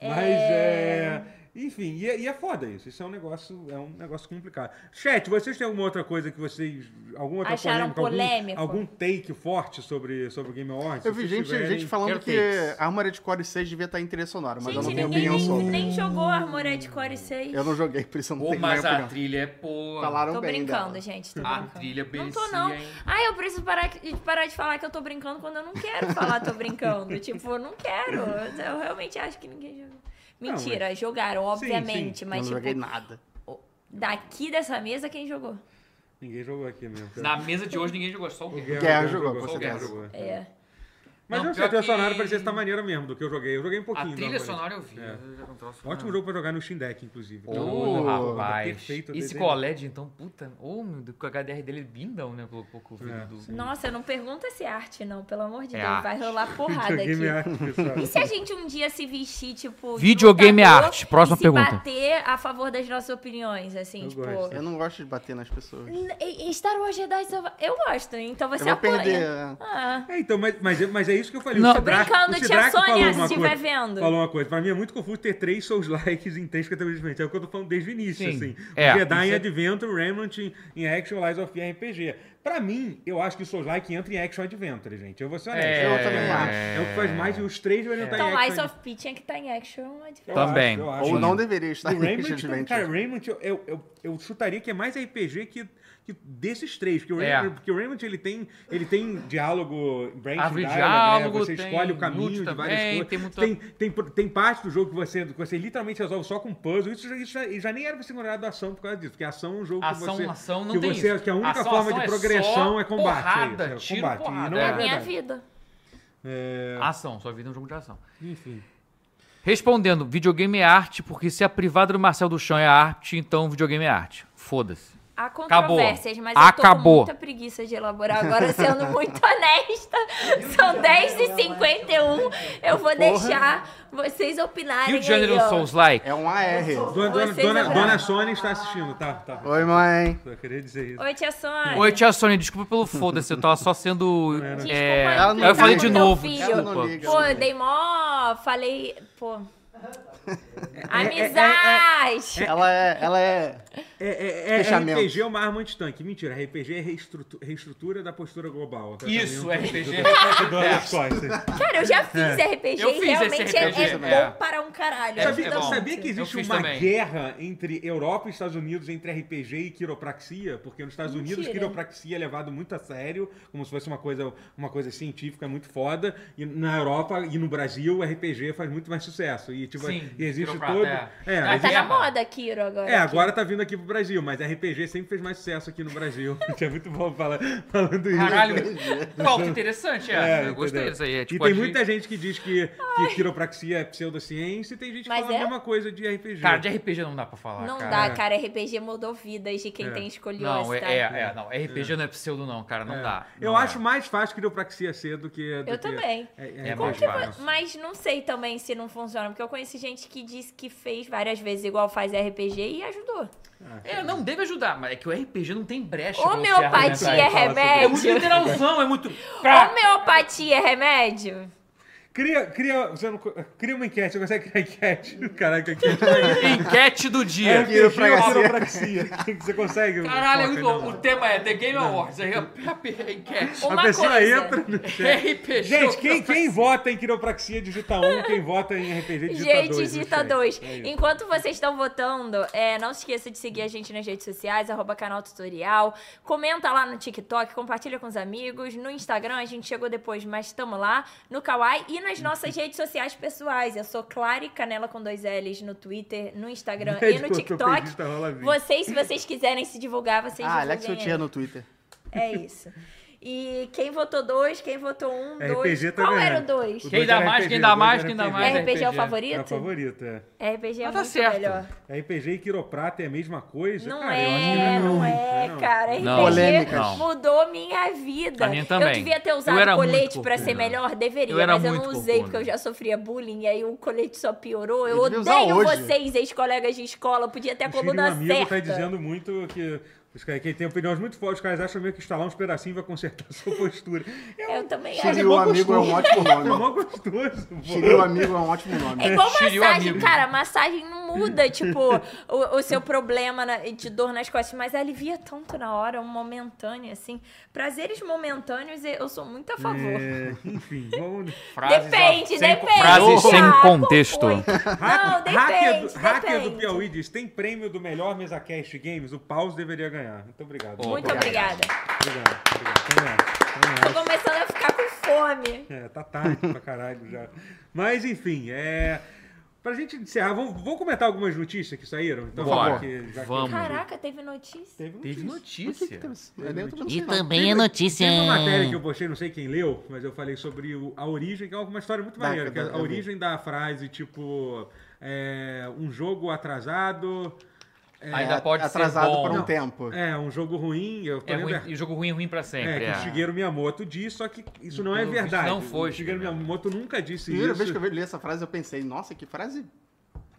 [SPEAKER 2] Mas é. Enfim, e é, e é foda isso. Isso é um negócio, é um negócio complicado. Chat, vocês têm alguma outra coisa que vocês. Alguma outra
[SPEAKER 1] Acharam polêmico?
[SPEAKER 2] polêmica? Algum, algum take forte sobre, sobre o Game Awards?
[SPEAKER 3] eu vi
[SPEAKER 2] Se
[SPEAKER 3] gente,
[SPEAKER 2] tiverem-
[SPEAKER 3] gente falando
[SPEAKER 4] Quero
[SPEAKER 3] que
[SPEAKER 4] takes.
[SPEAKER 3] Armored Core 6 devia estar em trilha sonora, mas eu não
[SPEAKER 1] Gente,
[SPEAKER 3] tenho
[SPEAKER 1] ninguém nem,
[SPEAKER 3] opinião sobre.
[SPEAKER 1] nem jogou Armored Core 6.
[SPEAKER 3] Eu não joguei, por isso eu não
[SPEAKER 4] Pô,
[SPEAKER 3] tenho
[SPEAKER 4] mas
[SPEAKER 3] minha
[SPEAKER 4] a
[SPEAKER 3] opinião.
[SPEAKER 4] trilha é boa.
[SPEAKER 2] Tá
[SPEAKER 3] Falaram
[SPEAKER 1] Tô
[SPEAKER 3] bem
[SPEAKER 1] brincando,
[SPEAKER 3] dela.
[SPEAKER 1] gente. Tô
[SPEAKER 4] A
[SPEAKER 1] brincando.
[SPEAKER 4] trilha
[SPEAKER 1] Não tô, não.
[SPEAKER 4] benecia, hein?
[SPEAKER 1] Ah, eu preciso parar, que- parar de falar que eu tô brincando quando eu não quero falar tô brincando. tipo, eu não quero. Eu realmente acho que ninguém jogou. Mentira, jogaram, obviamente,
[SPEAKER 2] sim.
[SPEAKER 3] eu
[SPEAKER 1] mas tipo,
[SPEAKER 3] não joguei nada.
[SPEAKER 1] o- daqui dessa mesa, quem jogou?
[SPEAKER 2] Ninguém jogou aqui mesmo.
[SPEAKER 4] Na mesa de hoje ninguém jogou, só o
[SPEAKER 2] O
[SPEAKER 4] Guerra.
[SPEAKER 3] Guerra jogou, com
[SPEAKER 2] só o Guerra
[SPEAKER 4] certeza.
[SPEAKER 2] jogou.
[SPEAKER 1] É.
[SPEAKER 2] Mas
[SPEAKER 4] Não,
[SPEAKER 2] não, sei,
[SPEAKER 4] pior
[SPEAKER 2] a trilha
[SPEAKER 4] que-
[SPEAKER 2] sonora parecia estar maneira mesmo do que eu joguei. Eu joguei um
[SPEAKER 4] A
[SPEAKER 2] pouquinho.
[SPEAKER 4] trilha
[SPEAKER 2] não,
[SPEAKER 4] sonora eu vi.
[SPEAKER 2] É.
[SPEAKER 4] eu- eu não troço-
[SPEAKER 2] Ótimo jogo pra jogar no Steam Deck, inclusive. Tá né?
[SPEAKER 4] Ô,
[SPEAKER 3] Porra,
[SPEAKER 4] rapaz.
[SPEAKER 2] perfeito,
[SPEAKER 4] Esse
[SPEAKER 2] desenho.
[SPEAKER 4] OLED, então, puta. Ô, meu Deus, que o HDR dele é bindão, né? Pelo pouco vídeo
[SPEAKER 2] É,
[SPEAKER 4] do.
[SPEAKER 2] sim.
[SPEAKER 1] Nossa, não pergunta se é arte, não, pelo amor de
[SPEAKER 4] É
[SPEAKER 1] Deus. Vai
[SPEAKER 4] arte. é
[SPEAKER 1] rolar porrada
[SPEAKER 2] Joguei
[SPEAKER 1] aqui.
[SPEAKER 2] minha arte, pessoal.
[SPEAKER 1] E se a gente um dia se vestir, tipo. de
[SPEAKER 4] Videogame é
[SPEAKER 1] lutador
[SPEAKER 4] arte. Próxima
[SPEAKER 1] e se
[SPEAKER 4] pergunta.
[SPEAKER 1] bater a favor das nossas opiniões, assim,
[SPEAKER 2] Eu
[SPEAKER 1] tipo.
[SPEAKER 2] gosto.
[SPEAKER 3] Eu não gosto de bater nas pessoas.
[SPEAKER 1] N- e- e Star Wars Jedi Survivor. Eu gosto, então
[SPEAKER 3] Eu
[SPEAKER 1] você
[SPEAKER 3] vou
[SPEAKER 1] apanha.
[SPEAKER 3] perder.
[SPEAKER 1] Ah.
[SPEAKER 2] É, então, mas, mas, mas aí isso que eu falei.
[SPEAKER 4] Não.
[SPEAKER 2] O
[SPEAKER 4] Tô
[SPEAKER 2] Sidraque-
[SPEAKER 1] brincando,
[SPEAKER 2] o
[SPEAKER 1] tia
[SPEAKER 2] Sidraque
[SPEAKER 1] Sônia,
[SPEAKER 2] falou
[SPEAKER 1] se
[SPEAKER 2] uma
[SPEAKER 1] estiver
[SPEAKER 2] coisa-
[SPEAKER 1] vendo.
[SPEAKER 2] Falou uma coisa. Pra mim é muito confuso ter três Souls likes em três categorias diferentes. É o que eu tô falando desde o início,
[SPEAKER 4] Sim.
[SPEAKER 2] assim.
[SPEAKER 4] É,
[SPEAKER 2] O Jedi
[SPEAKER 4] isso
[SPEAKER 2] em
[SPEAKER 4] é-
[SPEAKER 2] Adventure, Remnant em, em Action, Lies of P RPG. Pra mim, eu acho que o Souls like entra em Action Adventure, gente. Eu vou ser honesto.
[SPEAKER 4] É,
[SPEAKER 2] eu também
[SPEAKER 3] eu
[SPEAKER 2] acho.
[SPEAKER 4] acho.
[SPEAKER 2] É o que faz mais e os três deveriam
[SPEAKER 4] Tá
[SPEAKER 2] estar em
[SPEAKER 1] Então,
[SPEAKER 2] Action.
[SPEAKER 1] Lies of P tinha que estar em action. mas-
[SPEAKER 2] Eu
[SPEAKER 4] Também.
[SPEAKER 2] acho, eu acho.
[SPEAKER 3] Ou não deveria estar
[SPEAKER 2] O
[SPEAKER 3] em Action
[SPEAKER 2] Raymond, então, cara,
[SPEAKER 3] Adventure.
[SPEAKER 2] Raymond eu, eu, eu, eu chutaria que é mais RPG que, que desses três. Porque o,
[SPEAKER 4] É.
[SPEAKER 2] Raymond, porque o Raymond, ele tem, ele tem diálogo, branching
[SPEAKER 4] Árvore de
[SPEAKER 2] dialogue,
[SPEAKER 4] diálogo,
[SPEAKER 2] né? Você
[SPEAKER 4] tem
[SPEAKER 2] escolhe o caminho
[SPEAKER 4] loot
[SPEAKER 2] de
[SPEAKER 4] também,
[SPEAKER 2] várias coisas.
[SPEAKER 4] tem muito-
[SPEAKER 2] tem, tem, tem parte do jogo que você, que você literalmente resolve só com puzzle. Isso, já- isso já, já nem era pra ser considerado ação por causa disso. Porque ação é um jogo
[SPEAKER 4] Ação,
[SPEAKER 2] que você...
[SPEAKER 4] ação, não
[SPEAKER 2] que
[SPEAKER 4] tem
[SPEAKER 2] você,
[SPEAKER 4] isso.
[SPEAKER 2] Que a única
[SPEAKER 4] Ação,
[SPEAKER 2] forma
[SPEAKER 4] ação
[SPEAKER 2] de
[SPEAKER 4] é
[SPEAKER 2] progressão
[SPEAKER 4] só
[SPEAKER 2] é combate.
[SPEAKER 4] porrada,
[SPEAKER 2] é isso, é
[SPEAKER 4] tiro,
[SPEAKER 2] combate.
[SPEAKER 4] porrada.
[SPEAKER 2] E não
[SPEAKER 1] É
[SPEAKER 2] é,
[SPEAKER 1] a minha
[SPEAKER 2] verdade.
[SPEAKER 1] vida.
[SPEAKER 2] É,
[SPEAKER 4] Ação, sua vida é um jogo de ação.
[SPEAKER 2] Enfim.
[SPEAKER 4] Respondendo, videogame é arte, porque se a privada do Marcel Duchamp é arte, então videogame é arte. Foda-se.
[SPEAKER 1] Há
[SPEAKER 4] Acabou.
[SPEAKER 1] controvérsias, mas
[SPEAKER 4] Acabou.
[SPEAKER 1] eu tô com muita preguiça de elaborar agora, sendo muito honesta. São 10h51. Eu vou deixar vocês opinarem.
[SPEAKER 4] Rio de Janeiro
[SPEAKER 1] aí,
[SPEAKER 4] é um
[SPEAKER 1] ó.
[SPEAKER 4] Souls-like?
[SPEAKER 3] É um AR.
[SPEAKER 2] Dona, dona,
[SPEAKER 1] Vocês
[SPEAKER 2] dona,
[SPEAKER 1] adoraram.
[SPEAKER 2] dona Sônia está assistindo, tá? tá.
[SPEAKER 3] Oi, mãe.
[SPEAKER 2] Eu queria dizer isso.
[SPEAKER 1] Oi, tia Sônia.
[SPEAKER 4] Oi, tia Sônia, desculpa pelo foda-se, eu tava só sendo...
[SPEAKER 1] Desculpa,
[SPEAKER 4] é,
[SPEAKER 1] ela
[SPEAKER 3] não
[SPEAKER 4] eu falei
[SPEAKER 3] liga.
[SPEAKER 4] de novo,
[SPEAKER 1] Ela não
[SPEAKER 4] desculpa.
[SPEAKER 3] liga.
[SPEAKER 1] Pô, eu dei mó. Falei.
[SPEAKER 4] É,
[SPEAKER 1] Pô. Amizade!
[SPEAKER 3] Ela é. Ela é.
[SPEAKER 2] É, é, é
[SPEAKER 3] Fechamento.
[SPEAKER 2] RPG é uma arma anti-tanque. Mentira, RPG é reestrutu- reestrutura da postura global.
[SPEAKER 4] Isso,
[SPEAKER 2] é.
[SPEAKER 4] RPG.
[SPEAKER 1] Cara, eu já fiz RPG
[SPEAKER 4] Eu
[SPEAKER 1] e
[SPEAKER 4] fiz esse
[SPEAKER 1] realmente é-
[SPEAKER 4] RPG,
[SPEAKER 1] é,
[SPEAKER 4] é.
[SPEAKER 1] bom para um caralho.
[SPEAKER 4] É,
[SPEAKER 2] Sabia,
[SPEAKER 4] é bom.
[SPEAKER 2] sabia que
[SPEAKER 4] Eu
[SPEAKER 2] existe
[SPEAKER 4] fiz
[SPEAKER 2] uma
[SPEAKER 4] também.
[SPEAKER 2] guerra entre Europa e Estados Unidos entre RPG e quiropraxia? Porque nos Estados Unidos,
[SPEAKER 1] Mentira.
[SPEAKER 2] quiropraxia é levado muito a sério, como se fosse uma coisa, uma coisa científica muito foda. E na Europa e no Brasil, o RPG faz muito mais sucesso. E, tipo,
[SPEAKER 4] Sim,
[SPEAKER 2] e existe
[SPEAKER 4] quiroprata,
[SPEAKER 2] todo.
[SPEAKER 4] é.
[SPEAKER 2] É,
[SPEAKER 4] Mas
[SPEAKER 1] Mas tá
[SPEAKER 2] existe-
[SPEAKER 1] na
[SPEAKER 4] é-
[SPEAKER 1] moda, Kiro, agora.
[SPEAKER 2] É, agora tá vindo aqui pro Brasil, mas RPG sempre fez mais sucesso aqui no Brasil. é muito bom falar, falando isso.
[SPEAKER 4] Caralho, qual que interessante, é. eu gostei
[SPEAKER 2] entendeu?
[SPEAKER 4] disso aí. É,
[SPEAKER 2] e
[SPEAKER 4] tipo,
[SPEAKER 2] tem
[SPEAKER 4] a gente-
[SPEAKER 2] muita gente que diz que, que quiropraxia é pseudociência e tem gente que
[SPEAKER 1] Mas
[SPEAKER 2] fala
[SPEAKER 1] é?
[SPEAKER 2] a mesma coisa de RPG.
[SPEAKER 4] Cara, de RPG não dá pra falar,
[SPEAKER 1] Não
[SPEAKER 4] cara.
[SPEAKER 2] Ah, cara.
[SPEAKER 1] dá, cara. RPG mudou vidas de quem
[SPEAKER 2] É.
[SPEAKER 1] tem escolhido
[SPEAKER 4] Não, é, é, é, não. RPG não é pseudo, não, cara. Não
[SPEAKER 2] É.
[SPEAKER 4] dá.
[SPEAKER 2] Eu
[SPEAKER 4] Não
[SPEAKER 2] acho
[SPEAKER 4] é.
[SPEAKER 2] mais fácil quiropraxia ser do que... do que-
[SPEAKER 1] Eu também.
[SPEAKER 2] É,
[SPEAKER 4] É
[SPEAKER 1] Como
[SPEAKER 4] mais
[SPEAKER 1] que vo-
[SPEAKER 4] fácil.
[SPEAKER 1] Mas não sei também se não funciona, porque eu conheci gente que disse que fez várias vezes igual faz RPG e ajudou.
[SPEAKER 4] É, não deve ajudar, mas é que o RPG não tem brecha. pra você
[SPEAKER 1] Homeopatia é
[SPEAKER 4] argumentar. É muito
[SPEAKER 1] remédio?
[SPEAKER 4] literalzão, é muito.
[SPEAKER 1] Homeopatia é remédio?
[SPEAKER 2] Cria, cria, você não, co- cria uma enquete, você consegue criar enquete? Caraca, enquete pra
[SPEAKER 4] Enquete do
[SPEAKER 2] É
[SPEAKER 4] dia.
[SPEAKER 3] quiropraxia.
[SPEAKER 2] quiropraxia. Você consegue?
[SPEAKER 4] Caralho, é
[SPEAKER 2] Foca,
[SPEAKER 4] muito
[SPEAKER 2] né?
[SPEAKER 4] louco. O tema é The Game Awards. Aí é enquete.
[SPEAKER 2] A
[SPEAKER 1] Uma
[SPEAKER 2] pessoa
[SPEAKER 1] coisa.
[SPEAKER 2] entra no chat.
[SPEAKER 4] RPG.
[SPEAKER 2] Gente, quem, quem vota em quiropraxia digita 1, quem vota em RPG digita 2.
[SPEAKER 1] Gente, digita
[SPEAKER 2] é
[SPEAKER 1] dois. Enquanto vocês estão votando, é, não se esqueça de seguir a gente nas redes sociais, arroba canal tutorial. Comenta lá no TikTok, compartilha com os amigos. No Instagram, a gente chegou depois, mas estamos lá. No Kawaii e nas nossas redes sociais pessoais. Eu sou Clary Canela com dois L's no Twitter, no Instagram
[SPEAKER 2] É
[SPEAKER 1] e no TikTok. é Vocês, se vocês quiserem se divulgar, vocês
[SPEAKER 3] Ah,
[SPEAKER 1] divulguem
[SPEAKER 3] Alex
[SPEAKER 1] aí.
[SPEAKER 3] Sotier no Twitter.
[SPEAKER 1] É isso. E quem votou dois, quem votou um, dois.
[SPEAKER 2] RPG tá
[SPEAKER 1] Qual
[SPEAKER 2] ganhando.
[SPEAKER 1] era o dois?
[SPEAKER 2] O
[SPEAKER 4] Quem
[SPEAKER 2] dois
[SPEAKER 4] dá
[SPEAKER 2] era
[SPEAKER 4] mais,
[SPEAKER 2] RPG,
[SPEAKER 4] quem dá
[SPEAKER 2] dois
[SPEAKER 4] mais,
[SPEAKER 2] era
[SPEAKER 4] quem dá
[SPEAKER 2] RPG.
[SPEAKER 4] mais.
[SPEAKER 1] RPG é o
[SPEAKER 2] É o
[SPEAKER 1] favorito?
[SPEAKER 2] favorito, é.
[SPEAKER 1] RPG é muito
[SPEAKER 4] Mas tá certo.
[SPEAKER 1] melhor.
[SPEAKER 2] RPG e quiroprata é a mesma coisa?
[SPEAKER 1] Não
[SPEAKER 2] Cara, eu acho que
[SPEAKER 1] é, não é,
[SPEAKER 2] não.
[SPEAKER 1] cara. RPG
[SPEAKER 4] Não.
[SPEAKER 3] Polêmicas.
[SPEAKER 4] Não.
[SPEAKER 1] mudou minha vida.
[SPEAKER 4] A minha também.
[SPEAKER 1] Eu devia ter
[SPEAKER 4] Eu
[SPEAKER 1] usado
[SPEAKER 4] era
[SPEAKER 1] colete
[SPEAKER 4] muito
[SPEAKER 1] pra ser
[SPEAKER 4] corcunda.
[SPEAKER 1] melhor, deveria,
[SPEAKER 4] Eu era
[SPEAKER 1] mas eu
[SPEAKER 4] muito
[SPEAKER 1] não usei porque
[SPEAKER 4] corcunda.
[SPEAKER 1] eu já sofria bullying e aí o colete só piorou. Eu,
[SPEAKER 3] Eu devia usar
[SPEAKER 1] odeio
[SPEAKER 3] hoje.
[SPEAKER 1] vocês, ex-colegas de escola, Eu podia ter a
[SPEAKER 2] O Chile, um
[SPEAKER 1] coluna
[SPEAKER 2] amigo,
[SPEAKER 1] certa.
[SPEAKER 2] tá dizendo muito que... Os caras que tem opiniões muito fortes, os caras acham meio que instalar uns pedacinhos vai consertar a sua postura. É
[SPEAKER 1] Eu também
[SPEAKER 2] Chile,
[SPEAKER 1] acho.
[SPEAKER 3] Chile o
[SPEAKER 2] bom
[SPEAKER 3] Amigo é
[SPEAKER 2] gostoso.
[SPEAKER 3] um ótimo
[SPEAKER 2] um- é
[SPEAKER 3] nome.
[SPEAKER 2] mó gostoso. pô.
[SPEAKER 3] Chile o Amigo é um ótimo nome.
[SPEAKER 1] É igual
[SPEAKER 4] Chile, o
[SPEAKER 1] massagem,
[SPEAKER 4] amigo.
[SPEAKER 1] cara. Massagem não muda, tipo, o, o seu problema na- de dor nas costas, mas alivia tanto na hora, um momentâneo, assim. Prazeres momentâneos, eu sou muito a favor.
[SPEAKER 2] É, enfim, vamos...
[SPEAKER 4] Frases, ó,
[SPEAKER 1] Depende, Ah,
[SPEAKER 4] sem-
[SPEAKER 1] depende.
[SPEAKER 4] Frases
[SPEAKER 1] Thiago.
[SPEAKER 4] sem contexto.
[SPEAKER 1] Oi. Não,
[SPEAKER 2] Hacker
[SPEAKER 1] depende,
[SPEAKER 2] do, hacker do
[SPEAKER 1] depende.
[SPEAKER 2] Piauí diz: tem prêmio do melhor mesa cast games, o Paus deveria ganhar. Muito obrigado.
[SPEAKER 4] Muito
[SPEAKER 1] Muito obrigada.
[SPEAKER 2] Obrigado, obrigado. Então é, então é.
[SPEAKER 1] Tô começando a ficar com fome.
[SPEAKER 2] É, tá tarde pra caralho já. Mas enfim, é. Pra gente encerrar, vamos, vou comentar algumas notícias que saíram? Então,
[SPEAKER 4] Bora.
[SPEAKER 2] já que- já que
[SPEAKER 4] Vamos.
[SPEAKER 1] Caraca, teve notícia?
[SPEAKER 2] Teve
[SPEAKER 4] Teve
[SPEAKER 2] notícia.
[SPEAKER 4] notícia.
[SPEAKER 3] Eu nem- eu também não sei
[SPEAKER 6] E
[SPEAKER 3] não.
[SPEAKER 6] também é notícia.
[SPEAKER 2] Tem uma matéria que eu postei, não sei quem leu, mas eu falei sobre o- a origem, que é uma história muito
[SPEAKER 3] Dá,
[SPEAKER 2] maneira.
[SPEAKER 3] dá,
[SPEAKER 2] que é
[SPEAKER 3] eu
[SPEAKER 2] a
[SPEAKER 3] vi.
[SPEAKER 2] origem da frase, tipo, é, um jogo atrasado. tá-
[SPEAKER 4] Ainda pode
[SPEAKER 3] atrasado
[SPEAKER 4] ser bom.
[SPEAKER 3] por um
[SPEAKER 4] Não.
[SPEAKER 3] tempo.
[SPEAKER 2] É, um jogo ruim. Eu tô
[SPEAKER 4] É
[SPEAKER 2] lendo
[SPEAKER 4] ruim,
[SPEAKER 2] errado.
[SPEAKER 4] e o jogo ruim é ruim pra
[SPEAKER 2] É,
[SPEAKER 4] sempre.
[SPEAKER 2] que o Shigeru Miyamoto diz, só que isso não é
[SPEAKER 4] Pelo visto,
[SPEAKER 2] verdade.
[SPEAKER 4] não foi,
[SPEAKER 2] O Shigeru
[SPEAKER 4] Shigeru.
[SPEAKER 2] Miyamoto nunca disse
[SPEAKER 3] Primeira
[SPEAKER 2] isso.
[SPEAKER 3] vez que eu li essa frase, eu pensei, nossa, que frase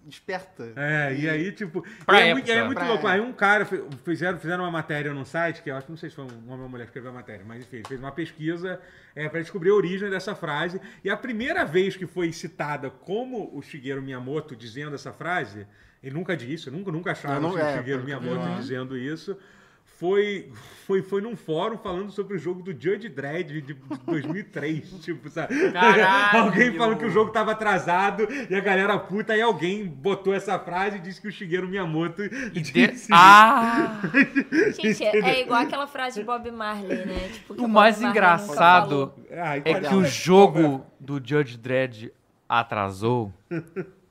[SPEAKER 3] desperta.
[SPEAKER 2] É, e aí, tipo.
[SPEAKER 4] Pra
[SPEAKER 2] e é, muito,
[SPEAKER 4] época.
[SPEAKER 2] é muito
[SPEAKER 3] Pra
[SPEAKER 2] louco.
[SPEAKER 3] época.
[SPEAKER 2] Aí um cara fe- fizeram, fizeram uma matéria num site, que eu acho que não sei se foi um homem ou uma mulher que escreveu a matéria, mas enfim, ele fez uma pesquisa é, para descobrir a origem dessa frase. E a primeira vez que foi citada como o Shigeru Miyamoto dizendo essa frase, ele nunca disse, eu nunca, nunca achava
[SPEAKER 3] Eu não-
[SPEAKER 2] assim,
[SPEAKER 3] é,
[SPEAKER 2] o Shigeru
[SPEAKER 3] pelo que
[SPEAKER 2] Miyamoto dizendo isso. Foi, foi, foi num fórum falando sobre o jogo do Judge Dredd de 2003, tipo, sabe?
[SPEAKER 4] Caralho!
[SPEAKER 2] Alguém falou que o jogo tava atrasado e a galera puta e alguém botou essa frase e disse que o Shigeru Miyamoto
[SPEAKER 4] E de-
[SPEAKER 2] disse.
[SPEAKER 4] Ah!
[SPEAKER 1] Gente, é, é igual aquela frase de Bob Marley, né? Tipo, que
[SPEAKER 4] O
[SPEAKER 1] Bob
[SPEAKER 4] mais
[SPEAKER 1] Marley nunca
[SPEAKER 4] engraçado
[SPEAKER 2] Ai,
[SPEAKER 4] é
[SPEAKER 2] olha,
[SPEAKER 4] que o jogo do Judge Dredd atrasou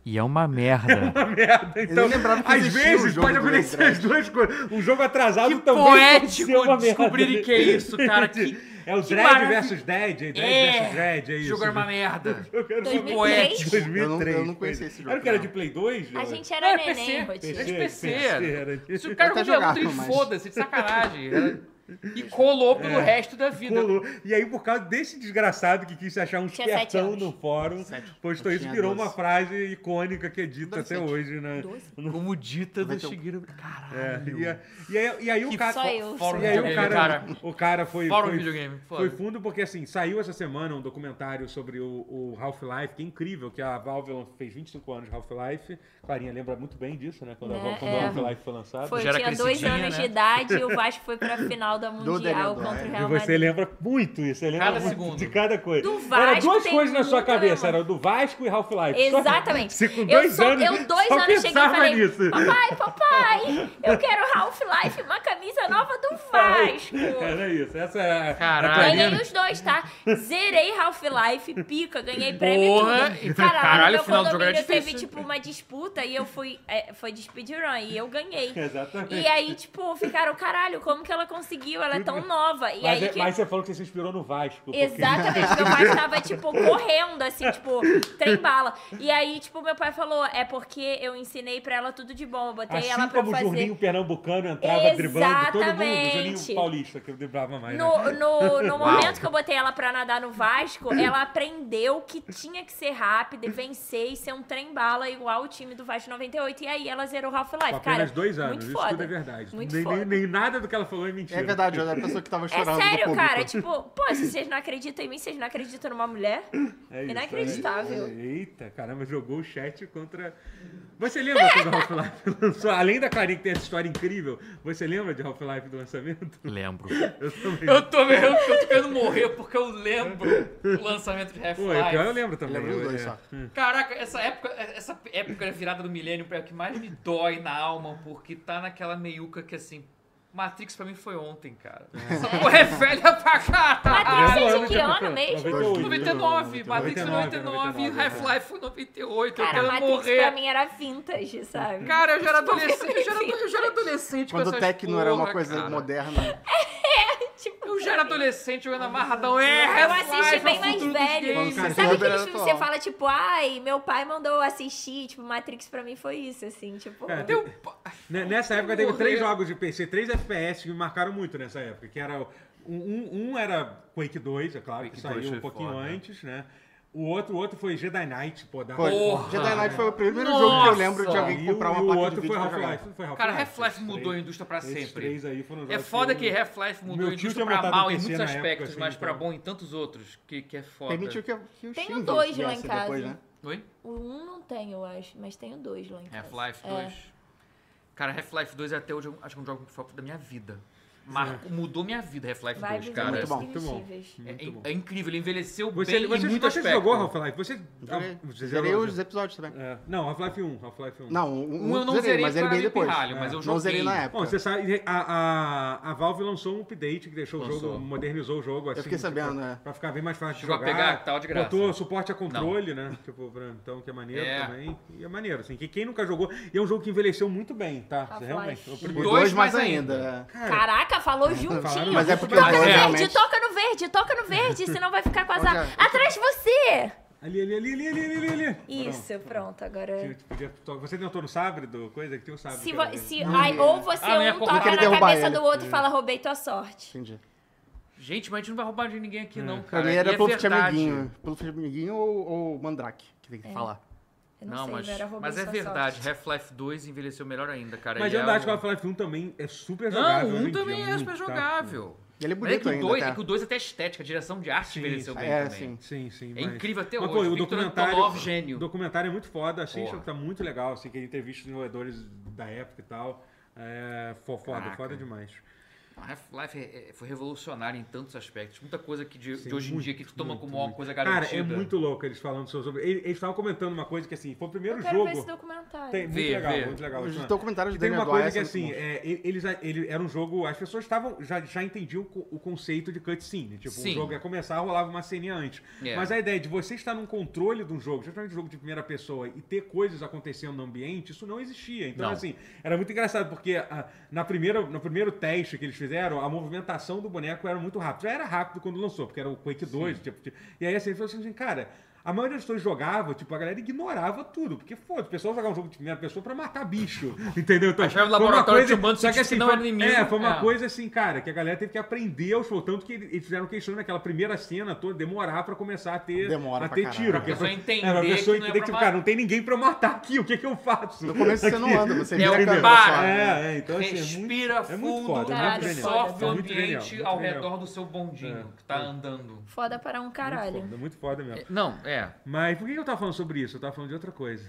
[SPEAKER 4] e é uma merda.
[SPEAKER 2] merda. Então,
[SPEAKER 3] nem lembrava que
[SPEAKER 2] às
[SPEAKER 4] um
[SPEAKER 3] existia o
[SPEAKER 2] vezes
[SPEAKER 3] jogo
[SPEAKER 2] pode
[SPEAKER 3] do
[SPEAKER 2] acontecer
[SPEAKER 3] Dredd.
[SPEAKER 2] as duas coisas. Um jogo atrasado
[SPEAKER 4] Que
[SPEAKER 2] também pode ser uma
[SPEAKER 4] poético
[SPEAKER 2] merda.
[SPEAKER 4] descobrirem que é isso, cara. Que,
[SPEAKER 2] É o
[SPEAKER 4] que
[SPEAKER 2] Dread
[SPEAKER 4] maravilha.
[SPEAKER 2] versus Dead, é Dread versus Dread, é isso.
[SPEAKER 4] Jogo é uma merda.
[SPEAKER 2] Jogo era uma-
[SPEAKER 1] Dois mil e
[SPEAKER 4] é poético.
[SPEAKER 1] três?
[SPEAKER 2] 2003.
[SPEAKER 3] Eu não- eu
[SPEAKER 2] foi.
[SPEAKER 3] não conhecia esse jogo,
[SPEAKER 2] Era o que era
[SPEAKER 3] não.
[SPEAKER 2] de Play 2?
[SPEAKER 1] A
[SPEAKER 2] ou-
[SPEAKER 1] gente era
[SPEAKER 4] Não, é
[SPEAKER 1] neném,
[SPEAKER 4] PC.
[SPEAKER 1] Rotinho.
[SPEAKER 4] É de PC.
[SPEAKER 2] era.
[SPEAKER 4] Se o cara
[SPEAKER 3] Eu até
[SPEAKER 4] não jogava
[SPEAKER 3] jogava,
[SPEAKER 4] trem,
[SPEAKER 3] mas-
[SPEAKER 4] foda-se, de sacanagem. Era- E colou pelo resto da vida.
[SPEAKER 2] É. Colou. E aí, por causa desse desgraçado que quis achar um
[SPEAKER 1] Tinha sete
[SPEAKER 2] espertão
[SPEAKER 1] anos.
[SPEAKER 2] no fórum,
[SPEAKER 3] Sete.
[SPEAKER 2] postou
[SPEAKER 3] Eu
[SPEAKER 2] isso,
[SPEAKER 3] tinha
[SPEAKER 2] virou
[SPEAKER 3] doze.
[SPEAKER 2] uma frase icônica que é dita
[SPEAKER 3] Doze,
[SPEAKER 2] até
[SPEAKER 3] sete.
[SPEAKER 2] hoje, né?
[SPEAKER 1] Doze?
[SPEAKER 4] Como dita do
[SPEAKER 3] Vai ter um-
[SPEAKER 4] Shigeru.
[SPEAKER 2] É,
[SPEAKER 4] Caralho.
[SPEAKER 2] e, a- e aí, e aí o
[SPEAKER 4] Que
[SPEAKER 2] cara.
[SPEAKER 1] Só eu.
[SPEAKER 4] Fora
[SPEAKER 2] E aí o
[SPEAKER 4] videogame,
[SPEAKER 2] cara,
[SPEAKER 4] cara.
[SPEAKER 2] O cara foi.
[SPEAKER 4] Fora o
[SPEAKER 2] foi-
[SPEAKER 4] videogame, foda.
[SPEAKER 2] Foi fundo porque, assim, saiu essa semana um documentário sobre o, o Half-Life, que é incrível, que a Valve lan- fez 25 anos de Half-Life. Clarinha lembra muito bem disso, né? Quando, a
[SPEAKER 1] Né,
[SPEAKER 2] Valve- quando o
[SPEAKER 1] é.
[SPEAKER 2] Half-Life foi lançado.
[SPEAKER 1] Foi,
[SPEAKER 4] Já
[SPEAKER 1] eu
[SPEAKER 4] era
[SPEAKER 1] tinha dois
[SPEAKER 4] crescidinha,
[SPEAKER 1] anos
[SPEAKER 4] né?
[SPEAKER 1] de idade e o Vasco foi pra final da Mundial
[SPEAKER 3] Daniel,
[SPEAKER 1] contra o
[SPEAKER 3] é.
[SPEAKER 2] E
[SPEAKER 1] Real
[SPEAKER 2] você
[SPEAKER 1] Madrid.
[SPEAKER 2] lembra muito isso, você lembra
[SPEAKER 4] Cada
[SPEAKER 2] muito
[SPEAKER 4] segundo.
[SPEAKER 2] de cada coisa.
[SPEAKER 1] Do
[SPEAKER 2] era
[SPEAKER 1] Vasco
[SPEAKER 2] duas
[SPEAKER 1] tem
[SPEAKER 2] coisas na sua
[SPEAKER 1] muita
[SPEAKER 2] cabeça,
[SPEAKER 1] memória.
[SPEAKER 2] era o do Vasco e Half-Life. Só-
[SPEAKER 1] Exatamente.
[SPEAKER 2] Você com
[SPEAKER 1] eu,
[SPEAKER 2] dois
[SPEAKER 1] só-
[SPEAKER 2] anos,
[SPEAKER 1] eu dois
[SPEAKER 2] só
[SPEAKER 1] anos cheguei e
[SPEAKER 2] pensava
[SPEAKER 1] falei,
[SPEAKER 2] nisso.
[SPEAKER 1] papai, papai, eu quero Half-Life, uma camisa nova do Vasco.
[SPEAKER 2] Era isso, essa é a-
[SPEAKER 4] Caralho.
[SPEAKER 2] a
[SPEAKER 1] Ganhei
[SPEAKER 2] Clarinha.
[SPEAKER 1] os dois, tá? Zerei Half-Life, pica, ganhei prêmio
[SPEAKER 4] Porra,
[SPEAKER 1] e
[SPEAKER 4] e
[SPEAKER 1] tudo. Cara, lá no
[SPEAKER 4] caralho,
[SPEAKER 1] meu
[SPEAKER 4] o final do jogo era
[SPEAKER 1] condomínio teve,
[SPEAKER 4] difícil.
[SPEAKER 1] tipo, uma disputa e eu fui... é, foi de speedrun e eu ganhei.
[SPEAKER 2] Exatamente.
[SPEAKER 1] E aí, tipo, ficaram, caralho, como que ela conseguiu? Ela é tão nova. E
[SPEAKER 2] Mas,
[SPEAKER 1] aí
[SPEAKER 2] é-
[SPEAKER 1] que...
[SPEAKER 2] mas você falou que você se inspirou no Vasco. porque-
[SPEAKER 1] Exatamente, meu pai tava, tipo, correndo, assim, tipo, trem bala. E aí, tipo, meu pai falou, é porque eu ensinei pra ela tudo de bom, eu botei
[SPEAKER 2] Assim
[SPEAKER 1] ela pra
[SPEAKER 2] como o
[SPEAKER 1] fazer...
[SPEAKER 2] Juninho Pernambucano entrava driblando todo mundo, o Juninho
[SPEAKER 1] Exatamente.
[SPEAKER 2] Paulista, que eu driblava mais. né?
[SPEAKER 1] No, no, no momento que eu botei ela pra nadar no Vasco, ela aprendeu que tinha que ser rápida e vencer e ser um trem bala igual o time do Vasco 98. E aí ela zerou
[SPEAKER 2] Com
[SPEAKER 1] Half-Life, cara.
[SPEAKER 2] apenas dois anos,
[SPEAKER 1] muito
[SPEAKER 2] isso
[SPEAKER 1] foda.
[SPEAKER 2] tudo é verdade.
[SPEAKER 1] Muito
[SPEAKER 2] nem,
[SPEAKER 1] foda.
[SPEAKER 2] nem, nem nada do que ela falou é mentira.
[SPEAKER 3] É verdade, olha a pessoa que tava
[SPEAKER 1] É
[SPEAKER 3] chorando. do
[SPEAKER 1] sério,
[SPEAKER 3] público.
[SPEAKER 1] cara. Tipo, pô, se vocês não acreditam em mim, vocês não acreditam numa mulher?
[SPEAKER 2] É isso,
[SPEAKER 1] Inacreditável.
[SPEAKER 2] é. Eita, caramba, jogou o chat contra. Você lembra quando o Half-Life lançou? Além da Clarinha que tem essa história incrível, você lembra de Half-Life do lançamento?
[SPEAKER 4] Lembro.
[SPEAKER 2] Eu também.
[SPEAKER 4] Eu tô vendo que eu tô querendo morrer porque eu lembro o lançamento de
[SPEAKER 2] Pô, é pior, eu
[SPEAKER 4] Half-Life.
[SPEAKER 2] lembro também.
[SPEAKER 3] Lembra dos
[SPEAKER 2] eu-
[SPEAKER 3] dois
[SPEAKER 2] é.
[SPEAKER 3] só. Tipo,
[SPEAKER 4] Caraca, essa época, essa época da virada do milênio é a que mais me dói na alma, porque tá naquela meiuca que assim. Matrix pra mim foi ontem, cara. Essa porra é velha pra
[SPEAKER 1] Matrix
[SPEAKER 4] caralho! Ah,
[SPEAKER 1] é-
[SPEAKER 2] Lembra
[SPEAKER 1] de que
[SPEAKER 2] quando
[SPEAKER 1] ano
[SPEAKER 2] foi?
[SPEAKER 1] mesmo?
[SPEAKER 2] 98.
[SPEAKER 4] 99,
[SPEAKER 3] é
[SPEAKER 4] Matrix foi
[SPEAKER 2] 99,
[SPEAKER 4] 99,
[SPEAKER 2] 99,
[SPEAKER 4] Half-Life foi 98, eu
[SPEAKER 1] Cara,
[SPEAKER 4] quero
[SPEAKER 1] Matrix
[SPEAKER 4] morrer.
[SPEAKER 1] pra mim era vintage, sabe?
[SPEAKER 4] Cara, eu já era adolescente, eu já era, eu já era adolescente
[SPEAKER 3] Quando
[SPEAKER 4] com
[SPEAKER 3] o
[SPEAKER 4] essas
[SPEAKER 3] Tecno era uma
[SPEAKER 4] porra,
[SPEAKER 3] coisa
[SPEAKER 4] cara.
[SPEAKER 3] moderna.
[SPEAKER 1] Tipo,
[SPEAKER 4] Eu já era
[SPEAKER 1] pra mim.
[SPEAKER 4] adolescente, eu era amarradão. É,
[SPEAKER 1] Eu
[SPEAKER 4] Half-Life,
[SPEAKER 1] assisti bem
[SPEAKER 4] é o
[SPEAKER 1] mais
[SPEAKER 4] futuro dos
[SPEAKER 1] velho.
[SPEAKER 4] games.
[SPEAKER 3] Quando
[SPEAKER 1] Sabe
[SPEAKER 3] saiu,
[SPEAKER 1] aqueles
[SPEAKER 3] era
[SPEAKER 1] filmes que você
[SPEAKER 3] atual.
[SPEAKER 1] fala, tipo, ai, meu pai mandou eu assistir, tipo, Matrix pra mim foi isso, assim, tipo.
[SPEAKER 2] É,
[SPEAKER 4] Deu pa-
[SPEAKER 2] Né- Nessa época teve
[SPEAKER 4] morrer.
[SPEAKER 2] três jogos de PC, três FPS que me marcaram muito nessa época, que era o- um, um- um era Quake 2, é claro, que
[SPEAKER 4] Quake
[SPEAKER 2] saiu
[SPEAKER 4] 2
[SPEAKER 2] um
[SPEAKER 4] foi
[SPEAKER 2] pouquinho
[SPEAKER 4] foda.
[SPEAKER 2] antes, né? O outro, o outro foi Jedi Knight, pô, da
[SPEAKER 3] Foi.
[SPEAKER 4] Porra.
[SPEAKER 3] Jedi Knight foi o primeiro jogo que eu lembro de
[SPEAKER 4] Nossa.
[SPEAKER 2] E
[SPEAKER 3] alguém
[SPEAKER 2] o,
[SPEAKER 3] comprar uma
[SPEAKER 2] e o
[SPEAKER 3] placa de
[SPEAKER 2] outro
[SPEAKER 3] vídeo
[SPEAKER 2] foi
[SPEAKER 3] pra jogar.
[SPEAKER 2] Half-Life. foi Half-Life.
[SPEAKER 4] Cara, Half-Life
[SPEAKER 2] Esses
[SPEAKER 4] mudou a
[SPEAKER 2] três-
[SPEAKER 4] indústria pra
[SPEAKER 2] esses
[SPEAKER 4] sempre.
[SPEAKER 2] três aí foram os
[SPEAKER 4] É
[SPEAKER 2] jogos
[SPEAKER 4] foda
[SPEAKER 2] eu-
[SPEAKER 4] que Half-Life mudou a
[SPEAKER 2] Meu tio
[SPEAKER 4] indústria
[SPEAKER 2] tinha
[SPEAKER 4] pra
[SPEAKER 2] botado
[SPEAKER 4] mal
[SPEAKER 2] no
[SPEAKER 4] em
[SPEAKER 2] PC
[SPEAKER 4] muitos
[SPEAKER 2] na época,
[SPEAKER 4] aspectos,
[SPEAKER 2] assim,
[SPEAKER 4] mas pra
[SPEAKER 2] então.
[SPEAKER 4] bom em tantos outros, que, que é foda.
[SPEAKER 3] Permitiu que, que o
[SPEAKER 1] Tenho
[SPEAKER 3] Shin
[SPEAKER 1] dois lá em
[SPEAKER 3] viesse
[SPEAKER 1] casa.
[SPEAKER 3] depois, né?
[SPEAKER 4] Oi?
[SPEAKER 1] O um não tem, eu acho, mas tenho dois lá em casa.
[SPEAKER 4] Half-Life
[SPEAKER 1] É.
[SPEAKER 4] 2. Cara, Half-Life 2 é até hoje, um- acho que é um jogo favorito da minha vida. Marco, mudou minha vida, Half-Life 2,
[SPEAKER 1] Vibes
[SPEAKER 4] cara.
[SPEAKER 1] muito
[SPEAKER 3] bom,
[SPEAKER 2] muito bom.
[SPEAKER 1] irresistíveis.
[SPEAKER 4] É,
[SPEAKER 2] Muito bom.
[SPEAKER 4] é incrível, ele envelheceu
[SPEAKER 2] Você,
[SPEAKER 4] bem
[SPEAKER 2] você,
[SPEAKER 4] em muito
[SPEAKER 2] você
[SPEAKER 4] aspecto.
[SPEAKER 2] jogou Half-Life? Você,
[SPEAKER 3] Zerei-
[SPEAKER 2] Ah, você
[SPEAKER 3] Zerei
[SPEAKER 2] zerou?
[SPEAKER 3] os episódios também.
[SPEAKER 2] É, não, Half-Life 1, Half-Life 1.
[SPEAKER 3] Não, um,
[SPEAKER 4] Um eu não
[SPEAKER 3] zerei,
[SPEAKER 4] zerei,
[SPEAKER 3] mas
[SPEAKER 4] porque
[SPEAKER 3] zerei bem
[SPEAKER 4] era
[SPEAKER 3] depois. É.
[SPEAKER 4] pirralho, mas eu
[SPEAKER 3] Não zerei
[SPEAKER 4] joguei.
[SPEAKER 3] na
[SPEAKER 2] Bom,
[SPEAKER 3] época.
[SPEAKER 2] você sabe, a, a, a Valve lançou um update que deixou o
[SPEAKER 4] Lançou.
[SPEAKER 2] jogo, modernizou o jogo assim.
[SPEAKER 3] fiquei sabendo,
[SPEAKER 2] tipo,
[SPEAKER 3] né?
[SPEAKER 2] Pra ficar bem mais fácil de
[SPEAKER 4] Chegou a
[SPEAKER 2] jogar.
[SPEAKER 4] pegar? Tava de graça.
[SPEAKER 2] Botou suporte a controle, né? Tipo, pra- então, que é maneiro
[SPEAKER 4] É.
[SPEAKER 2] também. E é maneiro, assim. Que quem nunca jogou. E é um jogo que envelheceu muito bem, tá?
[SPEAKER 1] Half-Life.
[SPEAKER 2] Realmente. O
[SPEAKER 3] O
[SPEAKER 2] primeiro-
[SPEAKER 4] Dois
[SPEAKER 3] dois mais
[SPEAKER 4] mais
[SPEAKER 3] ainda. é.
[SPEAKER 1] Caraca, falou
[SPEAKER 2] Falaram
[SPEAKER 1] juntinho.
[SPEAKER 3] Mas é
[SPEAKER 2] muito
[SPEAKER 3] porque
[SPEAKER 2] bem.
[SPEAKER 3] o
[SPEAKER 4] Ah,
[SPEAKER 1] Toca no
[SPEAKER 3] dois
[SPEAKER 4] é.
[SPEAKER 1] verde,
[SPEAKER 3] realmente...
[SPEAKER 1] toca no verde, toca no verde, senão vai ficar com azar.
[SPEAKER 3] Olha.
[SPEAKER 1] Atrás de você!
[SPEAKER 2] Ali, ali, ali, ali, ali, ali, ali, ali.
[SPEAKER 1] Isso, pronto,
[SPEAKER 2] Não,
[SPEAKER 1] agora.
[SPEAKER 2] tinha- podia- to- Você tentou no sabre do coisa? Que tem o sabre.
[SPEAKER 1] Se,
[SPEAKER 2] que
[SPEAKER 1] vo-
[SPEAKER 2] era dele.
[SPEAKER 1] se- ai, ou você
[SPEAKER 4] Ah, não ia
[SPEAKER 1] um
[SPEAKER 4] correr.
[SPEAKER 1] toca
[SPEAKER 3] Queria
[SPEAKER 1] na
[SPEAKER 3] derrubar
[SPEAKER 1] cabeça
[SPEAKER 3] ele.
[SPEAKER 1] do
[SPEAKER 4] É.
[SPEAKER 1] outro e fala, roubei tua sorte.
[SPEAKER 3] Entendi.
[SPEAKER 4] Gente, mas a gente não vai roubar de
[SPEAKER 2] É.
[SPEAKER 4] ninguém aqui, não,
[SPEAKER 3] Pra
[SPEAKER 4] cara.
[SPEAKER 3] mim
[SPEAKER 4] E
[SPEAKER 3] era
[SPEAKER 4] é
[SPEAKER 3] Pluft
[SPEAKER 4] verdade. É.
[SPEAKER 3] Amiguinho. Pluft Amiguinho ou, ou Mandrake, que tem que falar.
[SPEAKER 1] Eu não, sei,
[SPEAKER 4] mas,
[SPEAKER 1] eu era robô
[SPEAKER 4] mas é
[SPEAKER 1] só
[SPEAKER 4] verdade.
[SPEAKER 1] sorte.
[SPEAKER 4] Half-Life 2 envelheceu melhor ainda, cara.
[SPEAKER 2] Mas
[SPEAKER 4] Ele
[SPEAKER 2] eu ainda
[SPEAKER 4] é
[SPEAKER 2] acho que o
[SPEAKER 4] um-
[SPEAKER 2] Half-Life 1 também é super
[SPEAKER 4] Não,
[SPEAKER 2] jogável.
[SPEAKER 4] um
[SPEAKER 2] hoje em
[SPEAKER 4] também
[SPEAKER 2] dia,
[SPEAKER 4] é
[SPEAKER 2] muito,
[SPEAKER 4] super
[SPEAKER 2] tá?
[SPEAKER 4] jogável.
[SPEAKER 3] E ele é
[SPEAKER 4] Mas é que
[SPEAKER 3] bonito
[SPEAKER 4] o
[SPEAKER 3] ainda.
[SPEAKER 4] 2,
[SPEAKER 3] tá?
[SPEAKER 4] é que o 2 até a estética, a direção de arte
[SPEAKER 2] Sim,
[SPEAKER 4] envelheceu
[SPEAKER 2] sim.
[SPEAKER 4] bem
[SPEAKER 3] É,
[SPEAKER 4] também.
[SPEAKER 3] sim.
[SPEAKER 2] Sim, sim.
[SPEAKER 4] É
[SPEAKER 2] mas-
[SPEAKER 4] incrível até
[SPEAKER 2] Mas,
[SPEAKER 4] hoje.
[SPEAKER 2] pô, o
[SPEAKER 4] Victor
[SPEAKER 2] documentário,
[SPEAKER 4] Antonov, gênio.
[SPEAKER 2] O documentário é muito foda. Assiste,
[SPEAKER 4] Porra.
[SPEAKER 2] tá muito legal. Assim, que ele entrevista os jogadores da época e tal. É, fo- foda,
[SPEAKER 4] Caraca.
[SPEAKER 2] foda demais.
[SPEAKER 4] A Half-Life é- é- foi revolucionário em tantos aspectos. Muita coisa que de,
[SPEAKER 2] Sim,
[SPEAKER 4] de hoje em
[SPEAKER 2] muito,
[SPEAKER 4] dia que tu toma
[SPEAKER 2] muito,
[SPEAKER 4] como uma
[SPEAKER 2] muito.
[SPEAKER 4] coisa
[SPEAKER 2] Cara,
[SPEAKER 4] garantida.
[SPEAKER 2] é muito louco eles falando sobre... Eles eles estavam comentando uma coisa que, assim, foi o primeiro
[SPEAKER 1] Eu quero ver
[SPEAKER 2] jogo...
[SPEAKER 1] esse documentário.
[SPEAKER 2] Tem, muito
[SPEAKER 4] Vê,
[SPEAKER 2] legal,
[SPEAKER 4] vê.
[SPEAKER 2] muito legal.
[SPEAKER 3] Os
[SPEAKER 2] Isso, né?
[SPEAKER 3] documentários
[SPEAKER 2] E
[SPEAKER 3] do
[SPEAKER 2] tem
[SPEAKER 3] Daniel
[SPEAKER 2] uma
[SPEAKER 3] Dwyer
[SPEAKER 2] coisa que,
[SPEAKER 3] são muito
[SPEAKER 2] assim,
[SPEAKER 3] bons.
[SPEAKER 2] é, ele, eles- ele era um jogo... As pessoas estavam já, já entendiam co- o conceito de cutscene. Tipo,
[SPEAKER 4] Sim.
[SPEAKER 2] o jogo ia começar, rolava uma ceninha antes.
[SPEAKER 4] É.
[SPEAKER 2] Mas a ideia de você estar num controle de um jogo, justamente um jogo de primeira pessoa, e ter coisas acontecendo no ambiente, isso não existia. Então,
[SPEAKER 4] Não.
[SPEAKER 2] assim, era muito engraçado, porque ah, na primeira, no primeiro teste que eles fizeram, a movimentação do boneco era muito rápida. Já era rápido quando lançou, porque era o Quake 2. Tipo, tipo- e aí, assim, ele falou assim, cara... A maioria das pessoas jogava, tipo, a galera ignorava tudo. Porque, foda, o pessoal jogava um jogo de primeira pessoa pra matar bicho. Entendeu? Então,
[SPEAKER 4] Achava o
[SPEAKER 2] foi uma
[SPEAKER 4] laboratório
[SPEAKER 2] coisa-
[SPEAKER 4] de um bando de
[SPEAKER 2] só que, assim,
[SPEAKER 4] cientistas que não
[SPEAKER 2] foi-
[SPEAKER 4] era inimigo.
[SPEAKER 2] É, foi uma
[SPEAKER 4] É.
[SPEAKER 2] coisa assim, cara, que a galera teve que aprender aos poucos. Tanto que eles fizeram questão naquela primeira cena toda, demorar pra começar a ter,
[SPEAKER 3] Demora
[SPEAKER 2] a
[SPEAKER 3] pra
[SPEAKER 2] ter
[SPEAKER 3] caralho.
[SPEAKER 2] tiro.
[SPEAKER 3] Pra
[SPEAKER 2] porque-
[SPEAKER 4] pessoa entender
[SPEAKER 2] pra
[SPEAKER 4] que não é pra
[SPEAKER 2] tipo,
[SPEAKER 4] matar.
[SPEAKER 2] cara, não tem ninguém pra eu matar aqui, o que que eu faço?
[SPEAKER 3] No começo você não
[SPEAKER 2] Aqui.
[SPEAKER 3] anda, você
[SPEAKER 4] É
[SPEAKER 3] vira
[SPEAKER 4] o
[SPEAKER 3] a câmera
[SPEAKER 4] bar.
[SPEAKER 3] só, né?
[SPEAKER 2] É, é, então assim, é muito-
[SPEAKER 4] Respira
[SPEAKER 2] é muito
[SPEAKER 4] fundo,
[SPEAKER 2] foda,
[SPEAKER 1] é muito
[SPEAKER 4] absorve
[SPEAKER 1] genial.
[SPEAKER 2] É
[SPEAKER 4] o
[SPEAKER 2] muito
[SPEAKER 4] ambiente
[SPEAKER 2] genial, muito
[SPEAKER 4] ao
[SPEAKER 2] genial. É,
[SPEAKER 4] redor do seu bondinho que tá andando.
[SPEAKER 1] Foda para um caralho.
[SPEAKER 2] Muito foda, é muito foda mesmo.
[SPEAKER 4] Não, é.
[SPEAKER 2] Mas por que que eu tava falando sobre isso? Eu tava falando de outra coisa.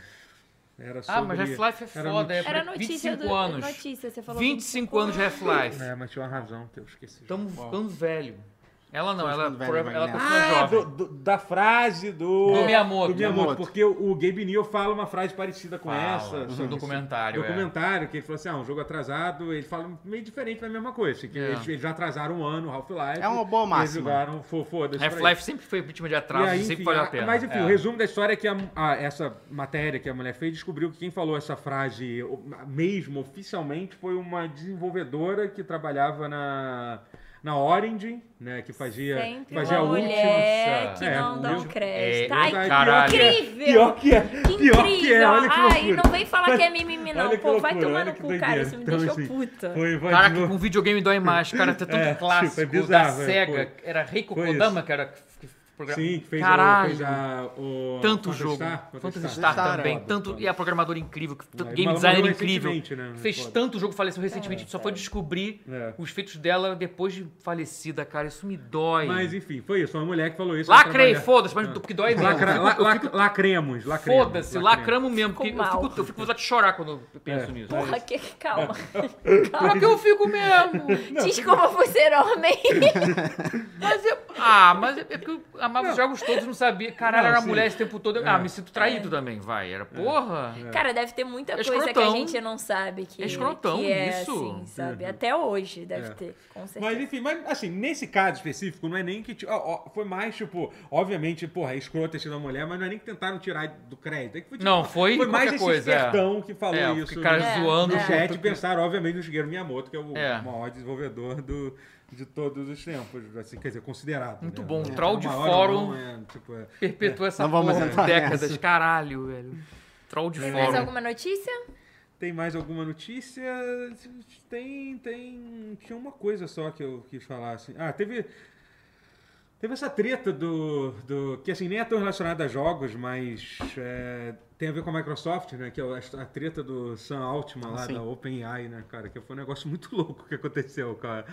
[SPEAKER 2] Era sobre...
[SPEAKER 4] Ah, mas Half-Life é
[SPEAKER 2] era
[SPEAKER 4] foda.
[SPEAKER 1] Era
[SPEAKER 4] É
[SPEAKER 1] notícia
[SPEAKER 4] 25
[SPEAKER 1] do.
[SPEAKER 4] anos.
[SPEAKER 1] Notícia, você falou
[SPEAKER 4] 25 anos de Half-Life.
[SPEAKER 2] muito- É, mas tinha uma razão que eu esqueci.
[SPEAKER 4] Estamos ficando velho. Ela não,
[SPEAKER 3] Estamos
[SPEAKER 4] ela,
[SPEAKER 3] ficando velho,
[SPEAKER 4] forever- ela
[SPEAKER 3] Wagner.
[SPEAKER 2] Ah,
[SPEAKER 4] continua Tá jovem.
[SPEAKER 2] do- do- da frase do...
[SPEAKER 4] Do Miyamoto.
[SPEAKER 2] Do Miyamoto,
[SPEAKER 3] Miyamoto.
[SPEAKER 2] porque o o Gabe Neal fala uma frase parecida com
[SPEAKER 4] Fala,
[SPEAKER 2] essa.
[SPEAKER 4] no
[SPEAKER 2] sobre-
[SPEAKER 4] documentário, é.
[SPEAKER 2] documentário, que ele falou assim, ah, um jogo atrasado, ele fala meio diferente, mas a mesma coisa. assim, que
[SPEAKER 4] É.
[SPEAKER 2] eles, eles já atrasaram um ano, Half-Life.
[SPEAKER 3] É uma boa
[SPEAKER 2] Eles
[SPEAKER 3] máxima.
[SPEAKER 2] jogaram, fo- foda-se. pra
[SPEAKER 4] Half-Life sempre foi vítima de
[SPEAKER 2] e
[SPEAKER 4] atraso,
[SPEAKER 2] aí,
[SPEAKER 4] sempre
[SPEAKER 2] enfim,
[SPEAKER 4] valeu a
[SPEAKER 2] a-
[SPEAKER 4] pena.
[SPEAKER 2] Mas enfim,
[SPEAKER 4] É.
[SPEAKER 2] o resumo da história é que a- a- essa matéria que a mulher fez descobriu que quem falou essa frase o- mesmo oficialmente foi uma desenvolvedora que trabalhava na, na Orange, né? Que fazia,
[SPEAKER 1] Sempre
[SPEAKER 2] fazia é a
[SPEAKER 1] uma
[SPEAKER 2] última.
[SPEAKER 1] mulher que
[SPEAKER 2] É,
[SPEAKER 1] não dão
[SPEAKER 2] última-
[SPEAKER 1] crédito.
[SPEAKER 4] É,
[SPEAKER 1] Ai,
[SPEAKER 2] verdade.
[SPEAKER 1] que
[SPEAKER 4] Caralho.
[SPEAKER 1] incrível!
[SPEAKER 2] Pior que é,
[SPEAKER 1] Que
[SPEAKER 2] pior
[SPEAKER 1] incrível!
[SPEAKER 2] que é, olha que
[SPEAKER 1] Ai,
[SPEAKER 2] loucura.
[SPEAKER 1] não vem falar que é mimimi, não.
[SPEAKER 2] Olha que
[SPEAKER 1] Pô, vai
[SPEAKER 2] loucura,
[SPEAKER 1] tomar
[SPEAKER 2] olha
[SPEAKER 1] no
[SPEAKER 2] que
[SPEAKER 1] cu,
[SPEAKER 2] doideira.
[SPEAKER 1] cara. Isso me
[SPEAKER 2] Então,
[SPEAKER 1] deixou
[SPEAKER 2] assim,
[SPEAKER 1] puta.
[SPEAKER 2] Foi, foi de
[SPEAKER 4] Caraca,
[SPEAKER 2] novo.
[SPEAKER 4] com videogame dói mais, cara. Tem tanto
[SPEAKER 2] É, tipo,
[SPEAKER 4] clássico
[SPEAKER 2] é
[SPEAKER 4] da
[SPEAKER 2] bizarro, é,
[SPEAKER 4] SEGA,
[SPEAKER 2] foi.
[SPEAKER 4] era Rei
[SPEAKER 2] Foi
[SPEAKER 4] Kokodama, que era. que- que- progra-
[SPEAKER 2] Sim, que fez, o,
[SPEAKER 4] Caralho.
[SPEAKER 2] fez a, o
[SPEAKER 4] Tanto
[SPEAKER 2] Phantasy
[SPEAKER 4] jogo.
[SPEAKER 2] Star,
[SPEAKER 4] Phantasy
[SPEAKER 3] Star
[SPEAKER 4] Star também.
[SPEAKER 2] Foda,
[SPEAKER 4] Tanto,
[SPEAKER 2] foda.
[SPEAKER 4] e a programadora incrível, que- tanto
[SPEAKER 2] Aí,
[SPEAKER 4] game
[SPEAKER 2] mas
[SPEAKER 4] designer
[SPEAKER 2] morreu
[SPEAKER 4] incrível.
[SPEAKER 2] recentemente, né?
[SPEAKER 4] Fez
[SPEAKER 2] Foda.
[SPEAKER 4] tanto jogo, faleceu
[SPEAKER 1] É,
[SPEAKER 4] recentemente. só foi descobrir
[SPEAKER 2] É.
[SPEAKER 4] os feitos dela depois de falecida, cara. Isso me dói.
[SPEAKER 2] Mas enfim, foi isso. Uma mulher que falou isso. ela
[SPEAKER 4] Lacrei,
[SPEAKER 2] trabalha-
[SPEAKER 4] foda-se, mas o que dói é mesmo.
[SPEAKER 2] Lacra,
[SPEAKER 4] Eu
[SPEAKER 2] la,
[SPEAKER 4] fico- eu
[SPEAKER 2] la,
[SPEAKER 4] fico-
[SPEAKER 2] lacremos, lacremos.
[SPEAKER 4] Foda-se, lacramos mesmo. Porque
[SPEAKER 1] Ficou
[SPEAKER 4] eu
[SPEAKER 1] mal.
[SPEAKER 4] fico, eu fico com vontade de chorar quando eu penso
[SPEAKER 2] É.
[SPEAKER 4] nisso.
[SPEAKER 1] Porra, que... calma.
[SPEAKER 4] Pior é que eu fico mesmo.
[SPEAKER 1] Desculpa por ser homem.
[SPEAKER 4] Mas eu. Ah, mas é é porque eu amava os jogos todos, não sabia. Caralho,
[SPEAKER 2] Não,
[SPEAKER 4] era
[SPEAKER 2] sim. É.
[SPEAKER 4] mulher esse tempo todo. eu- Ah, me sinto traído também, vai. Era porra.
[SPEAKER 1] Cara, deve ter muita
[SPEAKER 4] É
[SPEAKER 1] coisa que a
[SPEAKER 4] escrotão.
[SPEAKER 1] gente não sabe que
[SPEAKER 4] É escrotão,
[SPEAKER 1] que é
[SPEAKER 4] isso.
[SPEAKER 1] assim, sabe? Até hoje deve
[SPEAKER 2] É.
[SPEAKER 1] ter, com
[SPEAKER 2] Mas
[SPEAKER 1] certeza.
[SPEAKER 2] enfim, mas assim, nesse caso específico, não é nem que. ti- ó, ó, foi mais, tipo, obviamente, porra, é escroto ter sido uma mulher, mas não é nem que tentaram tirar do crédito. É que foi, tipo,
[SPEAKER 4] Não, foi
[SPEAKER 2] foi mais
[SPEAKER 4] qualquer
[SPEAKER 2] esse
[SPEAKER 4] coisa, é.
[SPEAKER 2] espertão que falou
[SPEAKER 4] É,
[SPEAKER 2] isso. né?
[SPEAKER 4] o cara
[SPEAKER 1] É,
[SPEAKER 4] zoando. né?
[SPEAKER 2] No
[SPEAKER 1] é.
[SPEAKER 2] chat pensaram, obviamente, no Shigeru Miyamoto, que é o
[SPEAKER 4] É.
[SPEAKER 2] maior desenvolvedor do, de todos os tempos. Assim, quer dizer, considerado.
[SPEAKER 4] Muito
[SPEAKER 2] né?
[SPEAKER 4] bom, um
[SPEAKER 2] É,
[SPEAKER 4] troll
[SPEAKER 2] o
[SPEAKER 4] de
[SPEAKER 2] maior
[SPEAKER 4] fórum.
[SPEAKER 2] ou não, é, tipo, é.
[SPEAKER 4] Perpetua essa
[SPEAKER 3] Não vamos
[SPEAKER 4] porra
[SPEAKER 3] entrar
[SPEAKER 4] por décadas.
[SPEAKER 3] nessa.
[SPEAKER 4] Caralho, velho. Troll de
[SPEAKER 2] É.
[SPEAKER 1] Tem mais
[SPEAKER 4] fórum.
[SPEAKER 1] alguma notícia?
[SPEAKER 2] Tem mais alguma notícia? Tem, tem. Tinha uma coisa só que eu quis falar, assim. Ah, teve. Teve essa treta do. do que assim, nem é tão relacionada a jogos, mas é, tem a ver com a Microsoft, né? Que é a, a treta do Sam Altman lá
[SPEAKER 3] Ah, sim.
[SPEAKER 2] da OpenAI, né, cara? Que foi um negócio muito louco que aconteceu com a.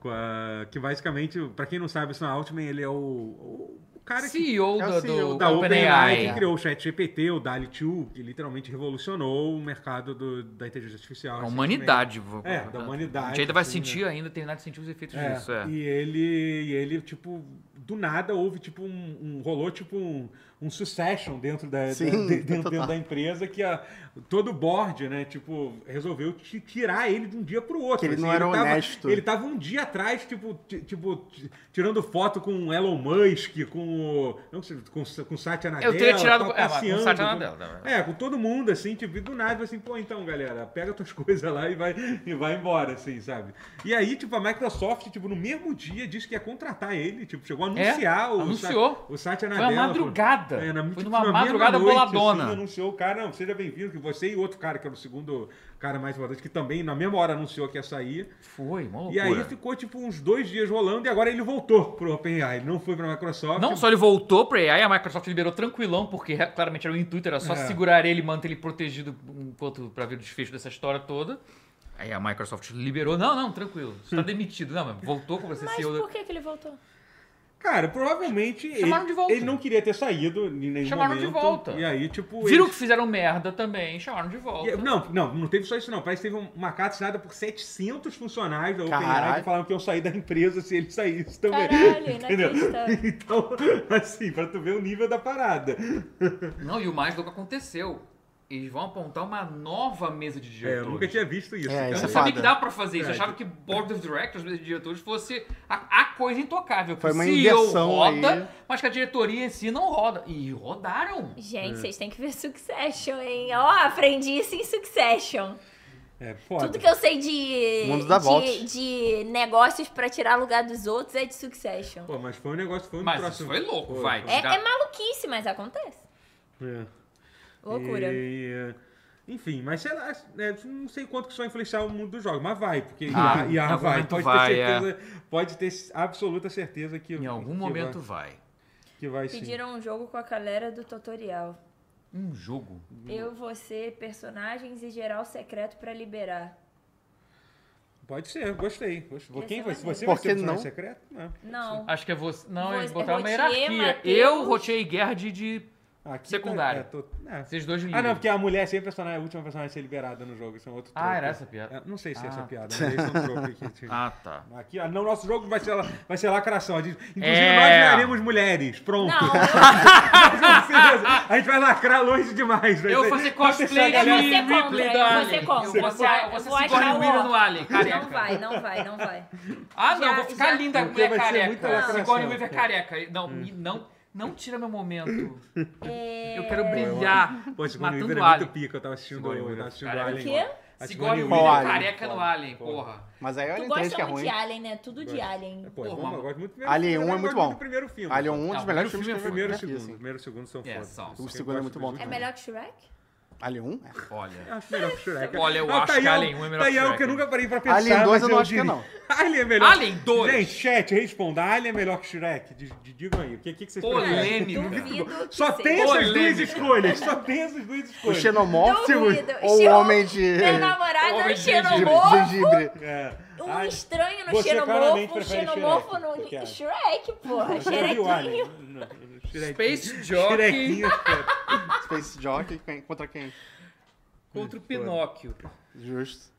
[SPEAKER 2] com a- que basicamente, pra quem não sabe, o Sam Altman, ele é o. o cara que
[SPEAKER 4] CEO
[SPEAKER 3] É o
[SPEAKER 4] da-
[SPEAKER 3] CEO
[SPEAKER 4] do
[SPEAKER 2] da OpenAI, que
[SPEAKER 4] OpenAI.
[SPEAKER 2] criou o ChatGPT, o DALI 2, que literalmente revolucionou o mercado do- da inteligência artificial.
[SPEAKER 4] Da humanidade. vou-
[SPEAKER 2] É, da humanidade,
[SPEAKER 4] A gente ainda vai
[SPEAKER 2] sim, né?
[SPEAKER 4] sentir ainda, terminar de sentir os efeitos
[SPEAKER 2] É,
[SPEAKER 4] disso. É.
[SPEAKER 2] E ele, e ele, tipo, do nada houve, tipo, um, um- rolou, tipo, um, um succession dentro da, da-
[SPEAKER 3] Sim,
[SPEAKER 2] de- dentro,
[SPEAKER 3] total.
[SPEAKER 2] dentro da empresa que a- todo o board, né, tipo, resolveu ti- tirar ele de um dia pro outro.
[SPEAKER 3] Que ele não era
[SPEAKER 2] tava-
[SPEAKER 3] honesto.
[SPEAKER 2] Ele tava um dia atrás, tipo, ti- tipo ti- tirando foto com o Elon Musk, com o, não sei, com, o- com o Satya Nadella.
[SPEAKER 4] Eu teria tirado.
[SPEAKER 2] tava
[SPEAKER 4] É, mas
[SPEAKER 2] passeando,
[SPEAKER 4] não sai de
[SPEAKER 2] com-
[SPEAKER 4] nada dela, né?
[SPEAKER 2] é, com todo mundo, assim, tipo, e do nada, assim, pô, então, galera, pega tuas coisas lá e vai, e vai embora, assim, sabe? E aí, tipo, a Microsoft, tipo, no mesmo dia disse que ia contratar ele, tipo, chegou a anunciar o.
[SPEAKER 4] É? anunciou.
[SPEAKER 2] Sa- O site
[SPEAKER 4] Foi uma
[SPEAKER 2] Anadela,
[SPEAKER 4] madrugada.
[SPEAKER 2] É, na,
[SPEAKER 4] Foi
[SPEAKER 2] tipo,
[SPEAKER 4] numa
[SPEAKER 2] na mesma
[SPEAKER 4] madrugada
[SPEAKER 2] noite,
[SPEAKER 4] boladona.
[SPEAKER 2] assim, anunciou o cara, não, seja bem-vindo, que você e outro cara, que era o segundo cara mais importante, que também na mesma hora anunciou que ia sair.
[SPEAKER 4] Foi, uma
[SPEAKER 2] E
[SPEAKER 4] loucura.
[SPEAKER 2] aí ficou tipo uns dois dias rolando e agora ele voltou pro OpenAI. Ele não foi pra Microsoft.
[SPEAKER 4] Não só ele voltou pra AI, a Microsoft liberou tranquilão, porque claramente era o intuito, era só
[SPEAKER 2] É.
[SPEAKER 4] segurar ele, manter ele protegido enquanto pra ver o desfecho dessa história toda. Aí a Microsoft liberou, não, não, tranquilo, você tá demitido. Não, mas voltou com você
[SPEAKER 1] Mas
[SPEAKER 4] CEO.
[SPEAKER 1] por que, que ele voltou?
[SPEAKER 2] Cara, provavelmente ele,
[SPEAKER 4] Chamaram de volta.
[SPEAKER 2] ele não queria ter saído em nenhum
[SPEAKER 4] Chamaram de
[SPEAKER 2] momento.
[SPEAKER 4] volta.
[SPEAKER 2] E aí, tipo.
[SPEAKER 4] Viram que
[SPEAKER 2] eles-
[SPEAKER 4] fizeram merda também, chamaram de volta.
[SPEAKER 2] e- é Não, não, não teve só isso, não. Parece que teve um, uma carta assinada por 700 funcionários da OpenAI
[SPEAKER 3] Caralho.
[SPEAKER 2] que falaram que iam sair da empresa se ele saísse também.
[SPEAKER 1] Caralho,
[SPEAKER 2] Entendeu?
[SPEAKER 1] inacreditável.
[SPEAKER 2] Então, assim, pra tu ver o nível da parada.
[SPEAKER 4] Não, e o mais louco aconteceu. Eles vão apontar uma nova mesa de
[SPEAKER 2] É, eu
[SPEAKER 4] diretores.
[SPEAKER 2] nunca tinha visto isso.
[SPEAKER 3] É,
[SPEAKER 2] cara.
[SPEAKER 4] Eu
[SPEAKER 3] isso
[SPEAKER 4] não
[SPEAKER 3] é
[SPEAKER 4] sabia
[SPEAKER 3] foda.
[SPEAKER 4] que dava pra fazer isso. Eu
[SPEAKER 2] É,
[SPEAKER 4] achava que Board of Directors, mesa de diretores, fosse a, a coisa intocável. que
[SPEAKER 3] Foi uma
[SPEAKER 4] o CEO
[SPEAKER 3] inversão
[SPEAKER 4] roda,
[SPEAKER 3] aí.
[SPEAKER 4] mas que a diretoria em si não roda. E rodaram.
[SPEAKER 1] Gente, vocês têm que ver Succession, hein? Ó, aprendi isso em Succession.
[SPEAKER 2] É, foda.
[SPEAKER 1] Tudo que eu sei de,
[SPEAKER 3] Mundo dá
[SPEAKER 1] de,
[SPEAKER 3] voltas.
[SPEAKER 1] de negócios pra tirar lugar dos outros é de Succession.
[SPEAKER 2] Pô, mas foi um negócio, foi um
[SPEAKER 4] Mas
[SPEAKER 2] troço-
[SPEAKER 4] isso foi louco,
[SPEAKER 2] Foi,
[SPEAKER 4] vai.
[SPEAKER 1] É,
[SPEAKER 4] Dá-
[SPEAKER 1] é maluquice, mas acontece.
[SPEAKER 2] É.
[SPEAKER 1] Loucura.
[SPEAKER 2] E, eh, enfim, mas sei lá, né, não sei quanto que isso vai influenciar o mundo dos jogos, mas vai, porque
[SPEAKER 4] Ah,
[SPEAKER 2] e a- e a
[SPEAKER 4] em algum
[SPEAKER 2] vai,
[SPEAKER 4] momento
[SPEAKER 2] pode
[SPEAKER 4] vai, é.
[SPEAKER 2] ter certeza, pode ter absoluta certeza que
[SPEAKER 4] Em algum
[SPEAKER 2] que
[SPEAKER 4] momento vai.
[SPEAKER 2] vai, que vai sim.
[SPEAKER 1] Pediram um jogo com a galera do tutorial.
[SPEAKER 4] Um jogo.
[SPEAKER 2] Uhum.
[SPEAKER 1] Eu, você, personagens e geral secreto pra liberar.
[SPEAKER 2] Pode ser, gostei. gostei.
[SPEAKER 1] Ia
[SPEAKER 2] Quem
[SPEAKER 1] ser
[SPEAKER 2] vai,
[SPEAKER 1] maneiro.
[SPEAKER 2] você
[SPEAKER 3] Por
[SPEAKER 2] vai ser
[SPEAKER 3] que
[SPEAKER 2] personagem
[SPEAKER 3] não?
[SPEAKER 2] secreto? Não.
[SPEAKER 1] Não.
[SPEAKER 4] Acho que é você. Não,
[SPEAKER 1] Você-
[SPEAKER 4] eles botaram uma
[SPEAKER 1] Rotier,
[SPEAKER 4] hierarquia.
[SPEAKER 1] Mateus.
[SPEAKER 4] Eu roteei guerra de, de-
[SPEAKER 2] Aqui,
[SPEAKER 4] Secundário.
[SPEAKER 2] é, tô- é.
[SPEAKER 4] Vocês dois
[SPEAKER 2] Ah,
[SPEAKER 4] livres.
[SPEAKER 2] não, porque a mulher sempre é personagem, a última personagem a ser liberada no jogo. Isso é um outro
[SPEAKER 4] Ah,
[SPEAKER 2] troco.
[SPEAKER 4] era essa a piada?
[SPEAKER 2] É, não sei se é essa
[SPEAKER 4] Ah.
[SPEAKER 2] a piada, mas esse é um troco que tinha.
[SPEAKER 4] Ah, tá.
[SPEAKER 2] Aqui, ah, não, nosso jogo vai ser, la- vai ser lacração. A gente- Inclusive,
[SPEAKER 4] É.
[SPEAKER 2] nós ganharemos mulheres. Pronto.
[SPEAKER 1] Não, eu,
[SPEAKER 2] Beleza, a gente vai lacrar longe demais. vai
[SPEAKER 4] Eu vou
[SPEAKER 2] ser-
[SPEAKER 4] fazer
[SPEAKER 2] vai ser
[SPEAKER 4] cosplay
[SPEAKER 2] só a
[SPEAKER 1] Eu vou
[SPEAKER 4] de
[SPEAKER 2] galera-
[SPEAKER 1] ser contra,
[SPEAKER 4] Ripley
[SPEAKER 1] eu
[SPEAKER 4] do
[SPEAKER 1] vou
[SPEAKER 4] Alien.
[SPEAKER 1] ser contra.
[SPEAKER 4] Eu vou ser,
[SPEAKER 1] Eu
[SPEAKER 4] eu vou ser
[SPEAKER 1] vou
[SPEAKER 4] Sigourney
[SPEAKER 1] achar o
[SPEAKER 4] Weaver
[SPEAKER 1] ó.
[SPEAKER 4] no Alien,
[SPEAKER 1] não
[SPEAKER 4] careca.
[SPEAKER 1] vai, não vai, não vai.
[SPEAKER 4] Ah, não,
[SPEAKER 1] Já-
[SPEAKER 4] vou ficar
[SPEAKER 1] já-
[SPEAKER 4] linda a
[SPEAKER 2] Porque
[SPEAKER 4] mulher
[SPEAKER 2] vai ser muita Hum.
[SPEAKER 4] careca.
[SPEAKER 2] lacração.
[SPEAKER 4] Sigourney Weaver careca. Não, me- não, não tira meu momento.
[SPEAKER 1] É,
[SPEAKER 4] Eu quero brilhar
[SPEAKER 2] Pô, esse Sigourney Weaver é
[SPEAKER 4] matando o
[SPEAKER 2] muito
[SPEAKER 4] Alien.
[SPEAKER 2] pica. Eu tava assistindo
[SPEAKER 4] Sigourney
[SPEAKER 2] eu
[SPEAKER 4] Weaver.
[SPEAKER 2] tava assistindo
[SPEAKER 4] Cara,
[SPEAKER 2] Alien.
[SPEAKER 1] o quê?
[SPEAKER 2] agora. A
[SPEAKER 4] Sigourney
[SPEAKER 2] Sigourney
[SPEAKER 4] Weaver
[SPEAKER 3] Alien.
[SPEAKER 4] careca no
[SPEAKER 2] Porra.
[SPEAKER 4] Alien, porra.
[SPEAKER 3] Mas aí
[SPEAKER 1] Tu
[SPEAKER 3] Alien 3
[SPEAKER 1] gosta
[SPEAKER 3] que é
[SPEAKER 1] muito
[SPEAKER 3] ruim.
[SPEAKER 1] de Alien, né? Tudo de Alien.
[SPEAKER 2] É, Pô, é
[SPEAKER 4] Porra,
[SPEAKER 2] bom,
[SPEAKER 4] mano.
[SPEAKER 2] eu gosto muito do primeiro
[SPEAKER 3] Alien
[SPEAKER 2] filme,
[SPEAKER 3] 1 é
[SPEAKER 2] eu
[SPEAKER 3] muito
[SPEAKER 2] gosto
[SPEAKER 3] bom.
[SPEAKER 2] do primeiro filme.
[SPEAKER 3] Alien 1 é um
[SPEAKER 4] Não,
[SPEAKER 3] dos melhores
[SPEAKER 4] o primeiro
[SPEAKER 3] filmes que eu
[SPEAKER 2] O
[SPEAKER 4] filme é
[SPEAKER 2] primeiro e o
[SPEAKER 3] já
[SPEAKER 2] segundo.
[SPEAKER 3] vi,
[SPEAKER 2] O
[SPEAKER 3] assim.
[SPEAKER 2] primeiro e o segundo são
[SPEAKER 4] É,
[SPEAKER 2] foda.
[SPEAKER 4] são.
[SPEAKER 2] Eu
[SPEAKER 3] O segundo é
[SPEAKER 2] gosto
[SPEAKER 3] muito
[SPEAKER 2] dos
[SPEAKER 3] bom
[SPEAKER 2] dois.
[SPEAKER 1] É melhor que Shrek?
[SPEAKER 3] Alien né? 1?
[SPEAKER 4] Olha.
[SPEAKER 2] Acho melhor que Shrek.
[SPEAKER 4] Olha, eu
[SPEAKER 2] Ah,
[SPEAKER 4] acho
[SPEAKER 2] tá aí
[SPEAKER 4] que
[SPEAKER 2] algo-
[SPEAKER 4] Alien 1 é
[SPEAKER 2] Tá
[SPEAKER 4] melhor que
[SPEAKER 2] aí algo
[SPEAKER 4] Shrek.
[SPEAKER 2] que eu nunca parei pra pensar.
[SPEAKER 3] Alien 2
[SPEAKER 2] mas
[SPEAKER 3] eu não acho que é,
[SPEAKER 2] diria- Alien é melhor.
[SPEAKER 4] Alien 2.
[SPEAKER 2] Gente, chat, responda. Alien é melhor que Shrek. D- d- Digam aí. O que, que que vocês preferem?
[SPEAKER 4] Polêmica.
[SPEAKER 1] Duvido que
[SPEAKER 2] Só
[SPEAKER 1] seja.
[SPEAKER 2] tem essas duas
[SPEAKER 4] Polêmica.
[SPEAKER 2] escolhas. Só tem essas duas
[SPEAKER 3] O
[SPEAKER 2] escolhas.
[SPEAKER 3] Xenomorfo
[SPEAKER 1] Duvido.
[SPEAKER 3] ou o
[SPEAKER 1] Xenon-
[SPEAKER 3] Homem de...
[SPEAKER 1] Meu namorado é um
[SPEAKER 4] Homem de
[SPEAKER 1] xenomorfo.
[SPEAKER 3] Gengibre.
[SPEAKER 2] É.
[SPEAKER 1] Um
[SPEAKER 2] Alien-
[SPEAKER 1] estranho no
[SPEAKER 2] Você claramente
[SPEAKER 1] xenomorfo, um
[SPEAKER 2] prefere
[SPEAKER 1] xenomorfo
[SPEAKER 2] Shrek.
[SPEAKER 1] no
[SPEAKER 2] O que é?
[SPEAKER 1] Shrek, porra.
[SPEAKER 2] Eu não vi o Alien.
[SPEAKER 1] Shrekinho.
[SPEAKER 2] Não, não, Shrek.
[SPEAKER 4] Space Jockey
[SPEAKER 2] Shrekinho, cara.
[SPEAKER 3] Space Jockey quem- contra quem?
[SPEAKER 4] contra o Pinóquio.
[SPEAKER 3] Justo.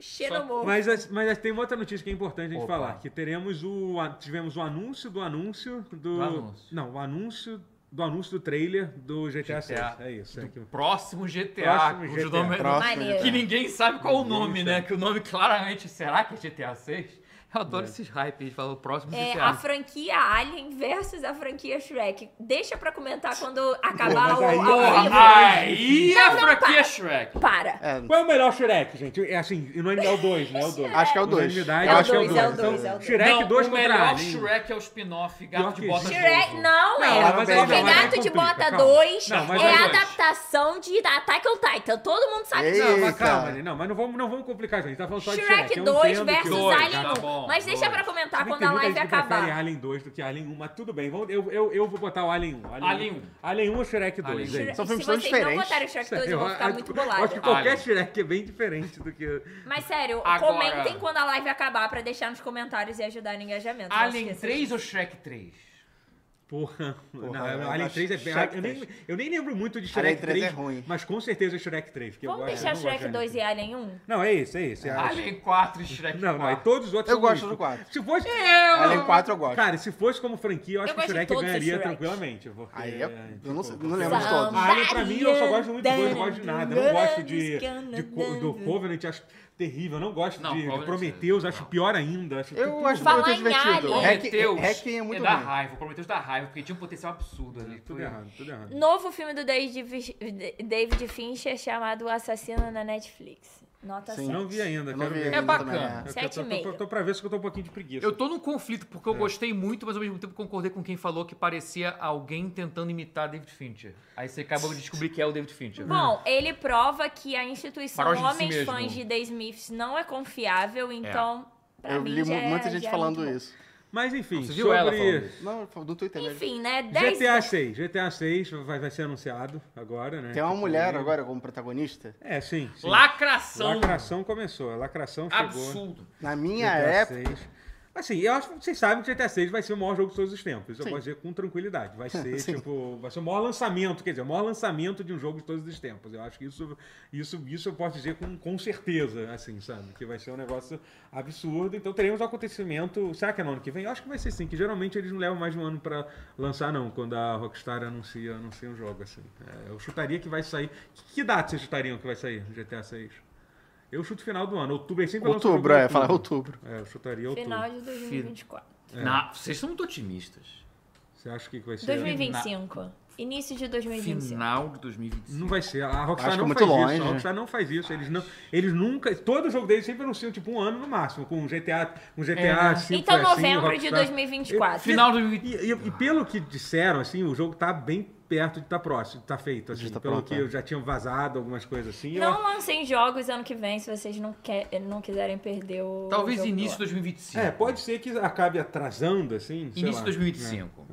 [SPEAKER 1] Xenomorfo.
[SPEAKER 2] Mas, as- mas as- tem uma outra notícia que é importante a gente
[SPEAKER 4] Opa.
[SPEAKER 2] falar, que teremos o a- tivemos o anúncio do anúncio do,
[SPEAKER 4] Do anúncio.
[SPEAKER 2] não, o anúncio do anúncio do trailer do GTA, 6.
[SPEAKER 4] GTA.
[SPEAKER 2] É isso, é aquilo.
[SPEAKER 4] Próximo GTA.
[SPEAKER 2] Próximo
[SPEAKER 4] cujo
[SPEAKER 2] GTA.
[SPEAKER 4] nome-
[SPEAKER 3] Próximo.
[SPEAKER 1] Maneiro.
[SPEAKER 4] Que ninguém sabe qual o
[SPEAKER 2] Ninguém
[SPEAKER 4] nome, né? Que o nome claramente. Será que é GTA 6?
[SPEAKER 2] É.
[SPEAKER 4] Eu adoro esses hype. Ele fala o próximo
[SPEAKER 1] É,
[SPEAKER 4] GTA.
[SPEAKER 1] a franquia Alien versus a franquia Shrek. Deixa pra comentar quando acabar
[SPEAKER 2] mas
[SPEAKER 1] o
[SPEAKER 2] aí-
[SPEAKER 1] ao vivo.
[SPEAKER 4] Porra, aí a franquia
[SPEAKER 1] para.
[SPEAKER 4] Shrek.
[SPEAKER 1] Para.
[SPEAKER 3] É,
[SPEAKER 2] Qual é o melhor Shrek, gente? É assim, e não é o 2, né? É o 2.
[SPEAKER 3] Acho que é o dois.
[SPEAKER 2] Unanimidade,
[SPEAKER 3] É o
[SPEAKER 2] acho que é o
[SPEAKER 3] dois,
[SPEAKER 2] 2.
[SPEAKER 3] é o
[SPEAKER 1] dois, é o
[SPEAKER 2] então,
[SPEAKER 1] dois.
[SPEAKER 2] Shrek
[SPEAKER 4] não,
[SPEAKER 2] 2
[SPEAKER 4] o
[SPEAKER 2] contra
[SPEAKER 4] melhor
[SPEAKER 2] Alien.
[SPEAKER 4] Shrek é o spin-off
[SPEAKER 2] Pior
[SPEAKER 4] Gato
[SPEAKER 2] que
[SPEAKER 4] de Botas
[SPEAKER 2] existe.
[SPEAKER 4] Novo.
[SPEAKER 1] Shrek não,
[SPEAKER 2] Não,
[SPEAKER 1] é.
[SPEAKER 2] mas
[SPEAKER 1] Porque
[SPEAKER 2] aí
[SPEAKER 3] não, mas aí
[SPEAKER 1] Gato de
[SPEAKER 2] complica,
[SPEAKER 1] Bota
[SPEAKER 2] calma.
[SPEAKER 1] 2
[SPEAKER 2] Não, mas
[SPEAKER 1] é
[SPEAKER 2] aí
[SPEAKER 1] a
[SPEAKER 4] dois.
[SPEAKER 1] adaptação de Attack on Titan. Todo mundo sabe
[SPEAKER 3] Ei,
[SPEAKER 1] disso.
[SPEAKER 2] Não, mas
[SPEAKER 3] Eita.
[SPEAKER 2] é calma, gente, não, mas não vamos, não vamos complicar, gente. Tá falando só de Shrek.
[SPEAKER 1] Shrek
[SPEAKER 2] Eu
[SPEAKER 1] 2
[SPEAKER 2] entendo que
[SPEAKER 1] versus
[SPEAKER 2] o-
[SPEAKER 4] dois,
[SPEAKER 1] Alien 1.
[SPEAKER 4] tá bom,
[SPEAKER 1] mas deixa
[SPEAKER 4] dois.
[SPEAKER 1] pra comentar
[SPEAKER 2] Sabe que
[SPEAKER 1] Tá, quando
[SPEAKER 2] tem
[SPEAKER 1] a
[SPEAKER 2] muita
[SPEAKER 1] live
[SPEAKER 2] gente que prefere
[SPEAKER 1] acabar.
[SPEAKER 2] Alien 2 do que Alien 1, mas tudo bem. Vamos, eu, eu, eu vou botar o Alien 1.
[SPEAKER 4] Alien 1.
[SPEAKER 2] Alien 1 ou Shrek 2,
[SPEAKER 4] Alien
[SPEAKER 2] gente?
[SPEAKER 1] Shrek-
[SPEAKER 3] São
[SPEAKER 1] Se
[SPEAKER 3] filmes tão
[SPEAKER 1] vocês não
[SPEAKER 3] diferentes.
[SPEAKER 1] botarem Shrek 2, eu vou
[SPEAKER 2] Eu
[SPEAKER 1] ficar
[SPEAKER 2] acho-
[SPEAKER 1] muito
[SPEAKER 2] eu Acho que
[SPEAKER 1] bolada.
[SPEAKER 2] qualquer
[SPEAKER 4] Alien.
[SPEAKER 2] Shrek é bem diferente do que.
[SPEAKER 1] Mas sério,
[SPEAKER 4] Agora-
[SPEAKER 1] comentem quando a live acabar pra deixar nos comentários e ajudar no engajamento. Não
[SPEAKER 4] Alien
[SPEAKER 1] esqueçam
[SPEAKER 4] 3 ou Shrek 3?
[SPEAKER 2] Porra. não,
[SPEAKER 3] eu
[SPEAKER 2] Alien
[SPEAKER 3] acho
[SPEAKER 2] 3 é bem.
[SPEAKER 3] Shrek
[SPEAKER 2] Eu nem, eu nem lembro muito de Shrek
[SPEAKER 3] Alien
[SPEAKER 2] 3.
[SPEAKER 3] 3 é ruim.
[SPEAKER 2] Mas com certeza é Shrek 3. Porque
[SPEAKER 1] Vamos
[SPEAKER 2] eu gosto-
[SPEAKER 1] deixar
[SPEAKER 2] eu não gosto
[SPEAKER 1] Shrek
[SPEAKER 2] de
[SPEAKER 1] 2 e Alien 1?
[SPEAKER 2] Não, é isso, é isso. é Alien.
[SPEAKER 4] Alien 4 e Shrek
[SPEAKER 2] Não,
[SPEAKER 4] 4.
[SPEAKER 2] não, e todos os outros
[SPEAKER 3] Eu
[SPEAKER 2] são
[SPEAKER 3] gosto
[SPEAKER 2] lixo.
[SPEAKER 3] do quatro.
[SPEAKER 2] Se fosse.
[SPEAKER 3] Alien 4 eu gosto.
[SPEAKER 2] Cara, se fosse como franquia, eu acho
[SPEAKER 1] É, Eu
[SPEAKER 2] que o
[SPEAKER 1] gosto de
[SPEAKER 2] Shrek
[SPEAKER 1] todos os
[SPEAKER 2] ganharia
[SPEAKER 1] Shreks.
[SPEAKER 2] tranquilamente. porque,
[SPEAKER 3] Aí eu- eu
[SPEAKER 2] tipo,
[SPEAKER 3] não sei- não lembro de todos.
[SPEAKER 2] A Alien, pra mim, eu só gosto muito de dois, não gosto de nada. Eu Não gosto de, de co- do Covenant, acho terrível. Eu Não gosto
[SPEAKER 4] Não,
[SPEAKER 2] de, de
[SPEAKER 4] Covenant,
[SPEAKER 2] Prometheus, acho
[SPEAKER 4] não.
[SPEAKER 2] pior ainda. Acho
[SPEAKER 3] é Eu
[SPEAKER 2] tudo-
[SPEAKER 3] acho
[SPEAKER 1] Falar
[SPEAKER 3] muito
[SPEAKER 1] em
[SPEAKER 3] divertido.
[SPEAKER 1] Alien.
[SPEAKER 3] Hack-
[SPEAKER 4] Prometheus
[SPEAKER 3] Hack é muito
[SPEAKER 4] da
[SPEAKER 3] ruim.
[SPEAKER 4] raiva. O Prometheus da raiva, porque tinha um potencial absurdo ali.
[SPEAKER 2] Tudo errado, É tudo errado.
[SPEAKER 1] Novo filme do David, David Fincher chamado O Assassino na Netflix. Nota
[SPEAKER 3] Sim.
[SPEAKER 1] 7.
[SPEAKER 2] Não vi ainda,
[SPEAKER 3] Eu não
[SPEAKER 2] quero
[SPEAKER 3] vi
[SPEAKER 2] ver.
[SPEAKER 3] ainda
[SPEAKER 4] É bacana.
[SPEAKER 3] também,
[SPEAKER 2] Eu
[SPEAKER 1] Sete
[SPEAKER 2] tô,
[SPEAKER 1] e meio.
[SPEAKER 2] tô, tô, tô pra ver se eu tô um pouquinho de preguiça.
[SPEAKER 4] Eu tô num conflito, porque eu gostei muito, mas ao mesmo tempo concordei com quem falou que parecia alguém tentando imitar David Fincher. Aí você acaba de descobrir que é o David Fincher.
[SPEAKER 1] Bom, ele prova que a instituição
[SPEAKER 4] Faroeste de si
[SPEAKER 1] Homens
[SPEAKER 4] mesmo.
[SPEAKER 1] Fãs de The Smiths não é confiável, então. pra
[SPEAKER 3] Eu
[SPEAKER 1] mim
[SPEAKER 3] li
[SPEAKER 1] já
[SPEAKER 3] mu-
[SPEAKER 1] é-
[SPEAKER 3] muita
[SPEAKER 1] já
[SPEAKER 3] gente
[SPEAKER 1] é
[SPEAKER 3] falando
[SPEAKER 1] muito bom.
[SPEAKER 3] isso. é
[SPEAKER 2] Mas enfim,
[SPEAKER 4] Você viu ela falando
[SPEAKER 2] sobre
[SPEAKER 4] isso?
[SPEAKER 3] Não, do Twitter mesmo.
[SPEAKER 1] Enfim, né? 10
[SPEAKER 4] é
[SPEAKER 2] GTA 6. GTA 6 vai, vai ser anunciado agora, né?
[SPEAKER 3] Tem uma
[SPEAKER 2] Tipo,
[SPEAKER 3] mulher
[SPEAKER 2] aí-
[SPEAKER 3] agora como protagonista.
[SPEAKER 2] É, sim. sim.
[SPEAKER 4] Lacração,
[SPEAKER 2] Lacração começou. A lacração chegou. né?
[SPEAKER 4] absurdo.
[SPEAKER 3] Na minha
[SPEAKER 2] GTA
[SPEAKER 3] época.
[SPEAKER 2] VI. Assim, eu acho que vocês sabem que GTA 6 vai ser o maior jogo de todos os tempos. Isso eu
[SPEAKER 3] Sim.
[SPEAKER 2] posso dizer com tranquilidade. Vai ser,
[SPEAKER 3] Sim.
[SPEAKER 2] tipo, vai ser o maior lançamento, quer dizer, o maior lançamento de um jogo de todos os tempos. Eu acho que isso, isso, isso eu posso dizer com, com certeza, assim, sabe? Que vai ser um negócio absurdo. Então teremos um acontecimento. Será que é no ano que vem? Eu acho que vai ser sim, que geralmente eles não levam mais de um ano pra lançar, não, quando a Rockstar anuncia, anuncia um jogo, assim. É, eu chutaria que vai sair. Que, que data vocês chutariam que vai sair GTA 6? Eu chuto final do ano. Outubro, eles sempre lançam
[SPEAKER 3] Outubro,
[SPEAKER 2] jogo em
[SPEAKER 3] é, fala outubro.
[SPEAKER 2] é, eu chutaria outubro.
[SPEAKER 1] Final de 2024.
[SPEAKER 4] Na- vocês são muito otimistas.
[SPEAKER 2] Você acha que vai ser?
[SPEAKER 1] 2025. Início de 2025.
[SPEAKER 4] Final de 2025.
[SPEAKER 2] Não vai ser. A Rockstar
[SPEAKER 3] Acho que é
[SPEAKER 2] não
[SPEAKER 3] muito
[SPEAKER 2] faz
[SPEAKER 3] longe. né?
[SPEAKER 2] isso. A Rockstar não faz isso. Eles, não, eles nunca. Todo jogo deles sempre anunciam tipo um ano no máximo, com um GTA, um GTA
[SPEAKER 4] É.
[SPEAKER 2] 5.
[SPEAKER 1] Então,
[SPEAKER 2] é assim,
[SPEAKER 1] novembro de
[SPEAKER 2] Rockstar-
[SPEAKER 1] 2024.
[SPEAKER 4] Final de 2025.
[SPEAKER 2] E, e- e pelo que disseram, assim, o jogo tá bem perto de estar próximo, de tá feito, assim.
[SPEAKER 3] De tá
[SPEAKER 2] pelo
[SPEAKER 3] pronto,
[SPEAKER 2] que
[SPEAKER 3] é.
[SPEAKER 2] eu já tinha vazado algumas coisas assim.
[SPEAKER 1] Não
[SPEAKER 2] eu-
[SPEAKER 1] lancem jogos ano que vem se vocês não, quer, não quiserem perder o.
[SPEAKER 4] Talvez
[SPEAKER 1] jogo do
[SPEAKER 4] início de
[SPEAKER 1] ano.
[SPEAKER 4] 2025.
[SPEAKER 2] É, pode ser que acabe atrasando, assim. sei
[SPEAKER 4] Início
[SPEAKER 2] lá.
[SPEAKER 4] de 2025.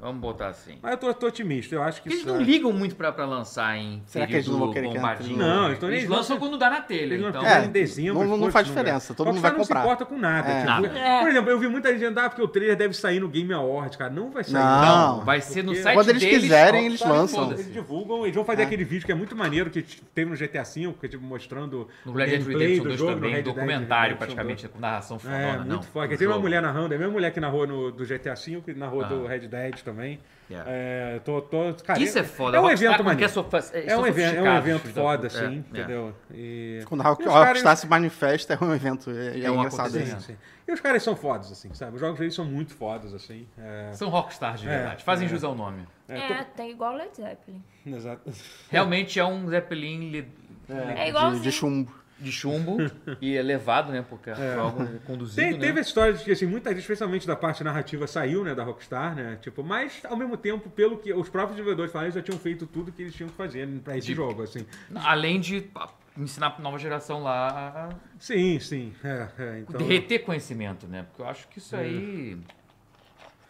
[SPEAKER 4] Vamos botar assim.
[SPEAKER 2] Mas eu tô, tô otimista, eu acho que
[SPEAKER 4] Eles
[SPEAKER 2] isso
[SPEAKER 4] não
[SPEAKER 2] é-
[SPEAKER 4] ligam muito pra, pra lançar em
[SPEAKER 3] Será que eles
[SPEAKER 4] período
[SPEAKER 3] não vão querer que
[SPEAKER 4] bombadinho.
[SPEAKER 3] entre no-
[SPEAKER 2] Não, então
[SPEAKER 4] eles
[SPEAKER 2] eles
[SPEAKER 4] lançam
[SPEAKER 2] lançam-
[SPEAKER 4] quando dá na telha.
[SPEAKER 2] Ele não
[SPEAKER 4] Então,
[SPEAKER 2] tem
[SPEAKER 3] É,
[SPEAKER 2] em dezembro.
[SPEAKER 3] não- não
[SPEAKER 2] foda-se,
[SPEAKER 3] faz
[SPEAKER 2] vai.
[SPEAKER 3] diferença, todo
[SPEAKER 2] Só que
[SPEAKER 3] mundo vai
[SPEAKER 2] os caras
[SPEAKER 3] comprar.
[SPEAKER 2] Não se importa com nada.
[SPEAKER 3] É.
[SPEAKER 2] tipo,
[SPEAKER 4] Nada.
[SPEAKER 1] É.
[SPEAKER 2] Por exemplo, eu vi muita gente andar porque o trailer deve sair no Game Awards, cara. Não vai sair.
[SPEAKER 3] Não.
[SPEAKER 4] vai ser no
[SPEAKER 2] Porque-
[SPEAKER 4] site
[SPEAKER 3] Quando eles
[SPEAKER 4] deles,
[SPEAKER 3] quiserem, eles
[SPEAKER 4] sabe,
[SPEAKER 3] lançam.
[SPEAKER 4] foda-se.
[SPEAKER 2] Eles divulgam, eles vão fazer
[SPEAKER 3] É.
[SPEAKER 2] aquele vídeo que é muito maneiro, que t- teve no GTA V, que é, tipo, mostrando
[SPEAKER 4] No Red Dead
[SPEAKER 2] gameplay
[SPEAKER 4] Redemption
[SPEAKER 2] do
[SPEAKER 4] 2
[SPEAKER 2] jogo, no
[SPEAKER 4] também,
[SPEAKER 2] Red Dead
[SPEAKER 4] documentário
[SPEAKER 2] Redemption
[SPEAKER 4] praticamente, com narração
[SPEAKER 2] dois.
[SPEAKER 4] fodona,
[SPEAKER 2] É,
[SPEAKER 4] não.
[SPEAKER 2] muito foda.
[SPEAKER 4] do
[SPEAKER 2] Teve uma
[SPEAKER 4] jogo.
[SPEAKER 2] mulher narrando, é a mesma mulher que narrou no, do GTA V, que narrou do Red Dead também.
[SPEAKER 4] Yeah.
[SPEAKER 2] É, tô, tô, cara,
[SPEAKER 4] Isso é foda.
[SPEAKER 2] É um
[SPEAKER 4] Rockstar
[SPEAKER 2] evento
[SPEAKER 4] não
[SPEAKER 2] maneiro.
[SPEAKER 4] quer sofa-
[SPEAKER 2] É um evento, é um
[SPEAKER 4] sofisticados,
[SPEAKER 2] evento
[SPEAKER 4] filho da
[SPEAKER 2] foda,
[SPEAKER 4] puta.
[SPEAKER 2] assim,
[SPEAKER 4] É, é.
[SPEAKER 2] entendeu? E...
[SPEAKER 3] Quando a Rock-
[SPEAKER 2] e
[SPEAKER 3] a
[SPEAKER 2] os
[SPEAKER 3] Rockstar
[SPEAKER 2] caras-
[SPEAKER 3] se manifesta, é um evento. É, é
[SPEAKER 4] um
[SPEAKER 3] engraçado
[SPEAKER 4] acontecimento.
[SPEAKER 3] isso.
[SPEAKER 2] Sim, sim. E os caras são fodas, assim, sabe? Os jogos deles são muito fodas, assim. É,
[SPEAKER 4] São rockstars de
[SPEAKER 2] É,
[SPEAKER 4] verdade. Fazem
[SPEAKER 2] é.
[SPEAKER 4] jus ao nome.
[SPEAKER 1] É, tem igual Led Zeppelin.
[SPEAKER 2] tô- Exato.
[SPEAKER 4] Realmente é um Zeppelin li-
[SPEAKER 1] É,
[SPEAKER 3] De,
[SPEAKER 1] igualzinho.
[SPEAKER 3] de chumbo.
[SPEAKER 4] de chumbo e elevado, né? Porque é algo conduzido,
[SPEAKER 2] Tem-
[SPEAKER 4] né?
[SPEAKER 2] Teve a história de que, assim, muita gente, especialmente da parte narrativa, saiu, né, da Rockstar, né? Tipo, mas, ao mesmo tempo, pelo que os próprios desenvolvedores falaram, eles já tinham feito tudo que eles tinham que fazer pra esse
[SPEAKER 4] De-
[SPEAKER 2] jogo, assim.
[SPEAKER 4] Além de pá, ensinar pra nova geração lá a
[SPEAKER 2] Sim, sim. É, é, então... É.
[SPEAKER 4] derreter conhecimento, né? Porque eu acho que isso aí...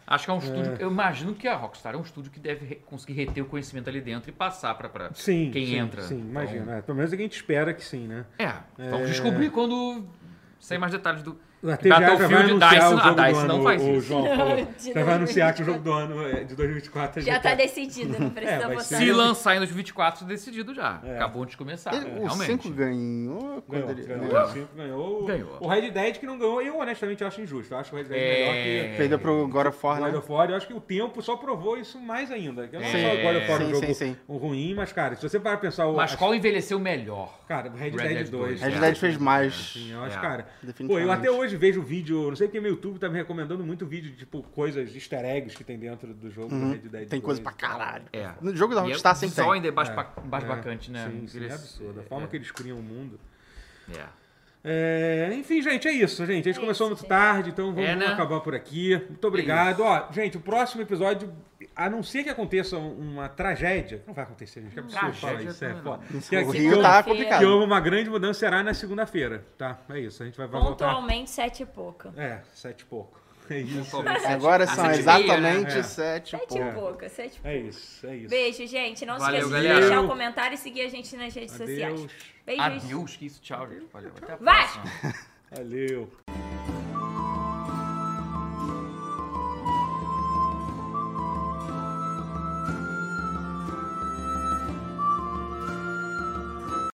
[SPEAKER 4] Acho que é um estúdio... Eu imagino que a Rockstar é um estúdio que deve re- conseguir reter o conhecimento ali dentro e passar pra, pra
[SPEAKER 2] Sim,
[SPEAKER 4] quem
[SPEAKER 2] sim,
[SPEAKER 4] entra.
[SPEAKER 2] Sim,
[SPEAKER 4] Então,
[SPEAKER 2] imagina. é, pelo menos a gente espera que sim, né?
[SPEAKER 4] É, vamos descobrir quando sair mais detalhes do.
[SPEAKER 2] A TGA já vai anunciar
[SPEAKER 4] Dice,
[SPEAKER 2] o jogo
[SPEAKER 4] a
[SPEAKER 2] do
[SPEAKER 4] Dice
[SPEAKER 2] ano,
[SPEAKER 4] não faz
[SPEAKER 2] o
[SPEAKER 4] isso.
[SPEAKER 2] João falou.
[SPEAKER 1] De
[SPEAKER 2] Já vai anunciar que o jogo do ano é de 2024 é
[SPEAKER 1] Já tá
[SPEAKER 2] GTA.
[SPEAKER 1] decidido, não
[SPEAKER 2] É,
[SPEAKER 1] precisa um
[SPEAKER 2] vai
[SPEAKER 1] votar.
[SPEAKER 2] ser-
[SPEAKER 4] Se lançar em 2024, decidido já.
[SPEAKER 2] É.
[SPEAKER 4] Acabou de começar. né?
[SPEAKER 3] Ele- o
[SPEAKER 4] realmente.
[SPEAKER 3] 5 ganhou oh, quando
[SPEAKER 2] Ah, Ganhou,
[SPEAKER 3] ele.
[SPEAKER 2] ganhou,
[SPEAKER 3] ganhou.
[SPEAKER 2] o Chico ganhou.
[SPEAKER 4] Ganhou.
[SPEAKER 2] O Red Dead que não ganhou, eu honestamente acho injusto. Eu acho o Red Dead melhor que
[SPEAKER 4] É.
[SPEAKER 3] Perdeu pro God of
[SPEAKER 2] o
[SPEAKER 3] War,
[SPEAKER 2] God
[SPEAKER 3] né?
[SPEAKER 2] of War. Eu acho que o tempo só provou isso mais ainda. Eu não
[SPEAKER 4] É.
[SPEAKER 2] é. só o God of War é um
[SPEAKER 3] Sim,
[SPEAKER 2] jogo
[SPEAKER 3] sim, sim.
[SPEAKER 2] ruim, mas, cara, se você parar pra pensar... o-
[SPEAKER 4] Mas
[SPEAKER 2] acho-
[SPEAKER 4] qual envelheceu melhor?
[SPEAKER 2] Cara, o Red,
[SPEAKER 4] Red
[SPEAKER 2] Dead, 2.
[SPEAKER 4] Dead 2,
[SPEAKER 3] Red
[SPEAKER 2] cara.
[SPEAKER 3] Dead fez mais.
[SPEAKER 2] Assim, eu acho,
[SPEAKER 4] É.
[SPEAKER 2] cara. Pô,
[SPEAKER 3] Definitivamente.
[SPEAKER 2] eu até hoje vejo vídeo, não sei porque meu YouTube tá me recomendando muito vídeo de tipo coisas easter eggs que tem dentro do jogo do Red Dead
[SPEAKER 3] Uhum. Tem coisa
[SPEAKER 2] 2
[SPEAKER 3] pra
[SPEAKER 2] e tal.
[SPEAKER 3] caralho.
[SPEAKER 4] É.
[SPEAKER 3] No jogo da
[SPEAKER 4] E é
[SPEAKER 3] Rockstar sempre
[SPEAKER 4] Só
[SPEAKER 3] tem.
[SPEAKER 4] ainda é baixo,
[SPEAKER 2] É.
[SPEAKER 4] pa- baixo
[SPEAKER 2] É.
[SPEAKER 4] bacante, né?
[SPEAKER 2] Sim, sim, é
[SPEAKER 4] Envelhece-
[SPEAKER 2] absurdo. A forma
[SPEAKER 4] é.
[SPEAKER 2] que eles criam o mundo.
[SPEAKER 4] É.
[SPEAKER 2] É, enfim, gente, é isso, gente. A gente
[SPEAKER 1] É
[SPEAKER 2] começou
[SPEAKER 1] isso,
[SPEAKER 2] muito
[SPEAKER 1] gente.
[SPEAKER 2] tarde, então vamos,
[SPEAKER 4] É, né?
[SPEAKER 2] vamos acabar por aqui. Muito obrigado. Ó, gente, o próximo episódio, a não ser que aconteça um, uma tragédia, não vai acontecer, gente, que absurdo
[SPEAKER 4] Tragédia
[SPEAKER 2] falar isso, é
[SPEAKER 1] né?
[SPEAKER 4] também né?
[SPEAKER 2] foda. Que,
[SPEAKER 3] O
[SPEAKER 2] que-
[SPEAKER 3] Rio
[SPEAKER 2] que-
[SPEAKER 3] tá
[SPEAKER 1] Segunda-feira.
[SPEAKER 2] que
[SPEAKER 3] complicado.
[SPEAKER 2] houve uma grande mudança será na segunda-feira, tá? É isso, a gente vai, vai voltar.
[SPEAKER 1] Pontualmente, sete e pouco.
[SPEAKER 2] É, sete e pouco. É isso.
[SPEAKER 4] Pontualmente.
[SPEAKER 3] Agora
[SPEAKER 4] Sete
[SPEAKER 3] são
[SPEAKER 4] e meia,
[SPEAKER 2] né? É.
[SPEAKER 3] exatamente 7
[SPEAKER 1] Sete e né?
[SPEAKER 3] pontos.
[SPEAKER 1] pouco, sete e pouco.
[SPEAKER 2] É isso, é isso.
[SPEAKER 1] Beijo, gente. Não
[SPEAKER 4] Valeu,
[SPEAKER 1] se esqueça
[SPEAKER 4] galera.
[SPEAKER 1] de deixar um comentário e seguir a gente nas redes sociais.
[SPEAKER 2] Adeus.
[SPEAKER 1] Beijos.
[SPEAKER 4] Adeus, que isso. Tchau, gente. Valeu. Até a
[SPEAKER 1] Vai!
[SPEAKER 4] próxima.
[SPEAKER 2] Valeu.